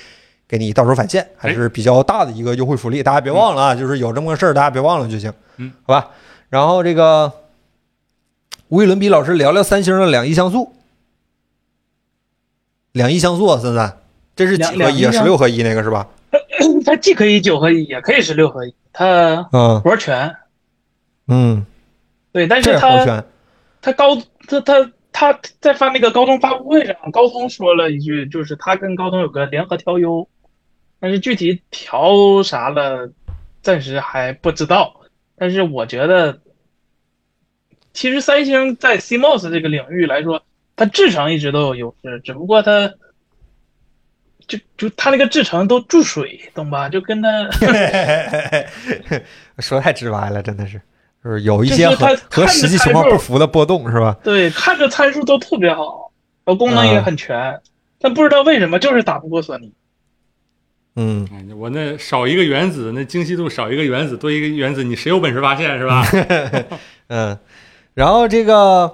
Speaker 1: 给你到时候返现，还是比较大的一个优惠福利，大家别忘了啊，就是有这么个事儿，大家别忘了就行，
Speaker 2: 嗯，
Speaker 1: 好吧。然后这个无与伦比老师聊聊三星的两亿像素，两亿像素啊，森森，这是几合
Speaker 3: 两
Speaker 1: 一啊？
Speaker 3: 两亿像
Speaker 1: 十六合一那个是吧？
Speaker 3: 它既可以九合一，也可以十六合一，它
Speaker 1: 嗯
Speaker 3: 活全。
Speaker 1: 嗯，
Speaker 3: 对，但
Speaker 1: 这
Speaker 3: 是
Speaker 1: 是黄
Speaker 3: 它
Speaker 1: 圈，
Speaker 3: 他高他他他在发那个高通发布会上，高通说了一句，就是他跟高通有个联合调优，但是具体调啥了，暂时还不知道。但是我觉得，其实三星在 CMOS 这个领域来说，它制程一直都有优势，只不过它。就就它那个制程都注水，懂吧？就跟它
Speaker 1: 说太直白了，真的是，就是有一些
Speaker 3: 就
Speaker 1: 和
Speaker 3: 是它
Speaker 1: 和
Speaker 3: 看着
Speaker 1: 实际情
Speaker 3: 参
Speaker 1: 况
Speaker 3: 数
Speaker 1: 不符的波动是吧？
Speaker 3: 对看着参数都特别好，然后功能也
Speaker 1: 嗯
Speaker 3: 很全，但不知道为什么就是打不过索尼。
Speaker 1: 嗯，
Speaker 2: 哎我那少一个原子，那精细度少一个原子，多一个原子，你谁有本事发现是吧？
Speaker 1: 嗯，然后这个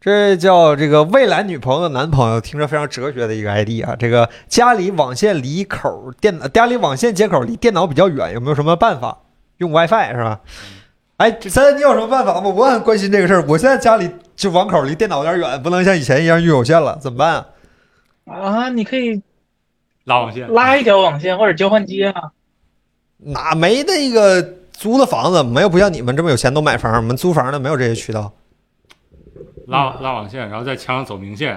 Speaker 1: 这叫这个未来女朋友的男朋友，听着非常哲学的一个 ID 啊。这个家里网线离口电脑，家里网线接口离电脑比较远，有没有什么办法？用 WiFi 是吧？哎，三三，你有什么办法吗？我很关心这个事儿。我现在家里就网口离电脑有点远，不能像以前一样用有线了，怎么办啊？
Speaker 3: 啊，你可以
Speaker 2: 拉网线，
Speaker 3: 拉一条网线或者交换机啊。
Speaker 1: 哪没那个租的房子？没有不像你们这么有钱都买房，我们租房的没有这些渠道。
Speaker 2: 拉拉网线，然后在墙上走明线，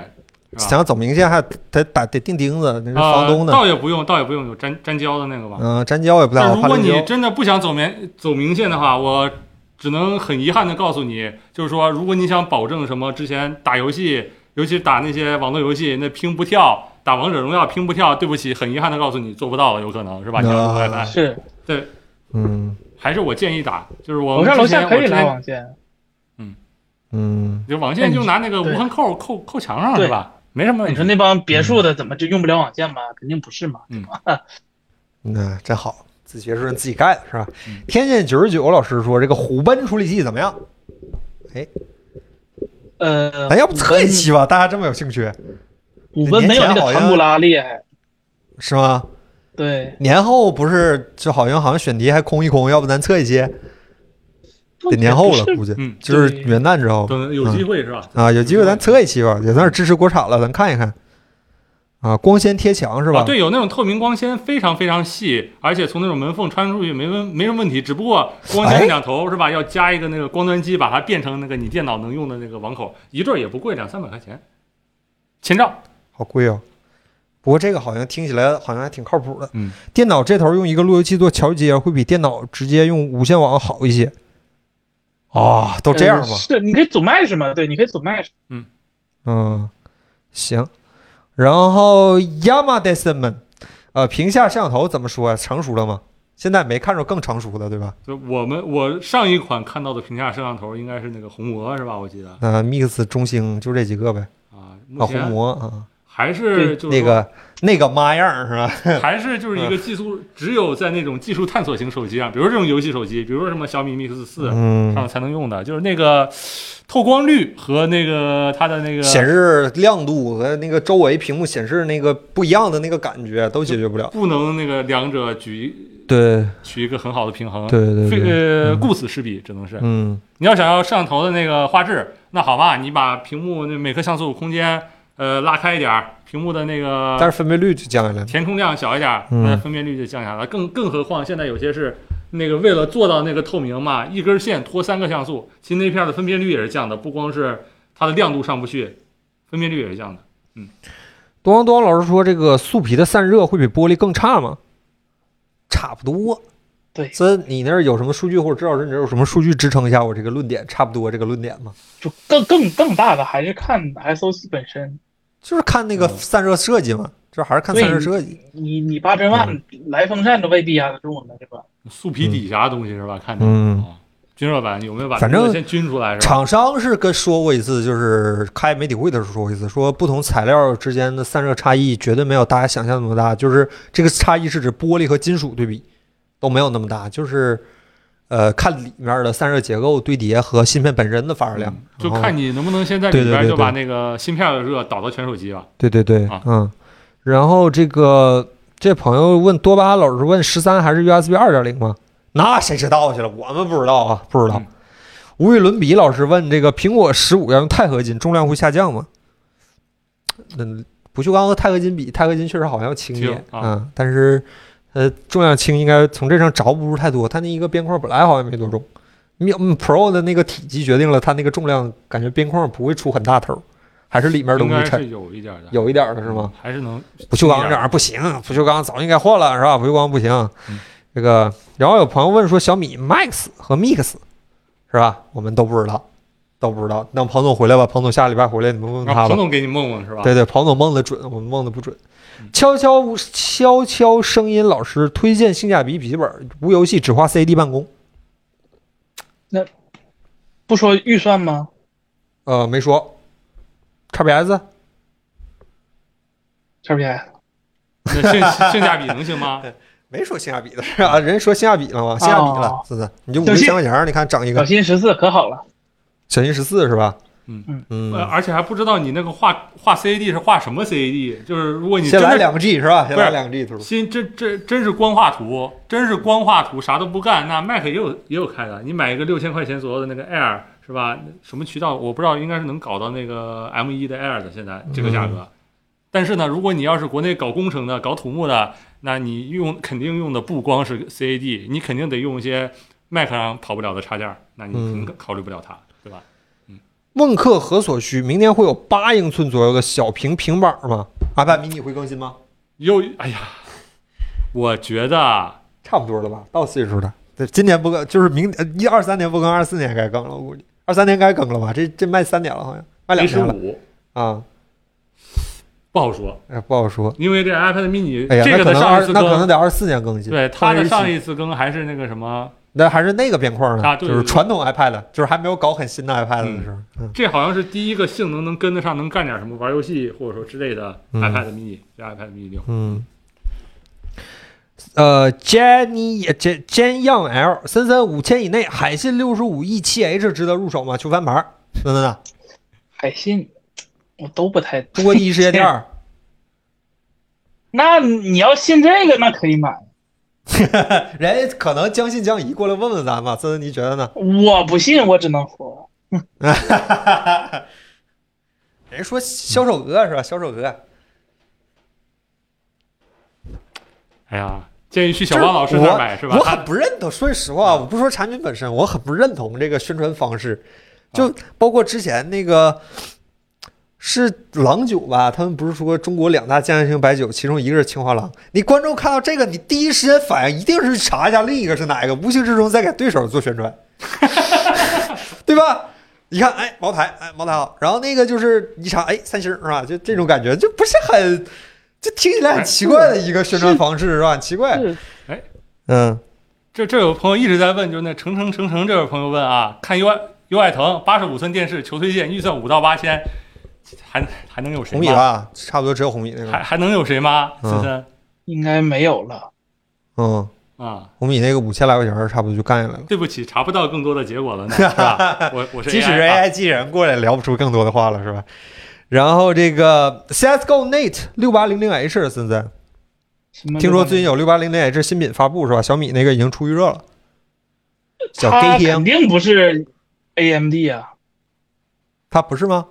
Speaker 2: 是吧？
Speaker 1: 想走明线还得打得钉钉子，那是
Speaker 2: 啊
Speaker 1: 房东的。
Speaker 2: 倒也不用，倒也不用有粘粘胶的那个吧。
Speaker 1: 嗯、粘胶也不太
Speaker 2: 但
Speaker 1: 好，
Speaker 2: 如
Speaker 1: 怕
Speaker 2: 果
Speaker 1: 溜
Speaker 2: 你
Speaker 1: 胶。
Speaker 2: 真的不想走明走明线的话，我只能很遗憾的告诉你，就是说，如果你想保证什么之前打游戏，尤其打那些网络游戏，那拼不跳，打王者荣耀拼不跳，对不起，很遗憾的告诉你，做不到了，有可能是吧？你要用
Speaker 1: 啊
Speaker 2: WiFi，
Speaker 3: 是，
Speaker 1: 嗯
Speaker 2: 还是我建议打，就是我
Speaker 3: 楼
Speaker 2: 们
Speaker 3: 上楼
Speaker 2: 之前
Speaker 3: 下可以
Speaker 2: 我之
Speaker 3: 拉
Speaker 2: 前
Speaker 3: 网线。
Speaker 1: 嗯，
Speaker 2: 就网线就拿那个无痕扣扣扣墙上
Speaker 3: 对
Speaker 2: 是吧？没什么问
Speaker 3: 你
Speaker 2: 题
Speaker 3: 说。那帮别墅的怎么就用不了网线吗？肯定不是嘛。
Speaker 1: 那真好，自学是自己盖的是吧？
Speaker 2: 嗯
Speaker 1: 天线九十九老师说这个虎贲处理器怎么样？
Speaker 3: 呃，
Speaker 1: 哎咱要不测一
Speaker 3: 五
Speaker 1: 期吧？大家这么有兴趣
Speaker 3: 五分没有那
Speaker 1: 年前好
Speaker 3: 个
Speaker 1: 像
Speaker 3: 唐古拉厉害。
Speaker 1: 是吗？
Speaker 3: 对，
Speaker 1: 年后不是就好像好像选题还空一空，要不咱测一期？得年后了
Speaker 3: 不是
Speaker 1: 估计，
Speaker 2: 嗯
Speaker 1: 就是
Speaker 3: 对
Speaker 1: 元旦之后。
Speaker 2: 等有机会是吧？
Speaker 1: 啊，有机会咱测一期吧，也算是支持国产了，咱看一看。啊，光纤贴墙是吧？
Speaker 2: 啊，对，有那种透明光纤，非常非常细，而且从那种门缝穿出去没问没什么问题。只不过光
Speaker 1: 哎
Speaker 2: 纤两头、是吧，要加一个那个光端机，把它变成那个你电脑能用的那个网口，一对儿也不贵，两三百块钱。千兆，
Speaker 1: 好贵哦。不过这个好像听起来好像还挺靠谱的。
Speaker 2: 嗯，
Speaker 1: 电脑这头用一个路由器做桥接，会比电脑直接用无线网好一些。啊，都这样
Speaker 3: 呃
Speaker 1: 吗？
Speaker 3: 是，你可以组 mesh 嘛？对，你可以组 mesh。
Speaker 1: 嗯，行。然后 Yama Desmond，呃，屏下摄像头怎么说呀、成熟了吗？现在没看着更成熟的，对吧？
Speaker 2: 就我们我上一款看到的评价摄像头应该是那个红魔是吧？我记得
Speaker 1: 那呃 Mix、中兴就这几个呗。啊，
Speaker 2: 啊，目
Speaker 1: 红
Speaker 2: 前
Speaker 1: 魔啊，
Speaker 2: 还是就是
Speaker 1: 那
Speaker 2: 说
Speaker 1: 个那个妈样儿是吧？
Speaker 2: 还是就是一个技术，只有在那种技术探索型手机上，啊比如这种游戏手机，比如说什么小米 Mix 四上
Speaker 1: 嗯，
Speaker 2: 才能用的，就是那个透光率和那个它的那个
Speaker 1: 显示亮度和那个周围屏幕显示那个不一样的那个感觉都解决不了。
Speaker 2: 不能那个两者举
Speaker 1: 对
Speaker 2: 取一个很好的平衡。
Speaker 1: 对对
Speaker 2: 非
Speaker 1: 对，
Speaker 2: 呃，
Speaker 1: 嗯
Speaker 2: 顾此失彼，只能是
Speaker 1: 嗯，
Speaker 2: 你要想要摄像头的那个画质，那好吧，你把屏幕那每颗像素空间呃拉开一点儿，屏幕的那个
Speaker 1: 但是分辨率就降下来了。
Speaker 2: 填充量小一点儿，
Speaker 1: 嗯
Speaker 2: 那分辨率就降下来了。更更何况现在有些是那个为了做到那个透明嘛，一根线拖三个像素，其实那片儿的分辨率也是降的，不光是它的亮度上不去，分辨率也是降的。
Speaker 1: 东方东方老师说，这个素皮的散热会比玻璃更差吗？差不多。
Speaker 3: 对
Speaker 1: 这你那儿有什么数据，或者至少是你这儿有什么数据支撑一下我这个论点？差不多这个论点吗？
Speaker 3: 就更更更大的还是看 SOC 本身。
Speaker 1: 就是看那个
Speaker 2: 嗯
Speaker 1: 散热设计嘛，就还是看散热设计。
Speaker 3: 你你八千
Speaker 1: 嗯
Speaker 3: 万来风扇都未必啊压得住呢，对吧？
Speaker 2: 素皮底下东西是吧？看着
Speaker 1: 嗯
Speaker 2: 啊，均热板有没有把
Speaker 1: 反正哦
Speaker 2: 这个先均出来是吧？
Speaker 1: 厂商是跟说过一次，就是开媒体会的时候说过一次，说不同材料之间的散热差异绝对没有大家想象那么大，就是这个差异是指玻璃和金属对比都没有那么大，就是呃看里面的散热结构堆叠和芯片本身的发热量，
Speaker 2: 嗯就
Speaker 1: 然后
Speaker 2: 看你能不能先在里
Speaker 1: 对对
Speaker 2: 边
Speaker 1: 对
Speaker 2: 就把那个芯片的热导到全手机吧。
Speaker 1: 对对对，
Speaker 2: 啊
Speaker 1: 嗯，然后这个这朋友问多巴胺老师问十三还是 USB 二点零吗？那谁知道去了？我们不知道啊，不知道。
Speaker 2: 嗯
Speaker 1: 无与伦比老师问这个苹果十五要用钛合金，重量会下降吗？嗯，不锈钢和钛合金比，钛合金确实好像要轻一点
Speaker 2: 轻啊
Speaker 1: 嗯，但是呃重量轻应该从这上着不出太多，它那一个边框本来好像没多重。Mi- 嗯 Pro 的那个体积决定了它那个重量，感觉边框不会出很大头，还是里面东
Speaker 2: 应
Speaker 1: 西
Speaker 2: 该
Speaker 1: 沉
Speaker 2: 是有一点的，嗯
Speaker 1: 有一点儿的是吗？
Speaker 2: 还是能
Speaker 1: 不锈钢这
Speaker 2: 轻一点
Speaker 1: 玩意儿不行，不锈钢早应该换了是吧？不锈钢不行。
Speaker 2: 嗯
Speaker 1: 这个，然后有朋友问说小米 Max 和 Mix 是吧？我们都不知道，都不知道。等彭总回来吧，彭总下礼拜回来你们问问
Speaker 2: 让
Speaker 1: 他
Speaker 2: 彭
Speaker 1: 吧。
Speaker 2: 总啊给你梦梦是吧？
Speaker 1: 对对，彭总蒙的准，我们蒙的不准。
Speaker 2: 嗯
Speaker 1: 悄悄悄悄声音老师推荐性价比笔记本，无游戏只花 CD 办公。
Speaker 3: 不说预算吗？
Speaker 1: 呃，没说。XPS
Speaker 3: 这边
Speaker 2: 那性性价比能 行吗？
Speaker 1: 没说性价比的是吧？人说性价比了吗？性价比了
Speaker 3: 哦，
Speaker 1: 是不是？你就五
Speaker 3: 小
Speaker 1: 六
Speaker 3: 心
Speaker 1: 千块钱儿，你看整一
Speaker 3: 小
Speaker 1: 个
Speaker 3: 新十四可好了，
Speaker 1: 小心十四是吧？
Speaker 2: 嗯
Speaker 3: 嗯
Speaker 1: 嗯
Speaker 2: 呃，而且还不知道你那个画画 CAD 是画什么 CAD，就是如果你
Speaker 1: 先
Speaker 2: 真
Speaker 1: 来
Speaker 2: 的
Speaker 1: 两个 G 是吧？先
Speaker 2: 不
Speaker 1: 来
Speaker 2: 是
Speaker 1: 两个 G 图。
Speaker 2: 新真真真是光画图，真是光画图，啥都不干，那 Mac 也有也有开的，你买一个六千块钱左右的那个 Air 是吧？什么渠道我不知道，应该是能搞到那个 M 1的 Air 的，现在这个价
Speaker 1: 嗯
Speaker 2: 格。但是呢，如果你要是国内搞工程的、搞土木的，那你用肯定用的不光是 CAD，你肯定得用一些 Mac 上跑不了的插件儿，那你肯
Speaker 1: 嗯
Speaker 2: 定考虑不了它，对吧？
Speaker 1: 梦客何所需？明年会有八英寸左右的小屏平板吗？iPad mini 会更新吗？
Speaker 2: 又哎呀，我觉得啊
Speaker 1: 差不多了吧，到岁数了。对，今年不更，就是明呃一二三年不更，二四年该更了，我估计二三年该更了吧？这这卖三年了，好像卖两
Speaker 2: A 十
Speaker 1: 年了
Speaker 2: 五
Speaker 1: 啊、
Speaker 2: 不好说，
Speaker 1: 哎，不好说。
Speaker 2: 因为这 iPad mini、
Speaker 1: 哎呀，
Speaker 2: 这个
Speaker 1: 那可
Speaker 2: 的
Speaker 1: 能
Speaker 2: 上
Speaker 1: 二
Speaker 2: 一次
Speaker 1: 那可
Speaker 2: 更
Speaker 1: 能，得二四年更新。
Speaker 2: 对它的上
Speaker 1: 一
Speaker 2: 一次更还是那个什么，
Speaker 1: 那还是那个边框呢，
Speaker 2: 啊对
Speaker 1: 就是
Speaker 2: 对对
Speaker 1: 传统 iPad，就是还没有搞很新的 iPad 的
Speaker 2: 嗯
Speaker 1: 时候。嗯
Speaker 2: 这好像是第一个性能能跟得上、能干点什么玩游戏或者说之类的
Speaker 1: 嗯
Speaker 2: iPad mini，这 iPad mini 六。
Speaker 1: 嗯，呃，Jenny 也 Jen Jen Young L 森森五千以内，海信六十五 E 七 H 值得入手吗？求翻盘儿，森森啊，
Speaker 3: 海信我都不太。
Speaker 1: 中国第一世界第二，
Speaker 3: 那你要信这个，那可以买。
Speaker 1: 人家可能将信将疑过来问问咱嘛，森森你觉得呢？
Speaker 3: 我不信，我只能说，
Speaker 1: 人家说销售额是吧？销售额，
Speaker 2: 哎呀，建议去小汪老师
Speaker 1: 这
Speaker 2: 那
Speaker 1: 是
Speaker 2: 儿
Speaker 1: 我
Speaker 2: 买是吧
Speaker 1: 我？
Speaker 2: 他
Speaker 1: 很不认同，说实话，我不说产品本身，我很不认同这个宣传方式，
Speaker 2: 啊
Speaker 1: 就包括之前那个。是郎酒吧？他们不是说中国两大酱香型白酒，其中一个是青花郎。你观众看到这个，你第一时间反应一定是查一下另一个是哪一个，无形之中在给对手做 宣传，对吧？你看，哎，茅台，哎，茅台好。然后那个就是一查，哎，三星是吧？就这种感觉，就不是很，就听起来很奇怪的一个宣传方式是吧？很奇怪。
Speaker 3: 是
Speaker 2: 哎，
Speaker 1: 嗯，
Speaker 2: 这这有朋友一直在问，就是那成成成成这位朋友问啊，看优爱优爱腾八十五寸电视求推荐，预算五到八千，还还能有谁
Speaker 1: 红米
Speaker 2: 吗？
Speaker 1: 吧，差不多只有红米那
Speaker 2: 还
Speaker 1: 个。
Speaker 2: 还能有谁吗？
Speaker 1: 啊嗯
Speaker 2: 森森
Speaker 3: 应该没有了。
Speaker 1: 嗯，
Speaker 2: 啊，
Speaker 1: 红米那个五千来块钱儿差不多就干下来了。
Speaker 2: 对不起，查不到更多的结果了呢，是 吧？我我是
Speaker 1: 即使是
Speaker 2: AI 啊
Speaker 1: AI 机器人过来，聊不出更多的话了，是吧？然后这个 CSGO Nate 六八零零 H 森森，
Speaker 3: 什么
Speaker 1: 听说最近有六八零零 H 新品发布是吧？小米那个已经出预热了，小啊
Speaker 3: 它
Speaker 1: G
Speaker 3: 肯
Speaker 1: 听，
Speaker 3: 定不是 AMD 啊，
Speaker 1: 它不是吗？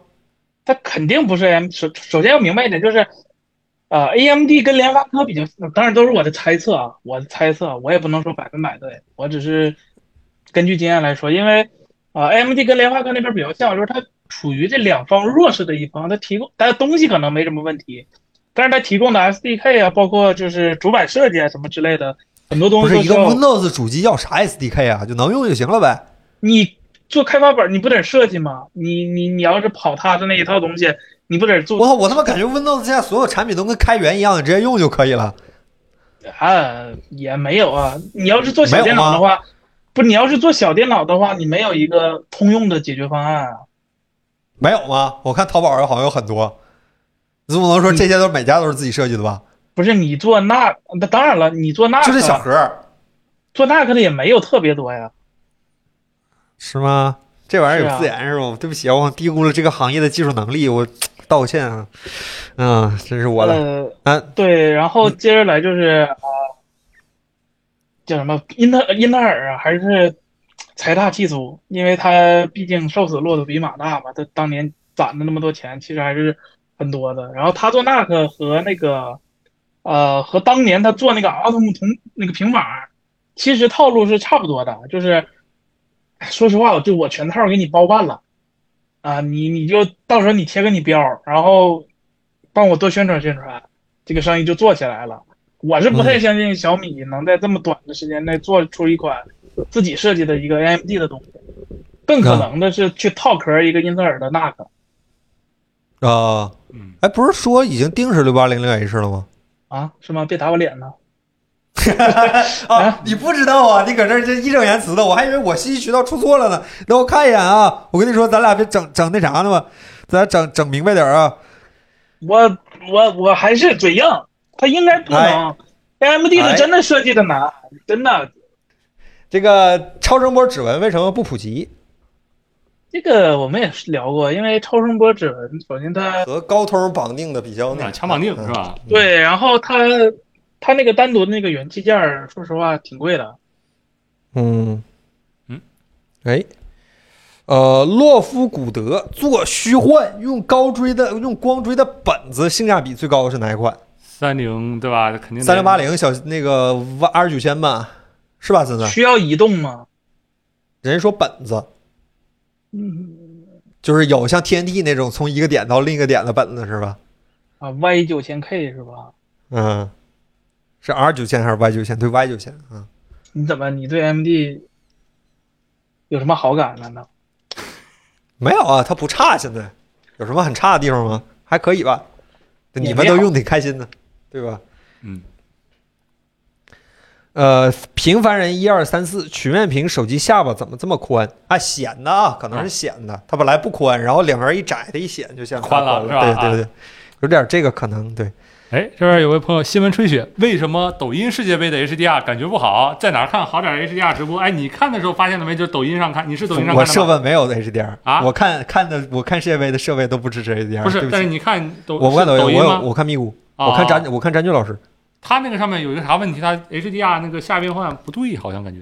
Speaker 3: 它肯定不是 AM。首首先要明白一点，就是，呃，AMD 跟联发科比较，当然都是我的猜测啊，我的猜测，我也不能说百分百对，我只是根据经验来说，因为，呃，AMD 跟联发科那边比较像，就是它处于这两方弱势的一方，它提供它的东西可能没什么问题，但是它提供的 SDK 啊，包括就是主板设计啊什么之类的，很多
Speaker 1: 不
Speaker 3: 东西
Speaker 1: 是
Speaker 3: 都
Speaker 1: 一
Speaker 3: 需
Speaker 1: 个
Speaker 3: 要
Speaker 1: Windows 主机要啥 SDK 啊？就能用就行了呗。
Speaker 3: 你做开发本儿，你不得设计吗？你你你要是跑他的那一套东西，你不得
Speaker 1: 我
Speaker 3: 做
Speaker 1: 操，我他妈感觉 Windows 现在所有产品都跟开源一样，直接用就可以了。
Speaker 3: 啊？也没有啊。你要是做小电脑的话，不，你要是做小电脑的话，你没有一个通用的解决方案啊。
Speaker 1: 没有吗？我看淘宝上好像有很多。你总不能说这些都是每家都是自己设计的吧？
Speaker 3: 不是你做那，那当然了，你做那
Speaker 1: 就这
Speaker 3: 个
Speaker 1: 小盒儿
Speaker 3: 做那个的也没有特别多呀。
Speaker 1: 是吗？这玩意儿
Speaker 3: 是
Speaker 1: 有
Speaker 3: 啊
Speaker 1: 自研是吗？对不起啊，我低估了这个行业的技术能力，我道个歉啊。嗯，真是我的。
Speaker 3: 呃，
Speaker 1: 啊嗯
Speaker 3: 对，然后接着来就是啊、叫什么？英特英特尔啊，还是财大气粗，因为他毕竟瘦死骆驼比马大嘛，他当年攒的那么多钱，其实还是很多的。然后他做那个和那个，呃，和当年他做那个阿童木同那个平板儿，其实套路是差不多的，就是哎说实话，我就我全套给你包办了。啊，你你就到时候你贴个你标儿，然后帮我多宣传宣传，这个生意就做起来了。我是不太相信小米能在这么短的时间内做出一款自己设计的一个 AMD 的东西，更可能的是去套壳一个英特尔的那个
Speaker 1: 啊，
Speaker 2: 嗯
Speaker 1: 哎，不是说已经定是六八零零 H 了吗？
Speaker 3: 啊，是吗？别打我脸呐！
Speaker 1: 啊，你不知道啊？你搁这儿这义正言辞的，我还以为我信息渠道出错了呢。那我看一眼啊，我跟你说，咱俩别整整那啥呢嘛，咱整整明白点儿啊。
Speaker 3: 我我我还是嘴硬，它应该不能。AMD
Speaker 1: 哎
Speaker 3: 的真的设计的难，真的
Speaker 1: 这个超声波指纹为什么不普及？
Speaker 3: 这个我们也是聊过，因为超声波指纹，首先它
Speaker 1: 和高通绑定的比较那
Speaker 2: 啊强绑定
Speaker 1: 嗯
Speaker 2: 是吧？
Speaker 3: 对，然后它它那个单独的那个元器件儿，说实话挺贵的。
Speaker 1: 嗯
Speaker 2: 嗯，
Speaker 1: 哎，呃，洛夫古德做虚幻，用高追的用光追的本子，性价比最高的是哪一款？
Speaker 2: 三菱对吧？肯定得
Speaker 1: 三零八零小那个 R 九千吧，是吧，森森？
Speaker 3: 需要移动吗？
Speaker 1: 人家说本子
Speaker 3: 嗯
Speaker 1: 就是有像 TNT 那种从一个点到另一个点的本子是吧？
Speaker 3: 啊，Y 九千 K 是吧？
Speaker 1: 嗯，是 R 九千还是 Y 九千？对，Y 九千啊。
Speaker 3: 你怎么你对 MD 有什么好感？难道
Speaker 1: 没有啊，它不差，现在有什么很差的地方吗？还可以吧，你们都用挺开心的，对吧？
Speaker 2: 嗯，
Speaker 1: 呃，平凡人一二三四曲面屏手机下巴怎么这么宽啊？显的啊，可能是显的，它本来不宽，然后两边一窄，它一显就显得
Speaker 2: 宽了
Speaker 1: 了，
Speaker 2: 是吧啊
Speaker 1: 对对对，有点这个可能，对，
Speaker 2: 哎，这边有位朋友新闻吹雪，为什么抖音世界杯的 HDR 感觉不好？在哪儿看好点儿 HDR 直播？哎，你看的时候发现了没？就是抖音上看，你是抖音上看的吗？
Speaker 1: 我设备没有的 HDR，、
Speaker 2: 啊
Speaker 1: 我看看的我看世界杯的设备都不支持 HDR，
Speaker 2: 不
Speaker 1: 对
Speaker 2: 是，
Speaker 1: 不
Speaker 2: 但是
Speaker 1: 起，
Speaker 2: 你看抖
Speaker 1: 我不看
Speaker 2: 是
Speaker 1: 抖音，
Speaker 2: 音
Speaker 1: 我有
Speaker 2: 吗？
Speaker 1: 我看咪咕，
Speaker 2: 哦
Speaker 1: 我看詹我看詹俊老师，
Speaker 2: 它那个上面有一个啥问题？它 HDR 那个下变换不对，好像感觉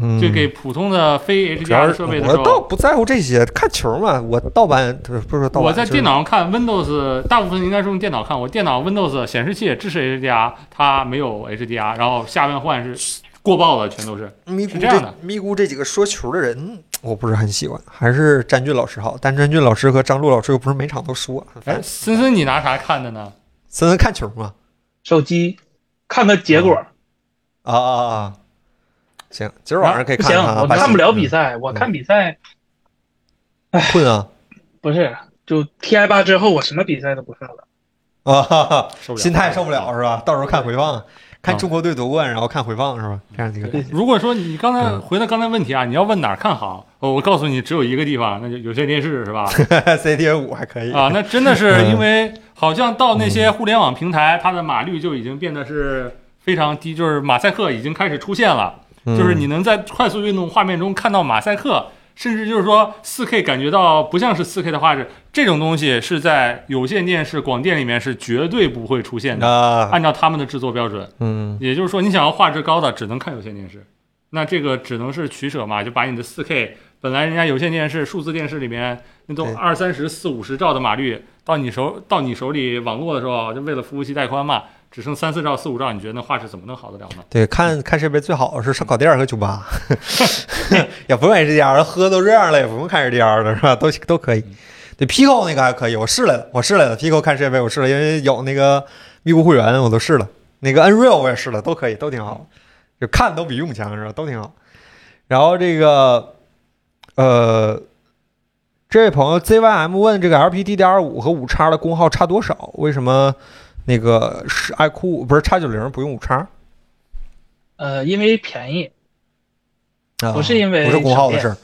Speaker 1: 嗯，
Speaker 2: 就给普通的非
Speaker 1: 主要
Speaker 2: HDR
Speaker 1: 是
Speaker 2: 设备的时
Speaker 1: 我倒
Speaker 2: 候，
Speaker 1: 不在乎这些，看球嘛，我盗版不是不是盗版，
Speaker 2: 我在
Speaker 1: 就是
Speaker 2: 电脑上看 Windows，大部分应该是用电脑看，我电脑 Windows 显示器也支持 HDR，它没有 HDR，然后下变换是过爆的，全都是。
Speaker 1: 咪咕
Speaker 2: 是这样的
Speaker 1: 咪咕这几个说球的人，我不是很喜欢，还是詹俊老师好。但詹俊老师和张璐老师又不是每场都说，
Speaker 2: 哎，森森，你拿啥看的呢？
Speaker 1: 森森看球嘛？
Speaker 3: 手机看它结果？
Speaker 1: 啊啊啊啊！行，今儿晚上可以
Speaker 3: 不
Speaker 1: 看
Speaker 3: 行，
Speaker 1: 看啊。
Speaker 3: 我
Speaker 1: 把
Speaker 3: 看不了比
Speaker 1: 嗯
Speaker 3: 赛，我看比赛
Speaker 1: 困啊
Speaker 3: 不是就 TI 八之后，我什么比赛都不看了。
Speaker 1: 啊！哈哈
Speaker 2: 受不了嗯
Speaker 1: 心态受不了是吧？到时候看回放，啊看中国队夺冠，然后看回放是吧？这样几个
Speaker 4: 对
Speaker 2: 如果说你刚才
Speaker 1: 嗯
Speaker 2: 回到刚才问题啊，你要问哪儿看好，哦我告诉你只有一个地方，那就有线电视 是吧？
Speaker 1: CTA 五还可以
Speaker 2: 啊，，那真的是因为好像到那些互联网平台，它的码率就已经变得是非常低，就是马赛克已经开始出现了。
Speaker 1: 嗯
Speaker 2: 就是你能在快速运动画面中看到马赛克，甚至就是说 4K 感觉到不像是 4K 的画质，这种东西是在有线电视、广电里面是绝对不会出现的。
Speaker 1: 啊，
Speaker 2: 按照他们的制作标准，
Speaker 1: 嗯
Speaker 2: 也就是说，你想要画质高的，只能看有线电视。那这个只能是取舍嘛，就把你的 4K，本来人家有线电视、数字电视里面那都
Speaker 1: 对
Speaker 2: 二三十、四五十兆的码率，到你手到你手里网络的时候，就为了服务器带宽嘛，只剩三四兆、四五兆，你觉得那画质怎么能好得了呢？
Speaker 1: 对，看看世界杯最好是烧烤店和酒吧， 也不用 HDR 了，喝都这样了，也不用看 HDR 了，是吧？都都可以。对 Pico 那个还可以，我试了，我试来了。Pico 看世界杯我试了，因为有那个咪咕会员，我都试了。那个 Unreal 我也试了，都可以，都挺好，就看都比用强是吧？都挺好。然后这个，呃，这位朋友 ZYM 问这个 LPDDR 五和五叉的功耗差多少？为什么那个是 iQOO 不是叉九零不用五叉？
Speaker 3: 呃，因为便宜，
Speaker 1: 啊，
Speaker 3: 不是因为
Speaker 1: 不是功耗的事儿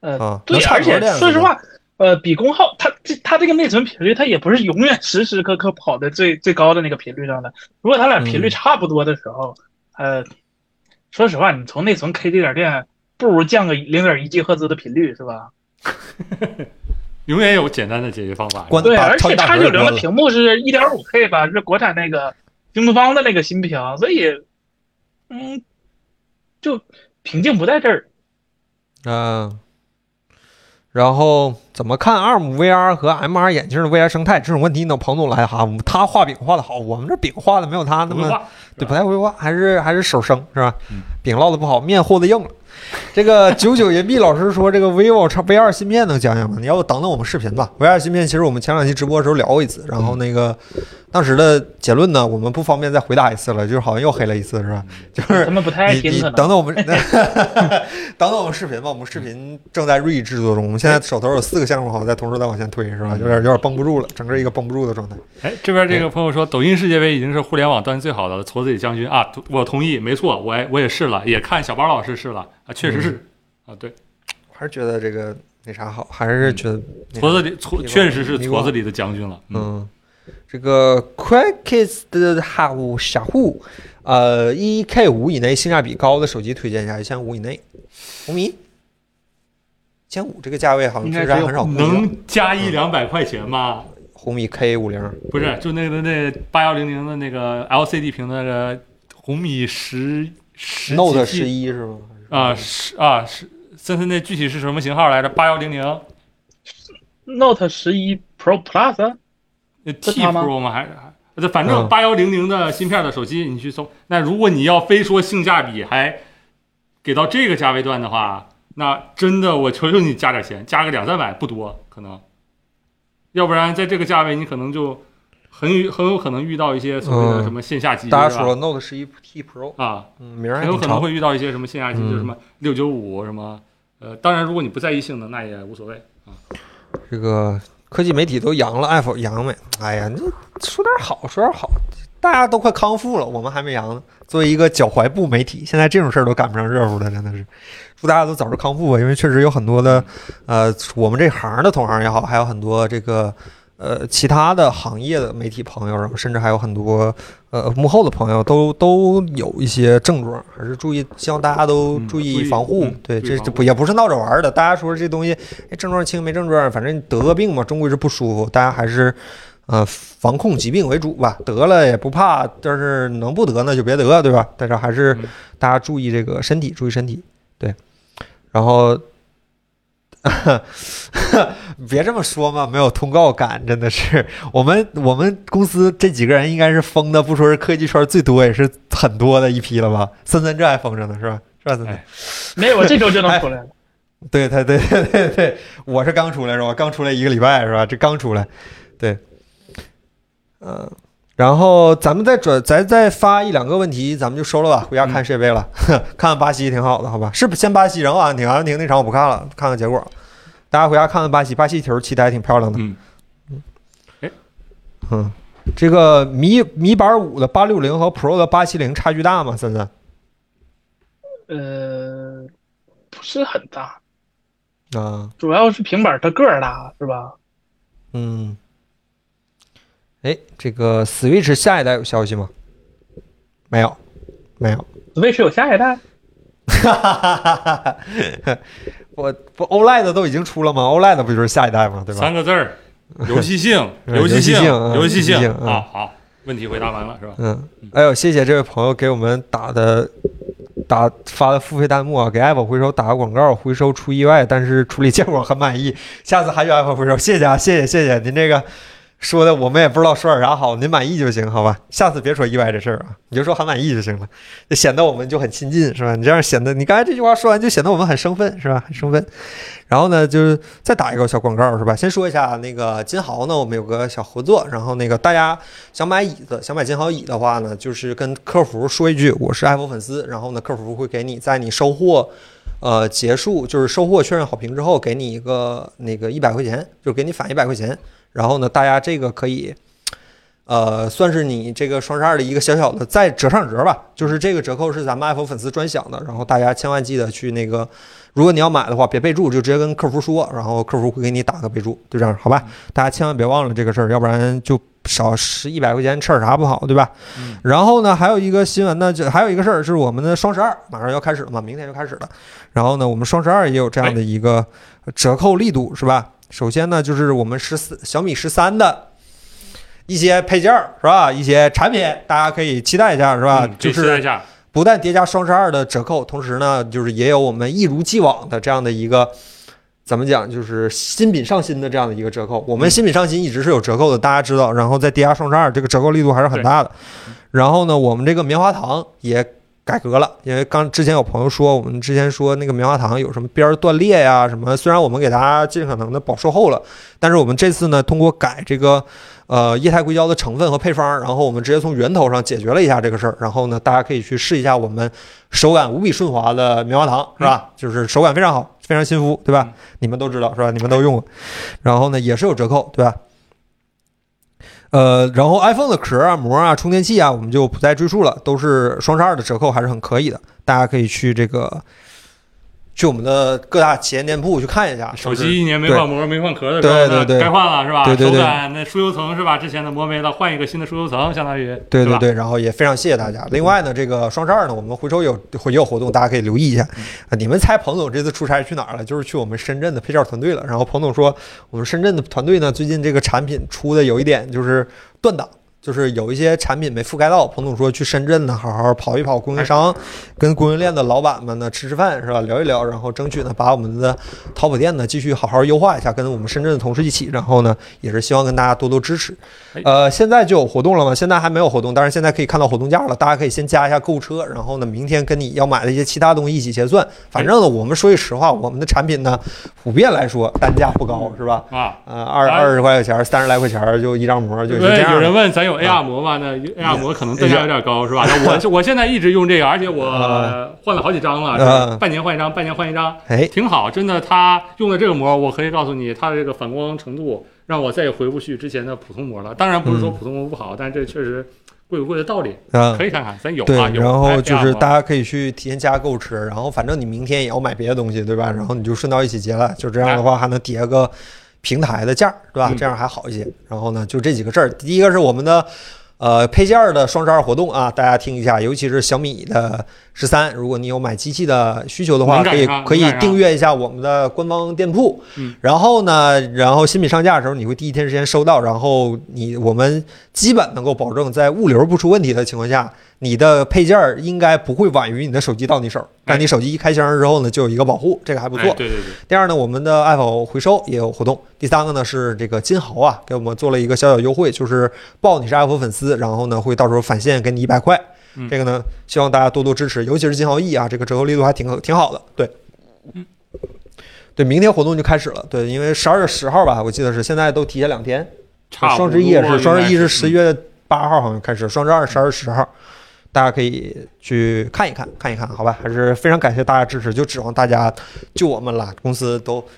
Speaker 3: 呃，
Speaker 1: 啊，
Speaker 3: 对
Speaker 1: 能，差
Speaker 3: 而
Speaker 1: 不多
Speaker 3: 且
Speaker 1: 量
Speaker 3: 说实
Speaker 1: 是吧，
Speaker 3: 话，呃，比功耗，它这它这个内存频率，它也不是永远时时刻刻跑在最最高的那个频率上的。如果它俩频率
Speaker 1: 嗯
Speaker 3: 差不多的时候，呃，说实话，你从内存 K 这点电，不如降个零点一 G 赫兹的频率是吧？
Speaker 2: 永远有简单的解决方法。
Speaker 1: 关
Speaker 3: 对，
Speaker 1: 把
Speaker 3: 而
Speaker 1: 超
Speaker 3: 且
Speaker 1: 级大
Speaker 3: 叉
Speaker 1: 格
Speaker 3: 九
Speaker 1: 给
Speaker 3: 零
Speaker 1: 关
Speaker 3: 的
Speaker 1: 了。
Speaker 3: 屏幕是一点五 K 吧，是国产那个京东方的那个新屏，所以，嗯，就瓶颈不在这儿。
Speaker 1: 嗯，然后怎么看 ARM VR 和 MR 眼镜的未来生态这种问题呢？彭总来哈，我们他画饼画的好，我们这饼画的没有他那
Speaker 2: 不会
Speaker 1: 么
Speaker 2: 画，
Speaker 1: 对，不太会画，还是还是手生是吧
Speaker 2: 嗯？
Speaker 1: 饼烙的不好，面和的硬了。这个九九银币老师说，这个 vivo 叉 V 二芯片能讲讲吗？你要不等等我们视频吧。V 二芯片其实我们前两期直播的时候聊过一次，然
Speaker 2: 嗯
Speaker 1: 后那个当时的结论呢，我们不方便再回答一次了，就是好像又黑了一次是
Speaker 2: 嗯
Speaker 1: 吧？就是
Speaker 3: 他们不太爱
Speaker 1: 你
Speaker 3: 听
Speaker 1: 你
Speaker 3: 可
Speaker 1: 等
Speaker 3: 能。
Speaker 1: 等我们， 等等我们视频吧。我们视频正在锐意制作中，我们现在手头有四个项目，好像在同时在往前推，是吧？有点有点绷不住了，整个一个绷不住的状态。
Speaker 2: 哎，这边这个朋友说，抖音世界杯已经是互联网端最好的了，矬子里将军啊，我同意，没错，我也我也试了，也看小包老师试了啊，确实
Speaker 1: 嗯
Speaker 2: 是、啊，对，
Speaker 1: 我还是觉得这个那啥好，还是觉得那啥
Speaker 2: 矬子里矬
Speaker 1: 你
Speaker 2: 确实是
Speaker 1: 你给我
Speaker 2: 矬子里的将军了，嗯，
Speaker 1: 嗯，这个 q u i c k e s t 哈五傻户，呃，一 K 五以内性价比高的手机推荐一下，一千五以内，红米。一千五这个价位好像
Speaker 3: 应
Speaker 1: 确
Speaker 3: 该
Speaker 1: 实还
Speaker 3: 只有
Speaker 1: 很少估计了，
Speaker 2: 能加一两百块钱吗？
Speaker 1: 红米 K 五零，
Speaker 2: 不是，就那个那八幺零零的那个 LCD 屏的那个红米十十
Speaker 1: Note
Speaker 2: 几 G
Speaker 1: 十一是吗？
Speaker 2: 啊是啊是，森森那具体是什么型号来着？八幺零零
Speaker 3: Note 十一 Pro Plus，啊
Speaker 2: T
Speaker 3: 它吗
Speaker 2: Pro 吗？还是还？呃反正
Speaker 1: 嗯
Speaker 2: 八幺零零的芯片的手机，你去搜。那如果你要非说性价比还给到这个价位段的话，那真的我求求你加点钱，加个两三百不多可能，要不然在这个价位你可能就很有很有可能遇到一些所谓的
Speaker 1: 嗯
Speaker 2: 什么线下机，
Speaker 1: 大家
Speaker 2: 是吧
Speaker 1: 说了 Note 十一 T Pro，
Speaker 2: 啊，
Speaker 1: 嗯，名儿还
Speaker 2: 很有
Speaker 1: 挺
Speaker 2: 可能
Speaker 1: 长。
Speaker 2: 会遇到一些什么线下机，
Speaker 1: 嗯
Speaker 2: 就是什么六九五什么。呃，当然，如果你不在意性能，那也无所谓。
Speaker 1: 这个科技媒体都阳了，Apple 阳没？哎呀，你说点好，说点好，大家都快康复了，我们还没阳呢。作为一个脚踝部媒体，现在这种事儿都赶不上热乎的，真的是。祝大家都早日康复吧，因为确实有很多的，呃，我们这行的同行也好，还有很多这个。呃，其他的行业的媒体朋友，然后甚至还有很多呃幕后的朋友，都都有一些症状，还是注意，希望大家都
Speaker 2: 嗯
Speaker 1: 注
Speaker 2: 注
Speaker 1: 意
Speaker 2: 意
Speaker 1: 防护。
Speaker 2: 嗯
Speaker 1: 对，
Speaker 2: 注意
Speaker 1: 这
Speaker 2: 防
Speaker 1: 这
Speaker 2: 护
Speaker 1: 不也不是闹着玩儿的，大家说这东西哎，症状轻没症状，反正得个病嘛，终归是不舒服，大家还是。呃，防控疾病为主吧，得了也不怕，但是能不得那就别得，对吧？但是还是
Speaker 2: 嗯
Speaker 1: 大家注意这个身体，注意身体，对。然后 别这么说嘛，没有通告感，真的是我们我们公司这几个人应该是封的，不说是科技圈最多，也是很多的一批了吧？森森这还封着呢，是吧？是吧，森森
Speaker 2: 哎？
Speaker 3: 没有，我啊这周就
Speaker 1: 哎
Speaker 3: 能出来了。
Speaker 1: 对，他对对对对，我是刚出来是吧？刚出来一个礼拜是吧？这刚出来，对，嗯，然后咱们再转，咱再发一两个问题，咱们就收了吧，回家看世界杯了， 看看巴西挺好的，好吧？是不先巴西，然后阿根廷，阿根廷那场我不看了，看看结果。大家回家看看巴西，巴西球踢得还挺漂亮的。
Speaker 2: 嗯，
Speaker 1: 嗯，这个米米板五的八六零和 Pro 的八七零差距大吗？森森
Speaker 3: 呃，不是很大，
Speaker 1: 啊，
Speaker 3: 主要是平板它个儿大，是吧？
Speaker 1: 嗯，哎，这个 Switch 下一代有消息吗？没有，没有。
Speaker 3: Switch 有下一代？
Speaker 1: 哈哈哈哈哈！我不 OLED 都已经出了吗？OLED 不就是下一代吗？对吧？
Speaker 2: 三个字儿，游戏性，
Speaker 1: 嗯
Speaker 2: 游戏
Speaker 1: 游戏性嗯
Speaker 2: 游戏性
Speaker 1: 游戏性嗯
Speaker 2: 啊！好，问题回答完了是吧？
Speaker 1: 嗯，哎呦，谢谢这位朋友给我们打的打发的付费弹幕啊，给 Apple 回收打个广告，回收出意外，但是处理结果很满意，下次还选 Apple 回收，谢谢啊，谢谢谢谢，您这个说的我们也不知道说点啥好，您满意就行，好吧？下次别说意外这事儿啊，你就说很满意就行了，就显得我们就很亲近，是吧？你这样显得你刚才这句话说完就显得我们很生分，是吧？很生分。然后呢，就是再打一个小广告，是吧？先说一下那个金豪呢，我们有个小合作，然后那个大家。想买椅子，想买金豪椅的话呢，就是跟客服说一句我是 Apple 粉丝，然后呢，客服会给你在你收货，呃，结束就是收货确认好评之后，给你一个那个一百块钱，就给你返一百块钱。然后呢，大家这个可以，呃，算是你这个双十二的一个小小的再折上折吧。就是这个折扣是咱们 Apple 粉丝专享的，然后大家千万记得去那个。如果你要买的话，别备注，就直接跟客服说，然后客服会给你打个备注，就这样，好吧？
Speaker 2: 嗯
Speaker 1: 大家千万别忘了这个事儿，要不然就少十一百块钱吃点啥不好，对吧？
Speaker 2: 嗯
Speaker 1: 然后呢，还有一个新闻呢，就还有一个事儿是我们的双十二马上要开始了嘛，明天就开始了。然后呢，我们双十二也有这样的一个折扣力度，是吧？首先呢，就是我们十四小米十三的。一些配件儿是吧？一些产品，大家可以期待一下是吧？
Speaker 2: 嗯可
Speaker 1: 就
Speaker 2: 以期
Speaker 1: 是
Speaker 2: 待一下，
Speaker 1: 不但叠加双十二的折扣，同时呢，就是也有我们一如既往的这样的一个怎么讲，就是新品上新的这样的一个折扣。我们新品上新一直是有折扣的，大家知道。然后再叠加双十二，这个折扣力度还是很大的。然后呢，我们这个棉花糖也改革了，因为刚之前有朋友说，我们之前说那个棉花糖有什么边儿断裂呀、什么，虽然我们给大家尽可能的保售后了，但是我们这次呢，通过改这个。呃，液态硅胶的成分和配方，然后我们直接从源头上解决了一下这个事儿，然后呢，大家可以去试一下我们手感无比顺滑的棉花糖，是吧？就是手感非常好，非常亲肤，对吧？
Speaker 2: 嗯
Speaker 1: 你们都知道是吧？你们都用过，然后呢，也是有折扣，对吧？呃，然后 iPhone 的壳啊、膜啊、充电器啊，我们就不再赘述了，都是双十二的折扣还是很可以的，大家可以去这个去我们的各大旗舰店铺去看一下。
Speaker 2: 手机一年没
Speaker 1: 对
Speaker 2: 换膜没换壳的，
Speaker 1: 对
Speaker 2: 时候
Speaker 1: 对
Speaker 2: 呢
Speaker 1: 对
Speaker 2: 该换了是吧？
Speaker 1: 对对对
Speaker 2: 手感那疏油层是吧？之前的磨没了，换一个新的疏油层，相当于
Speaker 1: 对
Speaker 2: 对
Speaker 1: 对
Speaker 2: 吧？
Speaker 1: 对，然后也非常谢谢大家。另外呢，这个双十二呢，我们回收有也有活动，大家可以留意一下。啊你们猜彭总这次出差去哪儿了？就是去我们深圳的配件团队了。然后彭总说，我们深圳的团队呢，最近这个产品出的有一点就是断档。就是有一些产品没覆盖到，彭总说去深圳呢，好好跑一跑供应商，跟供应链的老板们呢吃吃饭是吧，聊一聊，然后争取呢把我们的淘宝店呢继续好好优化一下，跟我们深圳的同事一起，然后呢也是希望跟大家多多支持。呃，现在就有活动了吗？现在还没有活动，但是现在可以看到活动价了，大家可以先加一下购物车，然后呢，明天跟你要买的一些其他东西一起结算。反正呢，我们说句实话，我们的产品呢，普遍来说单价不高，是吧？
Speaker 2: 啊。
Speaker 1: 呃，二
Speaker 2: 哎
Speaker 1: 二十块钱，三十来块钱就一张膜，就
Speaker 2: 对，
Speaker 1: 是这样
Speaker 2: 有人
Speaker 1: 的。啊
Speaker 2: 问咱有 AR 膜吗？那 AR 膜可能单价有点高，是吧？那我我现在一直用这个，而且我
Speaker 1: 啊
Speaker 2: 换了好几张了，
Speaker 1: 啊
Speaker 2: 是吧半年换一张，半年换一张，
Speaker 1: 哎，
Speaker 2: 挺好，真的。它用的这个膜，我可以告诉你，它的这个反光程度让我再也回不去之前的普通膜了。当然不是说
Speaker 1: 嗯
Speaker 2: 普通膜不好，但是这确实贵有贵的道理，
Speaker 1: 嗯
Speaker 2: 可，以看看，咱有
Speaker 1: 对
Speaker 2: 啊，，有。
Speaker 1: 然后就是大
Speaker 2: 大
Speaker 1: 家可以去提前加购物车，然后反正你明天也要买别的东西，对
Speaker 2: 嗯
Speaker 1: 吧？然后你就顺道一起结了，就这样的话还能叠个平台的价，对吧？
Speaker 2: 嗯
Speaker 1: 这样还好一些。然后呢，就这几个事儿，第一个是我们的。呃，配件儿的双十二活动啊，大家听一下，尤其是小米的十三，如果你有买机器的需求的话，
Speaker 2: 敏感
Speaker 1: 可以
Speaker 2: 上
Speaker 1: 可以
Speaker 2: 敏感上
Speaker 1: 订阅一下我们的官方店铺。
Speaker 2: 嗯
Speaker 1: 然后呢，然后新品上架的时候，你会第一天时间收到，然后你我们基本能够保证在物流不出问题的情况下，你的配件儿应该不会晚于你的手机到你手。但你手机一开箱之后呢，就有一个保护，这个还不错。
Speaker 2: 哎对对对，
Speaker 1: 第二呢，我们的 Apple 回收也有活动。第三个呢是这个金豪啊，给我们做了一个小小优惠，就是报你是 Apple 粉丝，然后呢会到时候返现给你一百块。
Speaker 2: 嗯
Speaker 1: 这个呢，希望大家多多支持，尤其是金豪 E 啊，这个折扣力度还挺挺好的。对，
Speaker 2: 嗯
Speaker 1: 对，明天活动就开始了。对，因为十二月十号吧，我记得是，现在都提前两天。
Speaker 2: 差
Speaker 1: 双
Speaker 2: 不多
Speaker 1: 十一也是，双十一是
Speaker 2: 应该嗯
Speaker 1: 十月八号好像开始，双十二十二十号，大家可以去看一看，看一看，好吧？还是非常感谢大家支持，就指望大家救我们了，公司都。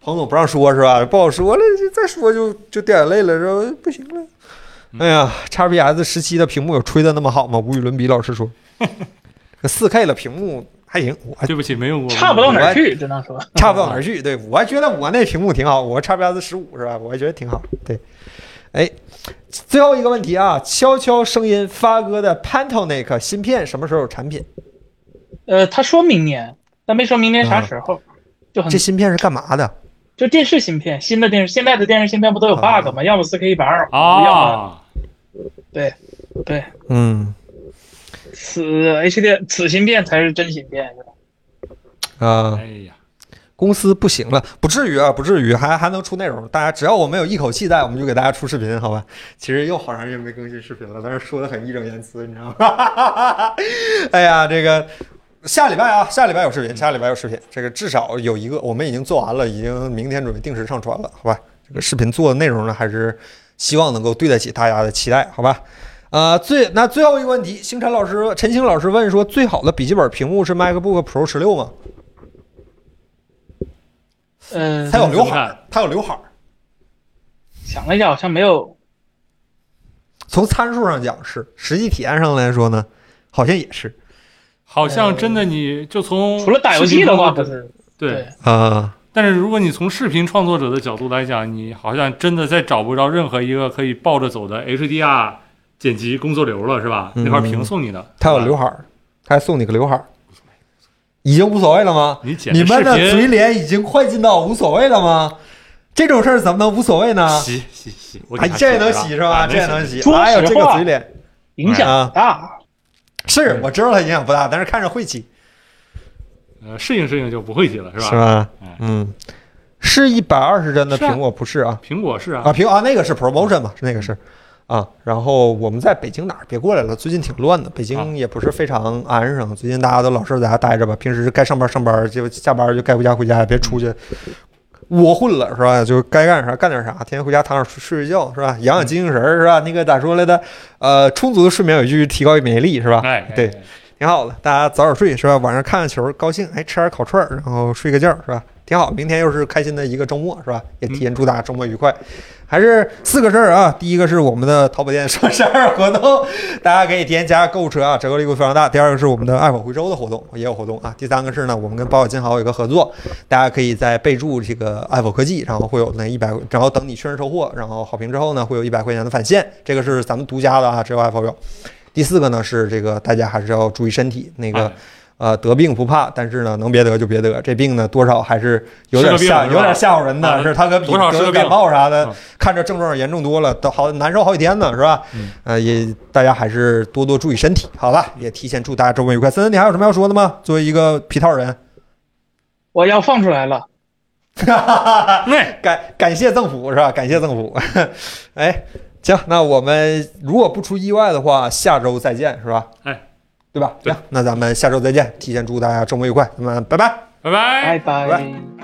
Speaker 1: 彭总不让说是吧？不好说了，这再说就就掉眼泪了，说不行了。
Speaker 4: 嗯
Speaker 1: 哎呀，x P S 十七的屏幕有吹的那么好吗？无与伦比，老实说，这四 K 的屏幕还行，我还
Speaker 2: 对不起，没用过，
Speaker 3: 差不到哪儿去，只能说
Speaker 1: 差不到哪儿去。对我还觉得我那屏幕挺好，我 x P S 十五是吧？我还觉得挺好。对，哎，最后一个问题啊，悄悄声音发哥的 Pantonic 芯片什么时候有产品？
Speaker 3: 呃，他说明年，但没说明年啥时候，就很
Speaker 1: 这芯片是干嘛的？
Speaker 3: 就电视芯片，新的电视，现在的电视芯片不都有 bug 吗？要么四 K 一百二，要么
Speaker 2: 啊。
Speaker 3: 对
Speaker 1: 嗯
Speaker 3: 此 HD 此芯片才是真芯片，是吧？
Speaker 1: 啊、
Speaker 2: 哎呀，
Speaker 1: 公司不行了，不至于啊，不至于，还还能出内容。大家只要我们有一口气在，我们就给大家出视频，好吧？其实又好长时间没更新视频了，但是说的很义正言辞，你知道吗？ 哎呀，这个下礼拜啊，下礼拜有视频，下礼拜有视频，这个至少有一个，我们已经做完了，已经明天准备定时上传了，好吧？这个视频做的内容呢，还是希望能够对得起大家的期待，好吧？呃，最那最后一个问题，星辰老师、陈星老师问说，最好的笔记本屏幕是 MacBook Pro 十六吗？
Speaker 3: 嗯、
Speaker 1: 它有刘
Speaker 2: 怎么
Speaker 1: 海
Speaker 2: 看，
Speaker 1: 它有刘海儿。
Speaker 3: 想了一下，好像没有，
Speaker 1: 从参数上讲是，实际体验上来说呢，好像也是
Speaker 2: 好
Speaker 1: 哎
Speaker 2: 像真的你就从
Speaker 3: 除了打游戏的话
Speaker 2: 视频创作
Speaker 3: 不
Speaker 2: 者
Speaker 3: 是。
Speaker 2: 对，
Speaker 1: 啊、
Speaker 2: 但是如果你从视频创作者的角度来讲，你好像真的再找不着任何一个可以抱着走的 HDR 剪辑工作流了，是吧？
Speaker 1: 嗯
Speaker 2: 那块屏送你的，
Speaker 1: 它有刘海儿，它还送你个刘海儿，已经无所谓了吗？
Speaker 2: 你剪
Speaker 1: 你们的
Speaker 2: 视
Speaker 1: 嘴
Speaker 2: 频，
Speaker 1: 脸已经快进到无所谓了吗？这种事儿怎么能无所谓呢？
Speaker 2: 洗洗洗，我给
Speaker 1: 哎，
Speaker 2: 它
Speaker 1: 啊这也能
Speaker 2: 洗
Speaker 1: 洗
Speaker 2: 了
Speaker 1: 是吧？
Speaker 2: 啊
Speaker 1: 这也能洗。
Speaker 3: 说实话
Speaker 1: 哎呦，这个嘴脸
Speaker 3: 影响很大，
Speaker 1: 是
Speaker 2: 对
Speaker 1: 我知道它影响不大，但是看着晦气
Speaker 2: 呃，适应适应就不会洗了，是吧？
Speaker 1: 吧
Speaker 2: 哎
Speaker 1: 嗯，是一百二十帧的
Speaker 2: 是啊
Speaker 1: 苹果不是啊？
Speaker 2: 苹果是啊，
Speaker 1: 啊，苹啊那个是 promotion 嘛，是那个是啊。然后我们在北京哪儿别过来了，最近挺乱的，北京也不是非常安生。最近大家都老实在家待着吧，平时该上班上班，就下班就该回家回家，别出去窝混了是吧？就该干啥干点啥，天天回家躺着睡睡觉是吧？养养精神儿是吧？那个咋说来的？呃，充足的睡眠有助于提高免疫力是吧？
Speaker 2: 哎，哎
Speaker 1: 对，挺好的，大家早点睡是吧？晚上看看球，高兴，哎，吃点烤串儿，然后睡个觉是吧？挺好，明天又是开心的一个周末是吧？也提前祝大家周末愉快。还是四个事儿啊，第一个是我们的淘宝店双十二活动，大家可以提前加购物车啊，折扣力度非常大。第二个是我们的爱否回收的活动也有活动啊。第三个是呢，我们跟宝岛金豪有一个合作，大家可以在备注这个爱否科技，然后会有那一百，然后等你确认收货，然后好评之后呢，会有一百块钱的返现，这个是咱们独家的啊，只有爱否有。第四个呢是这个大家还是要注意身体，那个、
Speaker 2: 哎
Speaker 1: 呃得病不怕，但是呢能别得就别得，这病呢多少还是有点
Speaker 2: 是个病
Speaker 1: 吓
Speaker 2: 是吧
Speaker 1: 有点吓唬人的，
Speaker 2: 啊
Speaker 1: 是它可比
Speaker 2: 多少是
Speaker 1: 得
Speaker 2: 个
Speaker 1: 个感
Speaker 2: 病
Speaker 1: 冒啥的，
Speaker 2: 嗯
Speaker 1: 看着症状严重多了，都好难受好几天呢，是吧？
Speaker 2: 嗯
Speaker 1: 呃也大家还是多多注意身体，好吧？也提前祝大家周末愉快。森森，你还有什么要说的吗？作为一个皮套人，
Speaker 3: 我要放出来了。
Speaker 2: 那
Speaker 1: 感感谢政府是吧？感谢政府。 哎，行，那我们如果不出意外的话，下周再见是吧？
Speaker 2: 哎，
Speaker 1: 对吧？
Speaker 2: 对
Speaker 1: 行，那咱们下周再见，提前祝大家周末愉快，咱们拜拜。
Speaker 2: 拜拜
Speaker 3: 拜拜。